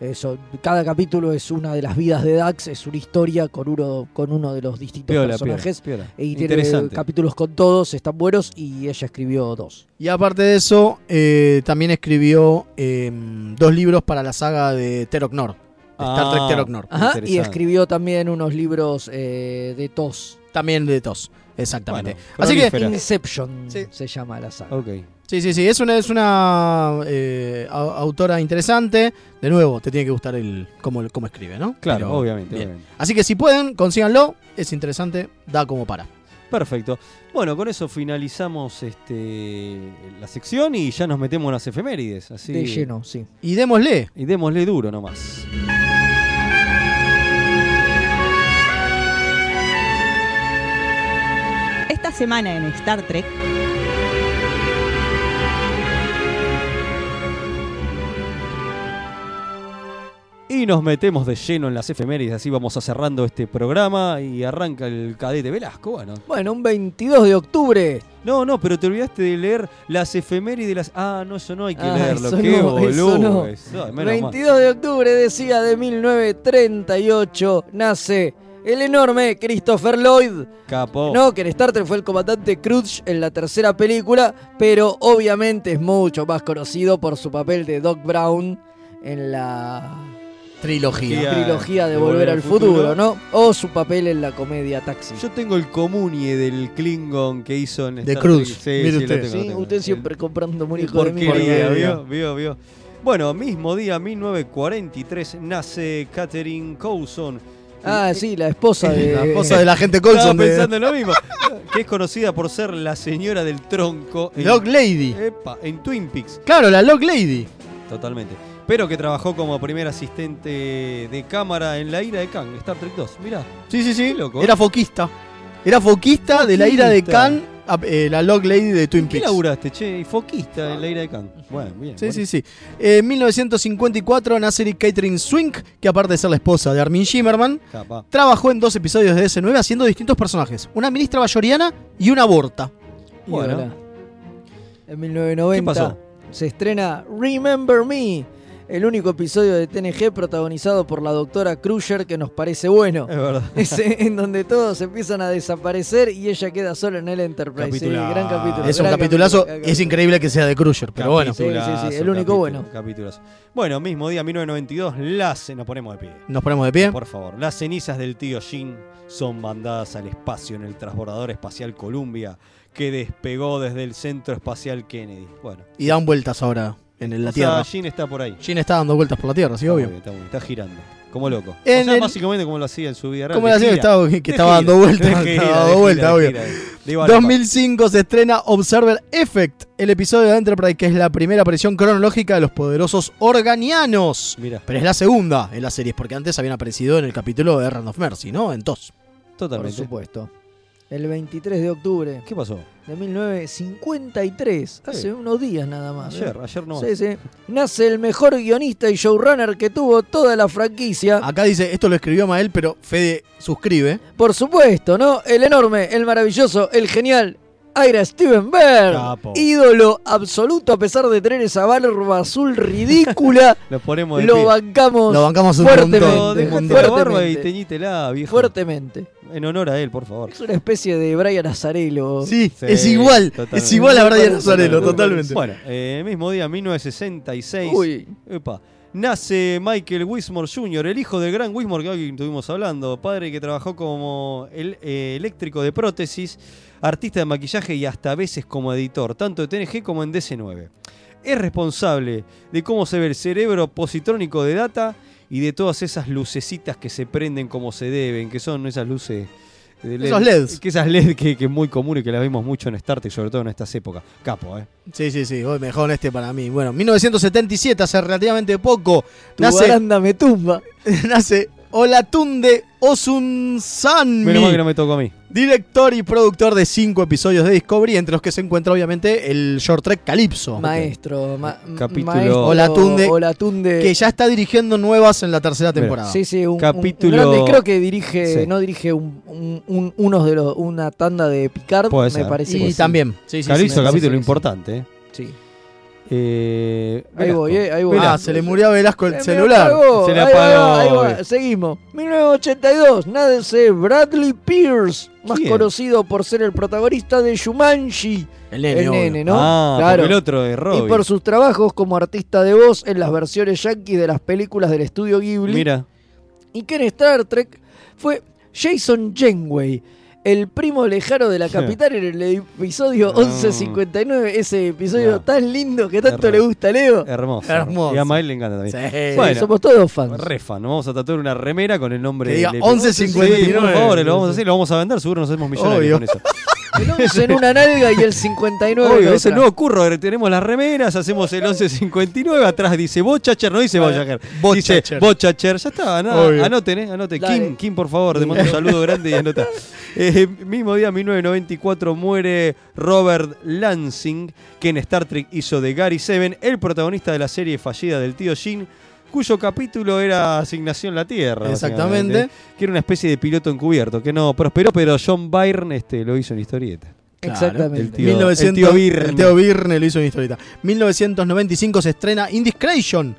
Speaker 3: Eso, cada capítulo es una de las vidas de Dax, es una historia con uno, con uno de los distintos
Speaker 2: Piola,
Speaker 3: personajes.
Speaker 2: piola, piola.
Speaker 3: Y tiene
Speaker 2: Interesante.
Speaker 3: capítulos con todos, están buenos, y ella escribió dos.
Speaker 4: Y aparte de eso, eh, también escribió eh, dos libros para la saga de Teroknor. de Star
Speaker 2: Ah.
Speaker 4: Trek Teroknor.
Speaker 3: Ajá, y
Speaker 2: Interesante.
Speaker 3: escribió también unos libros eh, de tos.
Speaker 4: También de tos, exactamente.
Speaker 2: Bueno,
Speaker 4: Así que
Speaker 2: prolífera.
Speaker 3: Inception se llama la saga.
Speaker 2: Ok.
Speaker 4: Sí, sí, sí, es una, es una eh, au- autora interesante. De nuevo, te tiene que gustar el cómo, cómo escribe, ¿no?
Speaker 2: Claro,
Speaker 4: Pero,
Speaker 2: obviamente,
Speaker 4: bien.
Speaker 2: obviamente.
Speaker 4: Así que si pueden, consíganlo. Es interesante, da como para.
Speaker 2: Perfecto. Bueno, con eso finalizamos este, la sección y ya nos metemos en las efemérides. Así,
Speaker 3: De lleno, sí.
Speaker 4: Y démosle.
Speaker 2: Y démosle duro nomás.
Speaker 6: Esta semana en Star Trek.
Speaker 2: Y nos metemos de lleno en las efemérides. Así vamos a cerrando este programa y arranca el cadete Velasco. Bueno.
Speaker 3: Bueno, un 22 de octubre.
Speaker 2: No, no, pero te olvidaste de leer las efemérides. de Las... Ah, no, eso no hay que
Speaker 3: Ah,
Speaker 2: leerlo.
Speaker 3: eso
Speaker 2: Qué
Speaker 3: no, eso
Speaker 2: boludo.
Speaker 3: no.
Speaker 2: eso, menos mal.
Speaker 3: 22 de octubre, decía, de 1938, nace el enorme Christopher Lloyd.
Speaker 2: Capo.
Speaker 3: No, que en Star Trek fue el comandante Crutch en la tercera película, pero obviamente es mucho más conocido por su papel de Doc Brown en la
Speaker 4: Trilogía.
Speaker 3: trilogía de Volver al futuro, ¿no? O su papel en la comedia Taxi.
Speaker 2: Yo tengo el comunie del Klingon que hizo en Star
Speaker 4: Cruz,
Speaker 2: Trek. Sí, sí,
Speaker 4: mire
Speaker 2: lo
Speaker 4: usted.
Speaker 2: tengo, lo
Speaker 3: Sí,
Speaker 2: tengo.
Speaker 3: usted siempre comprando muñecos de mí.
Speaker 2: Porquería,
Speaker 3: Bueno,
Speaker 2: vio, vio, vio. Bueno, mismo día, 1943, nace Catherine Coulson.
Speaker 3: Ah, sí, la esposa de...
Speaker 4: La esposa de la gente
Speaker 2: Eh, Estaba
Speaker 4: Colson. de-
Speaker 2: pensando en lo mismo. Que es conocida por ser la señora del tronco. en-
Speaker 4: Log Lady.
Speaker 2: Epa, en Twin Peaks.
Speaker 4: Claro, la Log Lady.
Speaker 2: Totalmente. Pero que trabajó como primer asistente de cámara en la ira de Kang, Star Trek 2. Mirá.
Speaker 4: Sí, sí, sí.
Speaker 2: loco, ¿eh?
Speaker 4: Era foquista. Era foquista de la ira de Khan ah, eh, la Log Lady de Twin
Speaker 2: ¿Qué
Speaker 4: Peaks.
Speaker 2: laburaste, che? Y foquista en la ira de Khan. Bueno, bien.
Speaker 4: Sí, sí, sí. En 1954 nace Eric Catherine Swink, que aparte de ser la esposa de Armin Shimmerman,
Speaker 2: Capaz.
Speaker 4: trabajó en dos episodios de S9 haciendo distintos personajes. Una ministra bayoriana y una aborta.
Speaker 2: Bueno.
Speaker 3: Ídola. En 1990
Speaker 4: ¿Qué pasó?
Speaker 3: se estrena Remember Me, el único episodio de TNG protagonizado por la doctora Crusher que nos parece bueno.
Speaker 4: Eh.
Speaker 2: Es verdad.
Speaker 3: Ese en donde todos empiezan a desaparecer y ella queda sola en el Enterprise. Sí,
Speaker 4: Capitulazo.
Speaker 3: gran
Speaker 2: Ah,
Speaker 3: capítulo.
Speaker 4: Es un
Speaker 3: gran
Speaker 4: capitulazo.
Speaker 3: capítulo, gran
Speaker 4: Es increíble que sea de Crusher, pero bueno.
Speaker 3: Sí, sí, sí, el único bueno.
Speaker 2: Capítulos. Bueno, mismo día 1992, las nos ponemos de pie.
Speaker 4: Nos ponemos de pie.
Speaker 2: Por favor, las cenizas del tío Jin son mandadas al espacio en el transbordador espacial Columbia que despegó desde el centro espacial Kennedy. Bueno,
Speaker 4: Y dan vueltas ahora en la
Speaker 2: o sea,
Speaker 4: Tierra.
Speaker 2: Jin está por ahí.
Speaker 4: Jin está dando vueltas por la Tierra, sí,
Speaker 2: Está muy
Speaker 4: obvio.
Speaker 2: bien, está, muy bien, está girando, como loco. o
Speaker 4: En
Speaker 2: sea,
Speaker 4: el-
Speaker 2: básicamente como lo hacía en su vida real.
Speaker 4: Como
Speaker 2: de
Speaker 4: la serie
Speaker 2: gira.
Speaker 4: estaba, que
Speaker 2: De
Speaker 4: estaba
Speaker 2: gira,
Speaker 4: dando vueltas,
Speaker 2: de gira,
Speaker 4: estaba
Speaker 2: de
Speaker 4: dando
Speaker 2: gira,
Speaker 4: vueltas,
Speaker 2: de
Speaker 4: obvio.
Speaker 2: gira, de igual a
Speaker 4: 2005 se estrena Observer Effect, el episodio de Enterprise que es la primera aparición cronológica de los poderosos organianos.
Speaker 2: Mira.
Speaker 4: Pero es la segunda en las series, porque antes habían aparecido en el capítulo de Rand of Mercy, ¿no? En TOS.
Speaker 2: Totalmente.
Speaker 3: Por supuesto. El 23 de octubre
Speaker 2: ¿Qué pasó?
Speaker 3: de 1953,
Speaker 2: Sí.
Speaker 3: hace unos días nada más.
Speaker 2: Ayer,
Speaker 3: ¿eh?
Speaker 2: ayer no.
Speaker 3: Sí, sí. Nace el mejor guionista y showrunner que tuvo toda la franquicia.
Speaker 2: Ah.
Speaker 4: Acá dice, esto lo escribió Mael, pero Fede suscribe.
Speaker 3: Por supuesto, ¿no? El enorme, el maravilloso, el genial Aira Steven Berg.
Speaker 2: Capo.
Speaker 3: Ídolo absoluto a pesar de tener esa barba azul ridícula.
Speaker 2: Lo ponemos de
Speaker 3: lo
Speaker 2: pie.
Speaker 3: bancamos.
Speaker 4: Lo bancamos un
Speaker 3: fuertemente.
Speaker 4: montón,
Speaker 2: Dejate
Speaker 4: un
Speaker 2: la barba y
Speaker 3: Fuertemente.
Speaker 2: teñítela, viejo.
Speaker 3: Fuertemente.
Speaker 2: En honor a él, por favor.
Speaker 3: Es una especie de Brian Azarello.
Speaker 4: Sí,
Speaker 2: Sí,
Speaker 4: es igual. Es
Speaker 2: totalmente.
Speaker 4: igual a Brian Nazarelo, totalmente.
Speaker 2: Bueno, eh, mismo día, 1966.
Speaker 3: Uy.
Speaker 2: Epa, nace Michael Wismore Jr., el hijo del gran Wismore que hoy estuvimos hablando. Padre que trabajó como el, eh, eléctrico de prótesis, artista de maquillaje y hasta a veces como editor, tanto de TNG como en DC9. Es responsable de cómo se ve el cerebro positrónico de Data y de todas esas lucecitas que se prenden como se deben, que son esas luces. de
Speaker 4: Esos LEDs.
Speaker 2: Que esas LED que, que es muy común y que las vemos mucho en Star Trek, sobre todo en estas épocas. Capo, ¿eh?
Speaker 4: Sí, sí, sí, hoy mejor este para mí. Bueno, 1977, hace relativamente poco,
Speaker 3: Tu
Speaker 4: nace,
Speaker 3: baranda me tumba.
Speaker 4: nace Olatunde Osunsanmi.
Speaker 2: Menos mal que no me tocó a mí.
Speaker 4: Director y productor de cinco episodios de Discovery, entre los que se encuentra obviamente el short trek Calypso.
Speaker 3: Maestro. ma- eh,
Speaker 2: Capítulo-
Speaker 3: maestro
Speaker 4: Olatunde,
Speaker 3: Olatunde.
Speaker 4: Que ya está dirigiendo nuevas en la tercera temporada.
Speaker 3: Sí, sí, un, un- un
Speaker 2: Ah. Capítulo-
Speaker 3: grande. Creo que dirige,
Speaker 2: Sí.
Speaker 3: no dirige un- un- un- unos de los, una tanda de Picard,
Speaker 2: Puede
Speaker 3: me
Speaker 2: ser.
Speaker 3: parece. que
Speaker 4: y
Speaker 3: sí.
Speaker 4: también. Sí, sí, sí,
Speaker 2: Calypso,
Speaker 4: me parece
Speaker 2: capítulo
Speaker 4: que sí.
Speaker 2: importante, ¿eh?
Speaker 3: Sí.
Speaker 2: Eh,
Speaker 3: Ahí
Speaker 2: Velasco.
Speaker 3: voy, eh, ahí voy.
Speaker 4: Ah, se le murió a Velasco
Speaker 3: Se
Speaker 4: el
Speaker 3: me
Speaker 4: celular.
Speaker 3: apagó,
Speaker 2: Se le
Speaker 3: ahí va,
Speaker 2: apagó,
Speaker 3: ahí va,
Speaker 2: obvio.
Speaker 3: Seguimos. 1982, nace Bradley Pierce, más
Speaker 2: ¿Quién?
Speaker 3: conocido por ser el protagonista de Shumanji,
Speaker 4: El
Speaker 3: el
Speaker 4: nene, obvio.
Speaker 3: nene, ¿no?
Speaker 2: Ah,
Speaker 3: claro.
Speaker 2: porque el otro es Robin.
Speaker 3: Y por sus trabajos como artista de voz en las versiones yankee de las películas del estudio Ghibli.
Speaker 2: Mira,
Speaker 3: Y que en Star Trek fue Jason Janeway, el primo lejano de la
Speaker 2: Sí.
Speaker 3: capital en el episodio
Speaker 2: Ah.
Speaker 3: 1159, ese episodio
Speaker 2: Ya.
Speaker 3: tan lindo que tanto
Speaker 2: Hermoso.
Speaker 3: le gusta a Leo. Eh,
Speaker 2: hermoso.
Speaker 4: Hermoso.
Speaker 2: Y a Mael le encanta también.
Speaker 4: Sí.
Speaker 2: Eh, Bueno.
Speaker 3: Somos todos fans.
Speaker 2: Re fan, nos vamos a tatuar una remera con el nombre
Speaker 4: Que diga
Speaker 2: del-
Speaker 4: 11.59.
Speaker 2: Sí, por favor, lo vamos a hacer, lo vamos a vender, seguro nos hacemos millonarios
Speaker 4: Obvio.
Speaker 2: con eso.
Speaker 3: El 11 en una nalga y el 59 en
Speaker 2: Obvio,
Speaker 3: otra.
Speaker 2: ese nuevo curro, eh, tenemos las remeras, hacemos el 11.59, atrás dice Bochacher, no dice Bochacher, dice
Speaker 4: Ah, Bochacher.
Speaker 2: Bochacher, ya está, nada,
Speaker 4: Obvio.
Speaker 2: anoten, eh, anoten,
Speaker 3: Dale.
Speaker 2: Kim, Kim, por favor, te mando un saludo grande y anota. Eh, mismo día, 1994, muere Robert Lansing, que en Star Trek hizo de Gary Seven, el protagonista de la serie fallida del tío Jin, cuyo capítulo era Asignación la Tierra.
Speaker 4: Exactamente.
Speaker 2: básicamente, Que era una especie de piloto encubierto, que no prosperó, pero John Byrne este, lo hizo en historieta.
Speaker 4: Claro.
Speaker 2: El
Speaker 3: Exactamente.
Speaker 2: tío-
Speaker 4: 1900
Speaker 2: el tío Birne.
Speaker 4: el tío Birne lo hizo en historieta. 1995 se estrena Indiscretion.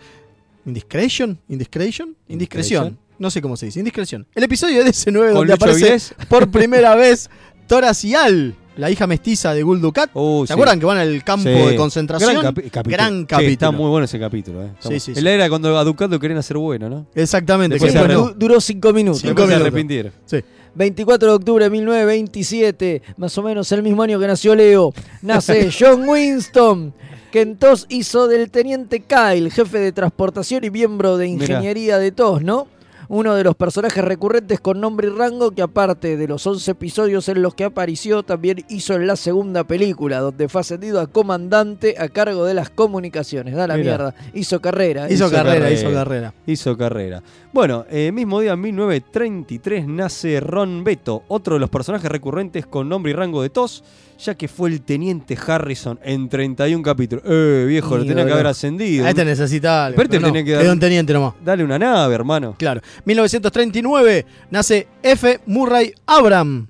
Speaker 4: ¿Indiscretion? ¿Indiscretion? Indiscreción.
Speaker 2: Indiscreción.
Speaker 4: No sé cómo se dice. Indiscreción. El episodio de ese 9
Speaker 2: Con
Speaker 4: donde
Speaker 2: Lucho
Speaker 4: aparece
Speaker 2: Vilés.
Speaker 4: por primera vez Toras y Al, la hija mestiza de Gul Dukat.
Speaker 2: Uh,
Speaker 4: ¿Se
Speaker 2: sí.
Speaker 4: acuerdan que van al campo
Speaker 2: Sí.
Speaker 4: de concentración?
Speaker 2: Gran, capi- capítulo.
Speaker 4: Gran
Speaker 2: Sí,
Speaker 4: capítulo.
Speaker 2: está muy bueno ese capítulo. Eh. Está
Speaker 4: Sí,
Speaker 2: bu-
Speaker 4: sí,
Speaker 2: en
Speaker 4: sí.
Speaker 2: la era cuando a Ducado querían hacer bueno, ¿no?
Speaker 4: Exactamente.
Speaker 2: Después se
Speaker 4: que después
Speaker 2: arregló.
Speaker 4: no-
Speaker 3: Duró 5 minutos.
Speaker 4: Cinco
Speaker 2: Después se
Speaker 4: minutos.
Speaker 2: arrepintieron.
Speaker 4: Sí.
Speaker 3: 24 de octubre de 1927, más o menos el mismo año que nació Leo, nace John Winston, que entonces hizo del teniente Kyle, jefe de transportación y miembro de
Speaker 2: Mirá.
Speaker 3: ingeniería de TOS, ¿no? uno de los personajes recurrentes con nombre y rango que aparte de los 11 episodios en los que apareció, también hizo en la segunda película, donde fue ascendido a comandante a cargo de las comunicaciones. Da la
Speaker 2: Mirá.
Speaker 3: mierda. Hizo carrera.
Speaker 4: Hizo carrera, hizo
Speaker 2: eh.
Speaker 4: carrera.
Speaker 2: Hizo carrera. Bueno, eh, mismo día, en 1933, nace Ron Beto, otro de los personajes recurrentes con nombre y rango de tos, ya que fue el teniente Harrison en 31 capítulos. Eh, viejo, lo tenía
Speaker 4: Ídolo.
Speaker 2: que haber ascendido.
Speaker 4: A este necesitaba.
Speaker 2: Pero este
Speaker 4: no,
Speaker 2: tenía que
Speaker 4: quedó
Speaker 2: dar-
Speaker 4: un teniente nomás.
Speaker 2: Dale una nave, hermano.
Speaker 4: Claro. 1939 nace F. Murray Abram.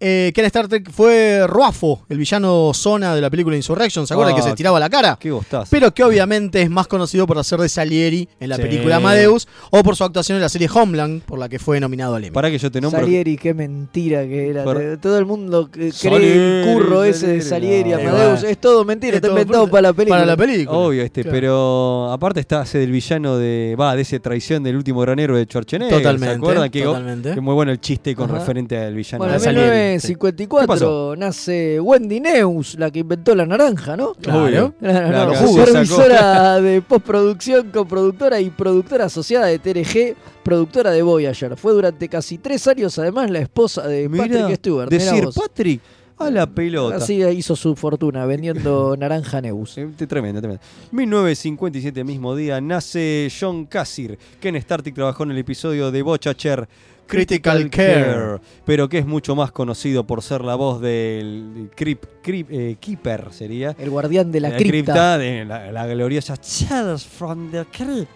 Speaker 4: eh, que en Star Trek fue Ruafo, el villano zona de la película Insurrection, ¿se acuerdan
Speaker 2: Ah,
Speaker 4: que se tiraba la cara?
Speaker 2: Qué bostazo.
Speaker 4: Pero que obviamente es más conocido por hacer de Salieri en la
Speaker 2: Sí.
Speaker 4: película Amadeus o por su actuación en la serie Homeland, por la que fue nominado al Emmy.
Speaker 2: Pará que yo te nombro.
Speaker 3: Salieri, qué mentira que era.
Speaker 2: Por-
Speaker 3: Todo el mundo que cree
Speaker 2: Salieri,
Speaker 3: el curro ese de
Speaker 2: Salieri,
Speaker 3: Salieri,
Speaker 2: no.
Speaker 3: Amadeus.
Speaker 2: Igual.
Speaker 3: Es todo mentira,
Speaker 4: Es
Speaker 3: está
Speaker 4: todo
Speaker 3: inventado
Speaker 4: por-
Speaker 3: para la película.
Speaker 2: Obvio, este, pero aparte está hace del villano de. Va, de ese traición del último granero de Schwarzenegger.
Speaker 4: Totalmente,
Speaker 2: eh, ¿Se acuerdan? Que,
Speaker 4: totalmente.
Speaker 2: que muy bueno el chiste con
Speaker 3: Ajá.
Speaker 2: referente al villano
Speaker 3: Bueno,
Speaker 2: de
Speaker 3: en
Speaker 2: Salieri. Sí. ¿Qué
Speaker 3: 1954
Speaker 2: pasó?
Speaker 3: nace Wendy Neus, la que inventó la naranja, ¿no?
Speaker 2: Claro. Obvio.
Speaker 3: La- la-
Speaker 2: Claro,
Speaker 3: la
Speaker 2: que se sacó.
Speaker 3: supervisora de postproducción, coproductora y productora asociada de TRG, productora de Voyager. Fue durante casi tres años, además, la esposa de
Speaker 2: Mirá,
Speaker 3: Patrick Stewart. mirá
Speaker 2: decir,
Speaker 3: vos.
Speaker 2: Patrick, a la pelota.
Speaker 3: Así hizo su fortuna vendiendo naranja Neus.
Speaker 2: Eh, Tremendo, tremendo. 1957, mismo día, nace John Cassir, que en Star Trek trabajó en el episodio de Bochacher
Speaker 4: Critical Care.
Speaker 2: pero que es mucho más conocido por ser la voz del Creep, Creep- eh, Keeper, sería.
Speaker 3: El guardián de la, cripta.
Speaker 2: Eh, de la, la gloriosa Shadows from the Crypt.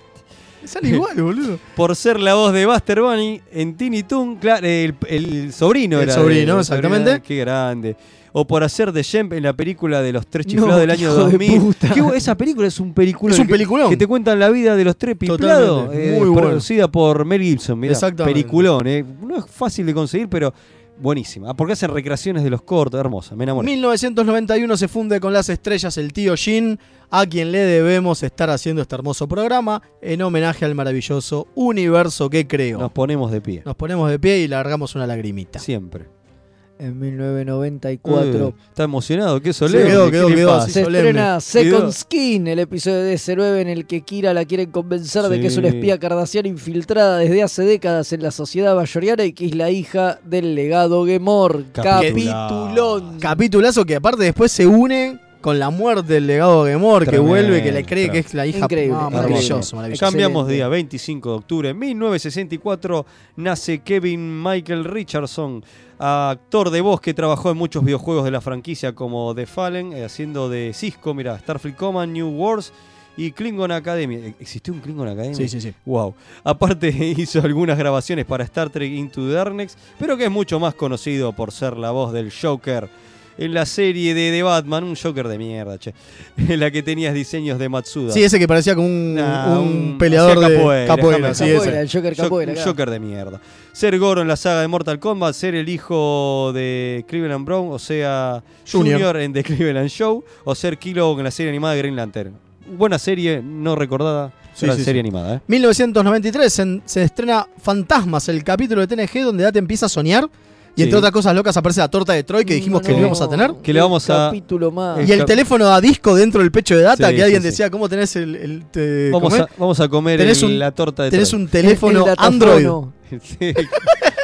Speaker 4: Sale igual, boludo.
Speaker 2: Por ser la voz de Buster Bunny en Tiny Toon, claro, el, el sobrino
Speaker 4: El
Speaker 2: era.
Speaker 4: sobrino,
Speaker 2: de-
Speaker 4: exactamente.
Speaker 2: Qué grande. O por hacer de Shemp en la película de los tres chiflados
Speaker 4: No,
Speaker 2: del año
Speaker 4: hijo de
Speaker 2: 2000.
Speaker 4: puta.
Speaker 2: Qué bu- esa película es un película
Speaker 4: Es un peliculón.
Speaker 2: Que te cuentan la vida de los tres piplados.
Speaker 4: Totalmente,
Speaker 2: eh,
Speaker 4: muy bueno.
Speaker 2: producida por Mel Gibson. Mirá,
Speaker 4: Exactamente.
Speaker 2: Peliculón, eh. No es fácil de conseguir, pero buenísima. Ah, Porque hacen recreaciones de los cortos, hermosa. Me enamoré.
Speaker 4: 1991 se funde con las estrellas el tío Jin, a quien le debemos estar haciendo este hermoso programa en homenaje al maravilloso universo que creó.
Speaker 2: Nos ponemos de pie.
Speaker 4: Nos ponemos de pie y largamos una lagrimita.
Speaker 2: Siempre.
Speaker 3: En 1994
Speaker 2: Eh, está emocionado, qué solemne.
Speaker 4: quedó,
Speaker 2: ¿qué
Speaker 4: quedó,
Speaker 2: le
Speaker 4: quedó
Speaker 2: pasa?
Speaker 4: Mm. así
Speaker 3: Se estrena
Speaker 2: Quedó-
Speaker 3: Second Skin, el episodio de S9 en el que Kira la quieren convencer de que es una
Speaker 2: Sí.
Speaker 3: espía cardassiana infiltrada desde hace décadas en la sociedad bayoriana y que es la hija del legado Gemor. Capitulón.
Speaker 4: Capitulazo que aparte después se une con la muerte del legado de Gemor, que
Speaker 2: Tremendo,
Speaker 4: vuelve y que le cree que
Speaker 2: tremendo.
Speaker 4: es la hija.
Speaker 3: Increíble,
Speaker 4: Ah,
Speaker 3: increíble.
Speaker 4: maravilloso, maravilloso.
Speaker 2: Cambiamos
Speaker 3: Excelente.
Speaker 2: día, 25 de octubre de 1964 nace Kevin Michael Richardson, actor de voz que trabajó en muchos videojuegos de la franquicia como The Fallen, eh, haciendo de Cisco, mira, Starfleet Command, New Wars y Klingon Academy. Eh, ¿Existió un Klingon Academy?
Speaker 4: Sí, sí, sí.
Speaker 2: Wow. Aparte hizo algunas grabaciones para Star Trek Into the Darkness, pero que es mucho más conocido por ser la voz del Joker en la serie de The Batman, un Joker de mierda, che. En la que tenías diseños de Matsuda.
Speaker 4: Sí, ese que parecía como un,
Speaker 2: Nah,
Speaker 4: un
Speaker 2: un-
Speaker 4: peleador
Speaker 2: hacía
Speaker 4: de capoeira. sí,
Speaker 3: Capoeira,
Speaker 4: ese.
Speaker 3: el Joker
Speaker 2: Jo-
Speaker 3: Capoeira.
Speaker 2: un
Speaker 3: claro.
Speaker 2: Joker de mierda. Ser Goro en la saga de Mortal Kombat, ser el hijo de Cleveland Brown, o sea,
Speaker 4: Junior.
Speaker 2: Junior, en The Cleveland Show, o ser Kilo en la serie animada de Green Lantern. Buena serie, no recordada,
Speaker 4: Sí,
Speaker 2: gran
Speaker 4: sí,
Speaker 2: serie
Speaker 4: sí.
Speaker 2: animada. ¿eh?
Speaker 4: 1993 en- se estrena Fantasmas, el capítulo de TNG donde Data empieza a soñar y
Speaker 2: Sí.
Speaker 4: entre otras cosas locas aparece la torta de Troy que dijimos que
Speaker 3: no.
Speaker 4: lo íbamos a tener.
Speaker 2: Que le vamos a.
Speaker 3: Capítulo más.
Speaker 2: el
Speaker 4: Y el
Speaker 2: cap-
Speaker 4: teléfono a disco dentro del pecho de Data
Speaker 2: Sí,
Speaker 4: que alguien
Speaker 2: sí, sí.
Speaker 4: decía, ¿cómo tenés el... el te-
Speaker 2: Vamos
Speaker 4: ¿cómo
Speaker 2: a,
Speaker 4: es?
Speaker 2: vamos a comer
Speaker 4: Tenés
Speaker 2: el-
Speaker 4: un-
Speaker 2: la torta de
Speaker 4: tenés
Speaker 2: Troy.
Speaker 4: un teléfono
Speaker 3: El datafono.
Speaker 4: Android.
Speaker 2: Sí.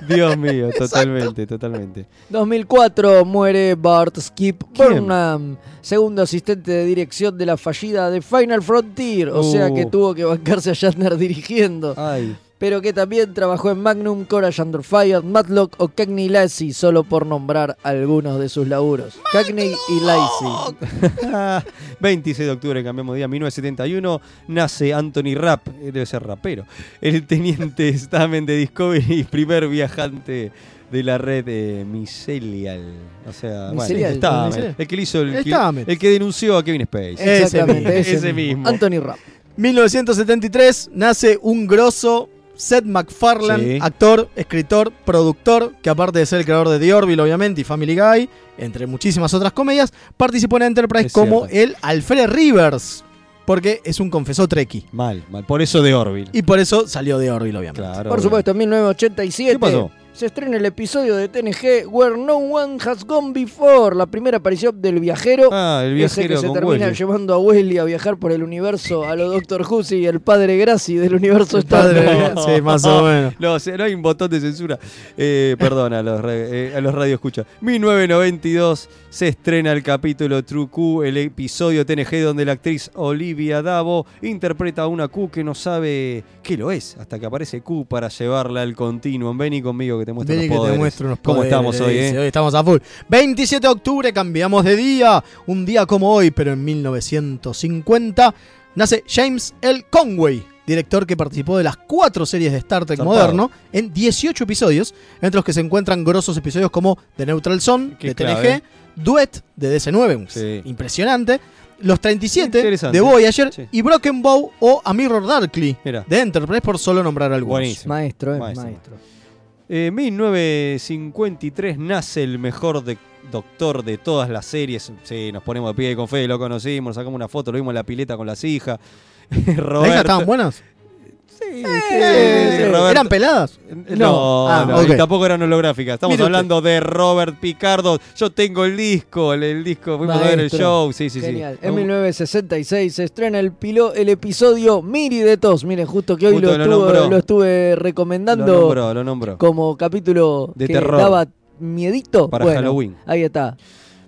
Speaker 2: Dios mío, totalmente, totalmente.
Speaker 3: 2004 muere Bart Skip
Speaker 2: ¿Quién?
Speaker 3: Burnham, segundo asistente de dirección de la fallida de Final Frontier, o sea que
Speaker 2: Uh.
Speaker 3: tuvo que bancarse a Shatner dirigiendo.
Speaker 2: Ay.
Speaker 3: pero que también trabajó en Magnum, Courage Under Fire, Matlock o Cagney Lacey, solo por nombrar algunos de sus laburos. Cagney y Lacey.
Speaker 2: 26 de octubre, cambiamos de día, 1971, nace Anthony Rapp, eh, debe ser rapero, el teniente Stamen de Discovery y primer viajante de la red eh, Micelial. O sea, bueno,
Speaker 3: Micelial,
Speaker 2: Stamen,
Speaker 3: Micelial.
Speaker 2: el que le hizo el, que-
Speaker 4: Stamen.
Speaker 2: el que denunció a Kevin Spacey.
Speaker 4: Ese mismo.
Speaker 3: Exactamente, ese,
Speaker 2: Ese
Speaker 3: mismo.
Speaker 2: mismo.
Speaker 3: Anthony Rapp.
Speaker 4: 1973 nace un grosso Seth MacFarlane,
Speaker 2: Sí.
Speaker 4: actor, escritor, productor, que aparte de ser el creador de The Orville, obviamente, y Family Guy, entre muchísimas otras comedias, participó en Enterprise
Speaker 2: Es
Speaker 4: como
Speaker 2: cierto.
Speaker 4: el Alfred Rivers, porque es un confesó treki.
Speaker 2: Mal, mal. Por eso de Orville.
Speaker 4: Y por eso salió de Orville, obviamente.
Speaker 2: Claro.
Speaker 3: Por
Speaker 2: obvio.
Speaker 3: supuesto, en 1987
Speaker 2: ¿Qué pasó?
Speaker 3: se estrena el episodio de TNG Where No One Has Gone Before, la primera aparición del viajero.
Speaker 2: Ah, el
Speaker 3: ese que
Speaker 2: viajero
Speaker 3: se
Speaker 2: con
Speaker 3: termina
Speaker 2: Welly.
Speaker 3: llevando a Wesley a viajar por el universo a los Doctor Who y el padre Graci del universo Star
Speaker 4: padre
Speaker 3: Trek.
Speaker 4: Graci. Sí, más o menos.
Speaker 2: No, o sea, no hay un botón de censura. Eh, perdón, a los, re- eh, a los radio escucha. 1992 se estrena el capítulo True Q, el episodio TNG donde la actriz Olivia Davo interpreta a una Q que no sabe qué lo es, hasta que aparece Q para llevarla al continuum. Vení conmigo que te muestro
Speaker 4: Vení
Speaker 2: los
Speaker 4: que te
Speaker 2: poderes.
Speaker 4: muestro unos
Speaker 2: ¿Cómo
Speaker 4: poderes,
Speaker 2: estamos hoy,
Speaker 4: dice,
Speaker 2: eh?
Speaker 4: Hoy estamos a full. 27 de octubre, cambiamos de día. Un día como hoy, pero en 1950, nace James L. Conway, director que participó de las cuatro series de Star Trek
Speaker 2: Zarpado.
Speaker 4: moderno en 18 episodios, entre los que se encuentran grosos episodios como The Neutral Zone,
Speaker 2: Qué
Speaker 4: de
Speaker 2: clave.
Speaker 4: TNG, Duet, de DC9, un
Speaker 2: Sí.
Speaker 4: impresionante. Los 37
Speaker 2: Interesante.
Speaker 4: de Voyager
Speaker 2: Sí.
Speaker 4: y Broken Bow o A Mirror Darkly
Speaker 2: Mirá.
Speaker 4: de Enterprise, por solo nombrar algunos.
Speaker 2: Buenísimo.
Speaker 3: Maestro, eh,
Speaker 2: Maestro.
Speaker 3: maestro.
Speaker 2: En 1953 nace el mejor de- doctor de todas las series. Sí, nos ponemos de pie con fe, lo conocimos, sacamos una foto, lo vimos en la pileta con las hijas.
Speaker 4: ¿Las hijas estaban
Speaker 2: Roberto.
Speaker 4: buenas?
Speaker 2: Sí,
Speaker 4: Eh,
Speaker 2: Roberto.
Speaker 4: ¿Eran peladas?
Speaker 2: No,
Speaker 4: Ah,
Speaker 2: no,
Speaker 4: ok.
Speaker 2: y tampoco eran holográficas. Estamos
Speaker 4: Mire usted.
Speaker 2: hablando de Robert Picardo. Yo tengo el disco, el, el disco. Fuimos a ver el
Speaker 3: Maestro.
Speaker 2: show. Sí, sí,
Speaker 3: Genial.
Speaker 2: sí.
Speaker 3: En
Speaker 2: Un-
Speaker 3: 1966 se estrena el pilo, el episodio Miri de Tos. Miren, justo que hoy
Speaker 2: Justo
Speaker 3: lo,
Speaker 2: lo
Speaker 3: estuvo-
Speaker 2: nombró.
Speaker 3: lo estuve
Speaker 2: Lo
Speaker 3: recomendando
Speaker 2: nombró, lo nombró.
Speaker 3: como capítulo
Speaker 2: De
Speaker 3: que
Speaker 2: terror.
Speaker 3: daba miedito.
Speaker 2: Para
Speaker 3: Bueno,
Speaker 2: Halloween.
Speaker 3: Ahí está.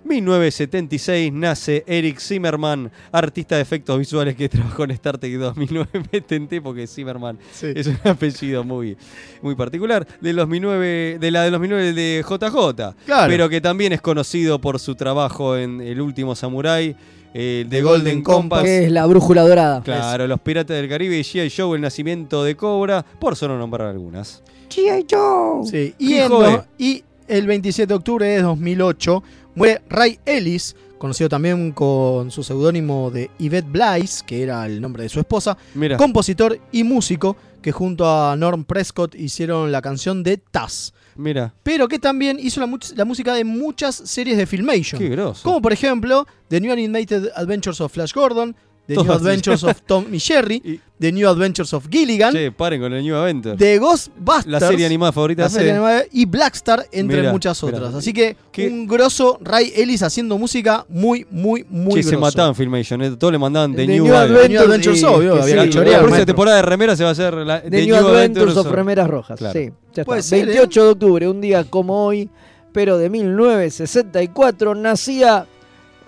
Speaker 2: 1976 nace Eric Zimmerman, artista de efectos visuales que trabajó en Star Trek 2009. Me tenté porque Zimmerman
Speaker 4: Sí.
Speaker 2: es un apellido muy, muy particular. De, los 2009 de la de los 2009 de JJ.
Speaker 4: Claro.
Speaker 2: Pero que también es conocido por su trabajo en El último Samurai, el de
Speaker 4: The
Speaker 2: Golden
Speaker 4: Golden
Speaker 2: Compass.
Speaker 3: Que es la brújula dorada.
Speaker 2: Claro, Los Piratas del Caribe y G.I. Joe, El Nacimiento de Cobra, por solo nombrar algunas.
Speaker 3: G.I. Joe.
Speaker 4: Sí, y,
Speaker 2: Hijo
Speaker 4: en
Speaker 2: de-
Speaker 4: do- y el 27 de octubre de 2008 muere Ray Ellis, conocido también con su seudónimo de Yvette Blyce, que era el nombre de su esposa,
Speaker 2: Mira.
Speaker 4: compositor y músico que junto a Norm Prescott hicieron la canción de Taz.
Speaker 2: Mira,
Speaker 4: Pero que también hizo la, mu- la música de muchas series de Filmation.
Speaker 2: qué groso.
Speaker 4: Como por ejemplo The New Animated Adventures of Flash Gordon, The New
Speaker 2: Todas.
Speaker 4: Adventures of Tom y Jerry, The New Adventures of Gilligan,
Speaker 2: Che, paren con el New Adventure.
Speaker 4: The Ghostbusters.
Speaker 2: La serie animada favorita
Speaker 4: la
Speaker 2: de
Speaker 4: serie
Speaker 2: Fede.
Speaker 4: animada y Blackstar, entre
Speaker 2: Mirá,
Speaker 4: muchas
Speaker 2: mirá.
Speaker 4: otras. Así que
Speaker 2: Que-
Speaker 4: un grosso Ray Ellis haciendo música muy, muy, muy
Speaker 2: Che,
Speaker 4: grosso.
Speaker 2: se mataban Filmation, eh, todos le mandaban The,
Speaker 3: The
Speaker 2: New,
Speaker 3: New
Speaker 2: Adventure.
Speaker 4: New Adventure
Speaker 3: Sí,
Speaker 4: Show, obvio,
Speaker 3: que
Speaker 4: había
Speaker 3: sí,
Speaker 4: que
Speaker 2: La
Speaker 4: chorear,
Speaker 2: próxima
Speaker 4: maestro.
Speaker 2: temporada de remera se va a hacer la,
Speaker 3: The, New, Adventures of Remeras Rojas.
Speaker 2: Claro.
Speaker 3: Sí, ya
Speaker 4: Puede
Speaker 3: está.
Speaker 4: ser, ¿eh?
Speaker 3: 28 de octubre, un día como hoy, pero de 1964, nacía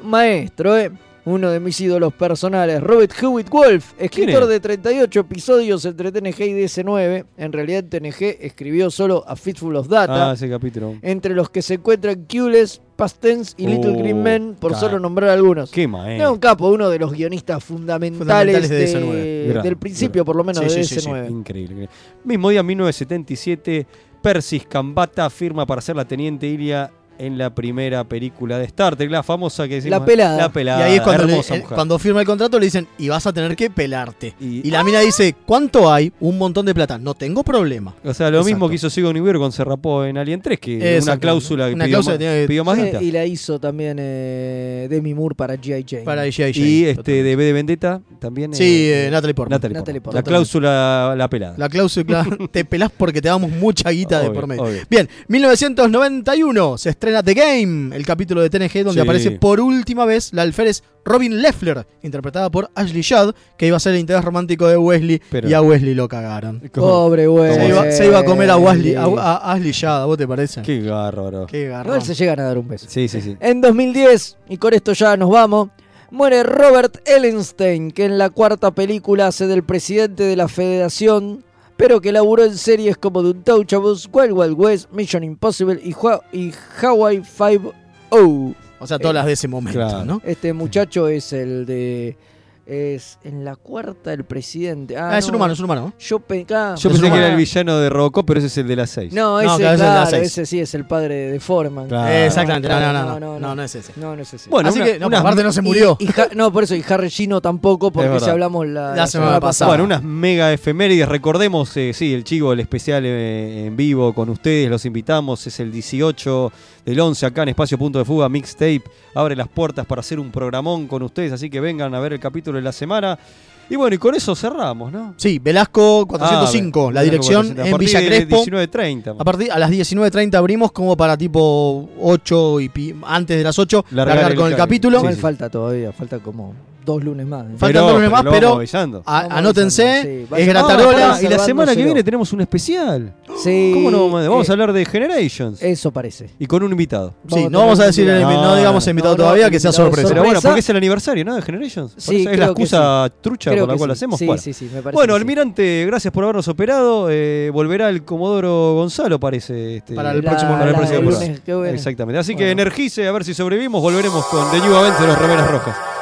Speaker 3: maestro, ¿eh? Uno de mis ídolos personales, Robert Hewitt Wolf, escritor
Speaker 2: es?
Speaker 3: de 38 episodios entre TNG y DS9. En realidad, TNG escribió solo A Fistful of Data,
Speaker 2: Ah, ese capítulo.
Speaker 3: entre los que se encuentran Cules, Past Tense y Little
Speaker 2: Oh,
Speaker 3: Green Men, por
Speaker 2: ca-
Speaker 3: solo nombrar algunos.
Speaker 2: Qué maestro.
Speaker 3: Era un capo, uno de los guionistas fundamentales,
Speaker 4: Fundamentales de
Speaker 3: de-
Speaker 4: DS9.
Speaker 2: Gran,
Speaker 3: del principio, por lo menos,
Speaker 4: Sí,
Speaker 3: de
Speaker 4: sí, sí, sí.
Speaker 3: DS9.
Speaker 2: Increíble, increíble. Mismo día, 1977, Persis Cambata firma para ser la teniente Ilia en la primera película de Star Trek, la famosa que decimos.
Speaker 3: La pelada.
Speaker 2: La pelada.
Speaker 4: y ahí es cuando, le-
Speaker 2: hermosa
Speaker 4: eh,
Speaker 2: mujer.
Speaker 4: cuando firma el contrato le dicen, y vas a tener que pelarte.
Speaker 2: Y-
Speaker 4: Y la mina dice, ¿cuánto hay? Un montón de plata. No tengo problema.
Speaker 2: o sea, lo mismo
Speaker 4: Exacto.
Speaker 2: que hizo Sigourney Weaver con se rapó en Alien 3, que una
Speaker 4: Exacto.
Speaker 2: cláusula que
Speaker 4: Una
Speaker 2: pidió,
Speaker 4: cláusula
Speaker 2: ma-
Speaker 4: que tenía que-
Speaker 2: pidió más
Speaker 3: Sí,
Speaker 2: guita.
Speaker 3: y la hizo también eh, Demi Moore para G.I. Jane.
Speaker 4: Para G.I. Jane.
Speaker 2: Y este de B de Vendetta también.
Speaker 4: Sí,
Speaker 2: eh,
Speaker 4: eh, Natalie Portman.
Speaker 2: Natalie
Speaker 3: Natalie
Speaker 2: Portman. La
Speaker 3: Portman.
Speaker 2: cláusula la pelada.
Speaker 4: La cláusula, te pelás porque te damos mucha guita de
Speaker 2: Obvio,
Speaker 4: por medio.
Speaker 2: obvio.
Speaker 4: Bien, 1991 se estrena The Game, el capítulo de TNG donde
Speaker 2: Sí.
Speaker 4: aparece por última vez la alférez Robin Leffler, interpretada por Ashley Judd, que iba a ser el interés romántico de Wesley
Speaker 2: Pero-
Speaker 4: y a Wesley lo cagaron.
Speaker 3: Pobre güey.
Speaker 4: Se iba, se iba a comer a Wesley, a, a Ashley Judd, ¿a vos te parece?
Speaker 2: Qué bárbaro.
Speaker 4: Qué garrón.
Speaker 3: Igual se llegan a dar un beso.
Speaker 2: Sí, sí, sí.
Speaker 3: En 2010, y con esto ya nos vamos, muere Robert Ellenstein, que en la cuarta película hace del presidente de la federación, pero que laburó en series como The Untouchables, Wild Wild West, Mission Impossible y, Hua- y Hawaii 5-0.
Speaker 4: O sea, todas las de ese momento,
Speaker 2: Claro.
Speaker 4: ¿no?
Speaker 3: Este muchacho es el de... Es en la cuarta el presidente. Ah,
Speaker 4: Ah, es un
Speaker 3: no.
Speaker 4: humano, es un humano.
Speaker 3: Yo, pe- claro.
Speaker 2: Yo
Speaker 4: Es
Speaker 2: pensé
Speaker 4: un
Speaker 2: que era el
Speaker 3: humano.
Speaker 2: villano de Robocop, pero ese es el de las 6.
Speaker 3: No, ese,
Speaker 4: No, claro, ese es de la
Speaker 3: claro,
Speaker 4: seis.
Speaker 3: ese sí es el padre de Foreman.
Speaker 2: Claro.
Speaker 4: Eh, Exactamente, no, no,
Speaker 3: claro,
Speaker 4: no, no, no, no, es ese.
Speaker 3: No, no es ese.
Speaker 2: Ah, Bueno,
Speaker 4: Este, Así
Speaker 2: una-
Speaker 4: que, no,
Speaker 2: una-
Speaker 4: aparte no se murió.
Speaker 3: Y, y Ja- no, por eso, y Harry Gino tampoco, porque
Speaker 2: verdad.
Speaker 3: si hablamos la,
Speaker 4: La semana pasada.
Speaker 2: Bueno, unas mega efemérides. Recordemos, eh, sí, el chivo, el especial eh, en vivo con ustedes, los invitamos. Es el 18 del 11 acá en Espacio Punto de Fuga, Mixtape. Abre las puertas para hacer un programón con ustedes, así que vengan a ver el capítulo de la semana. Y bueno, y con eso cerramos, ¿no?
Speaker 4: Sí, Velasco 405,
Speaker 2: Ah,
Speaker 4: la
Speaker 2: Velasco
Speaker 4: dirección
Speaker 2: 400. A
Speaker 4: en
Speaker 2: partir
Speaker 4: Villa
Speaker 2: de
Speaker 4: Crespo.
Speaker 2: 19:30,
Speaker 4: A partir a las 19.30 abrimos como para tipo 8 y pi- antes de las 8
Speaker 2: Largar
Speaker 4: largar,
Speaker 2: el
Speaker 4: con el,
Speaker 2: ca-
Speaker 4: capítulo.
Speaker 2: sí,
Speaker 3: Igual
Speaker 2: sí.
Speaker 3: falta todavía, falta como dos lunes más. ¿eh?
Speaker 4: Faltan dos lunes más,
Speaker 2: lo vamos
Speaker 4: pero
Speaker 2: avisando.
Speaker 4: a-
Speaker 3: Vamos
Speaker 4: anótense,
Speaker 3: avisando, sí. Vayan-
Speaker 4: es
Speaker 2: Ah,
Speaker 4: gratarola.
Speaker 2: pará, y la semana que viene tenemos un especial.
Speaker 3: Sí.
Speaker 2: ¿Cómo no vamos a- Vamos a
Speaker 3: Eh,
Speaker 2: hablar de Generations.
Speaker 4: eh,
Speaker 3: Eso parece.
Speaker 2: Y con un invitado.
Speaker 4: Sí, no vamos a decir, el- no, digamos invitado todavía, que sea sorpresa.
Speaker 2: Pero bueno, porque es el aniversario, ¿no? De Generations. Por
Speaker 3: Sí,
Speaker 2: eso es la
Speaker 3: creo que
Speaker 2: excusa
Speaker 3: sí.
Speaker 2: trucha
Speaker 3: Creo
Speaker 2: por la
Speaker 3: que
Speaker 2: cual
Speaker 3: sí.
Speaker 2: hacemos.
Speaker 3: Sí,
Speaker 2: Bueno.
Speaker 3: sí, sí, me parece
Speaker 2: bueno,
Speaker 3: que sí.
Speaker 2: Almirante, gracias por habernos operado. Eh, volverá el Comodoro Gonzalo, parece. este,
Speaker 4: Para el La- próximo
Speaker 2: para el
Speaker 4: la
Speaker 2: próximo
Speaker 4: del
Speaker 2: programa.
Speaker 4: lunes, qué bueno.
Speaker 2: Exactamente. Así que energice, a ver si sobrevivimos. Volveremos con The New Avengers, los remeras rojas.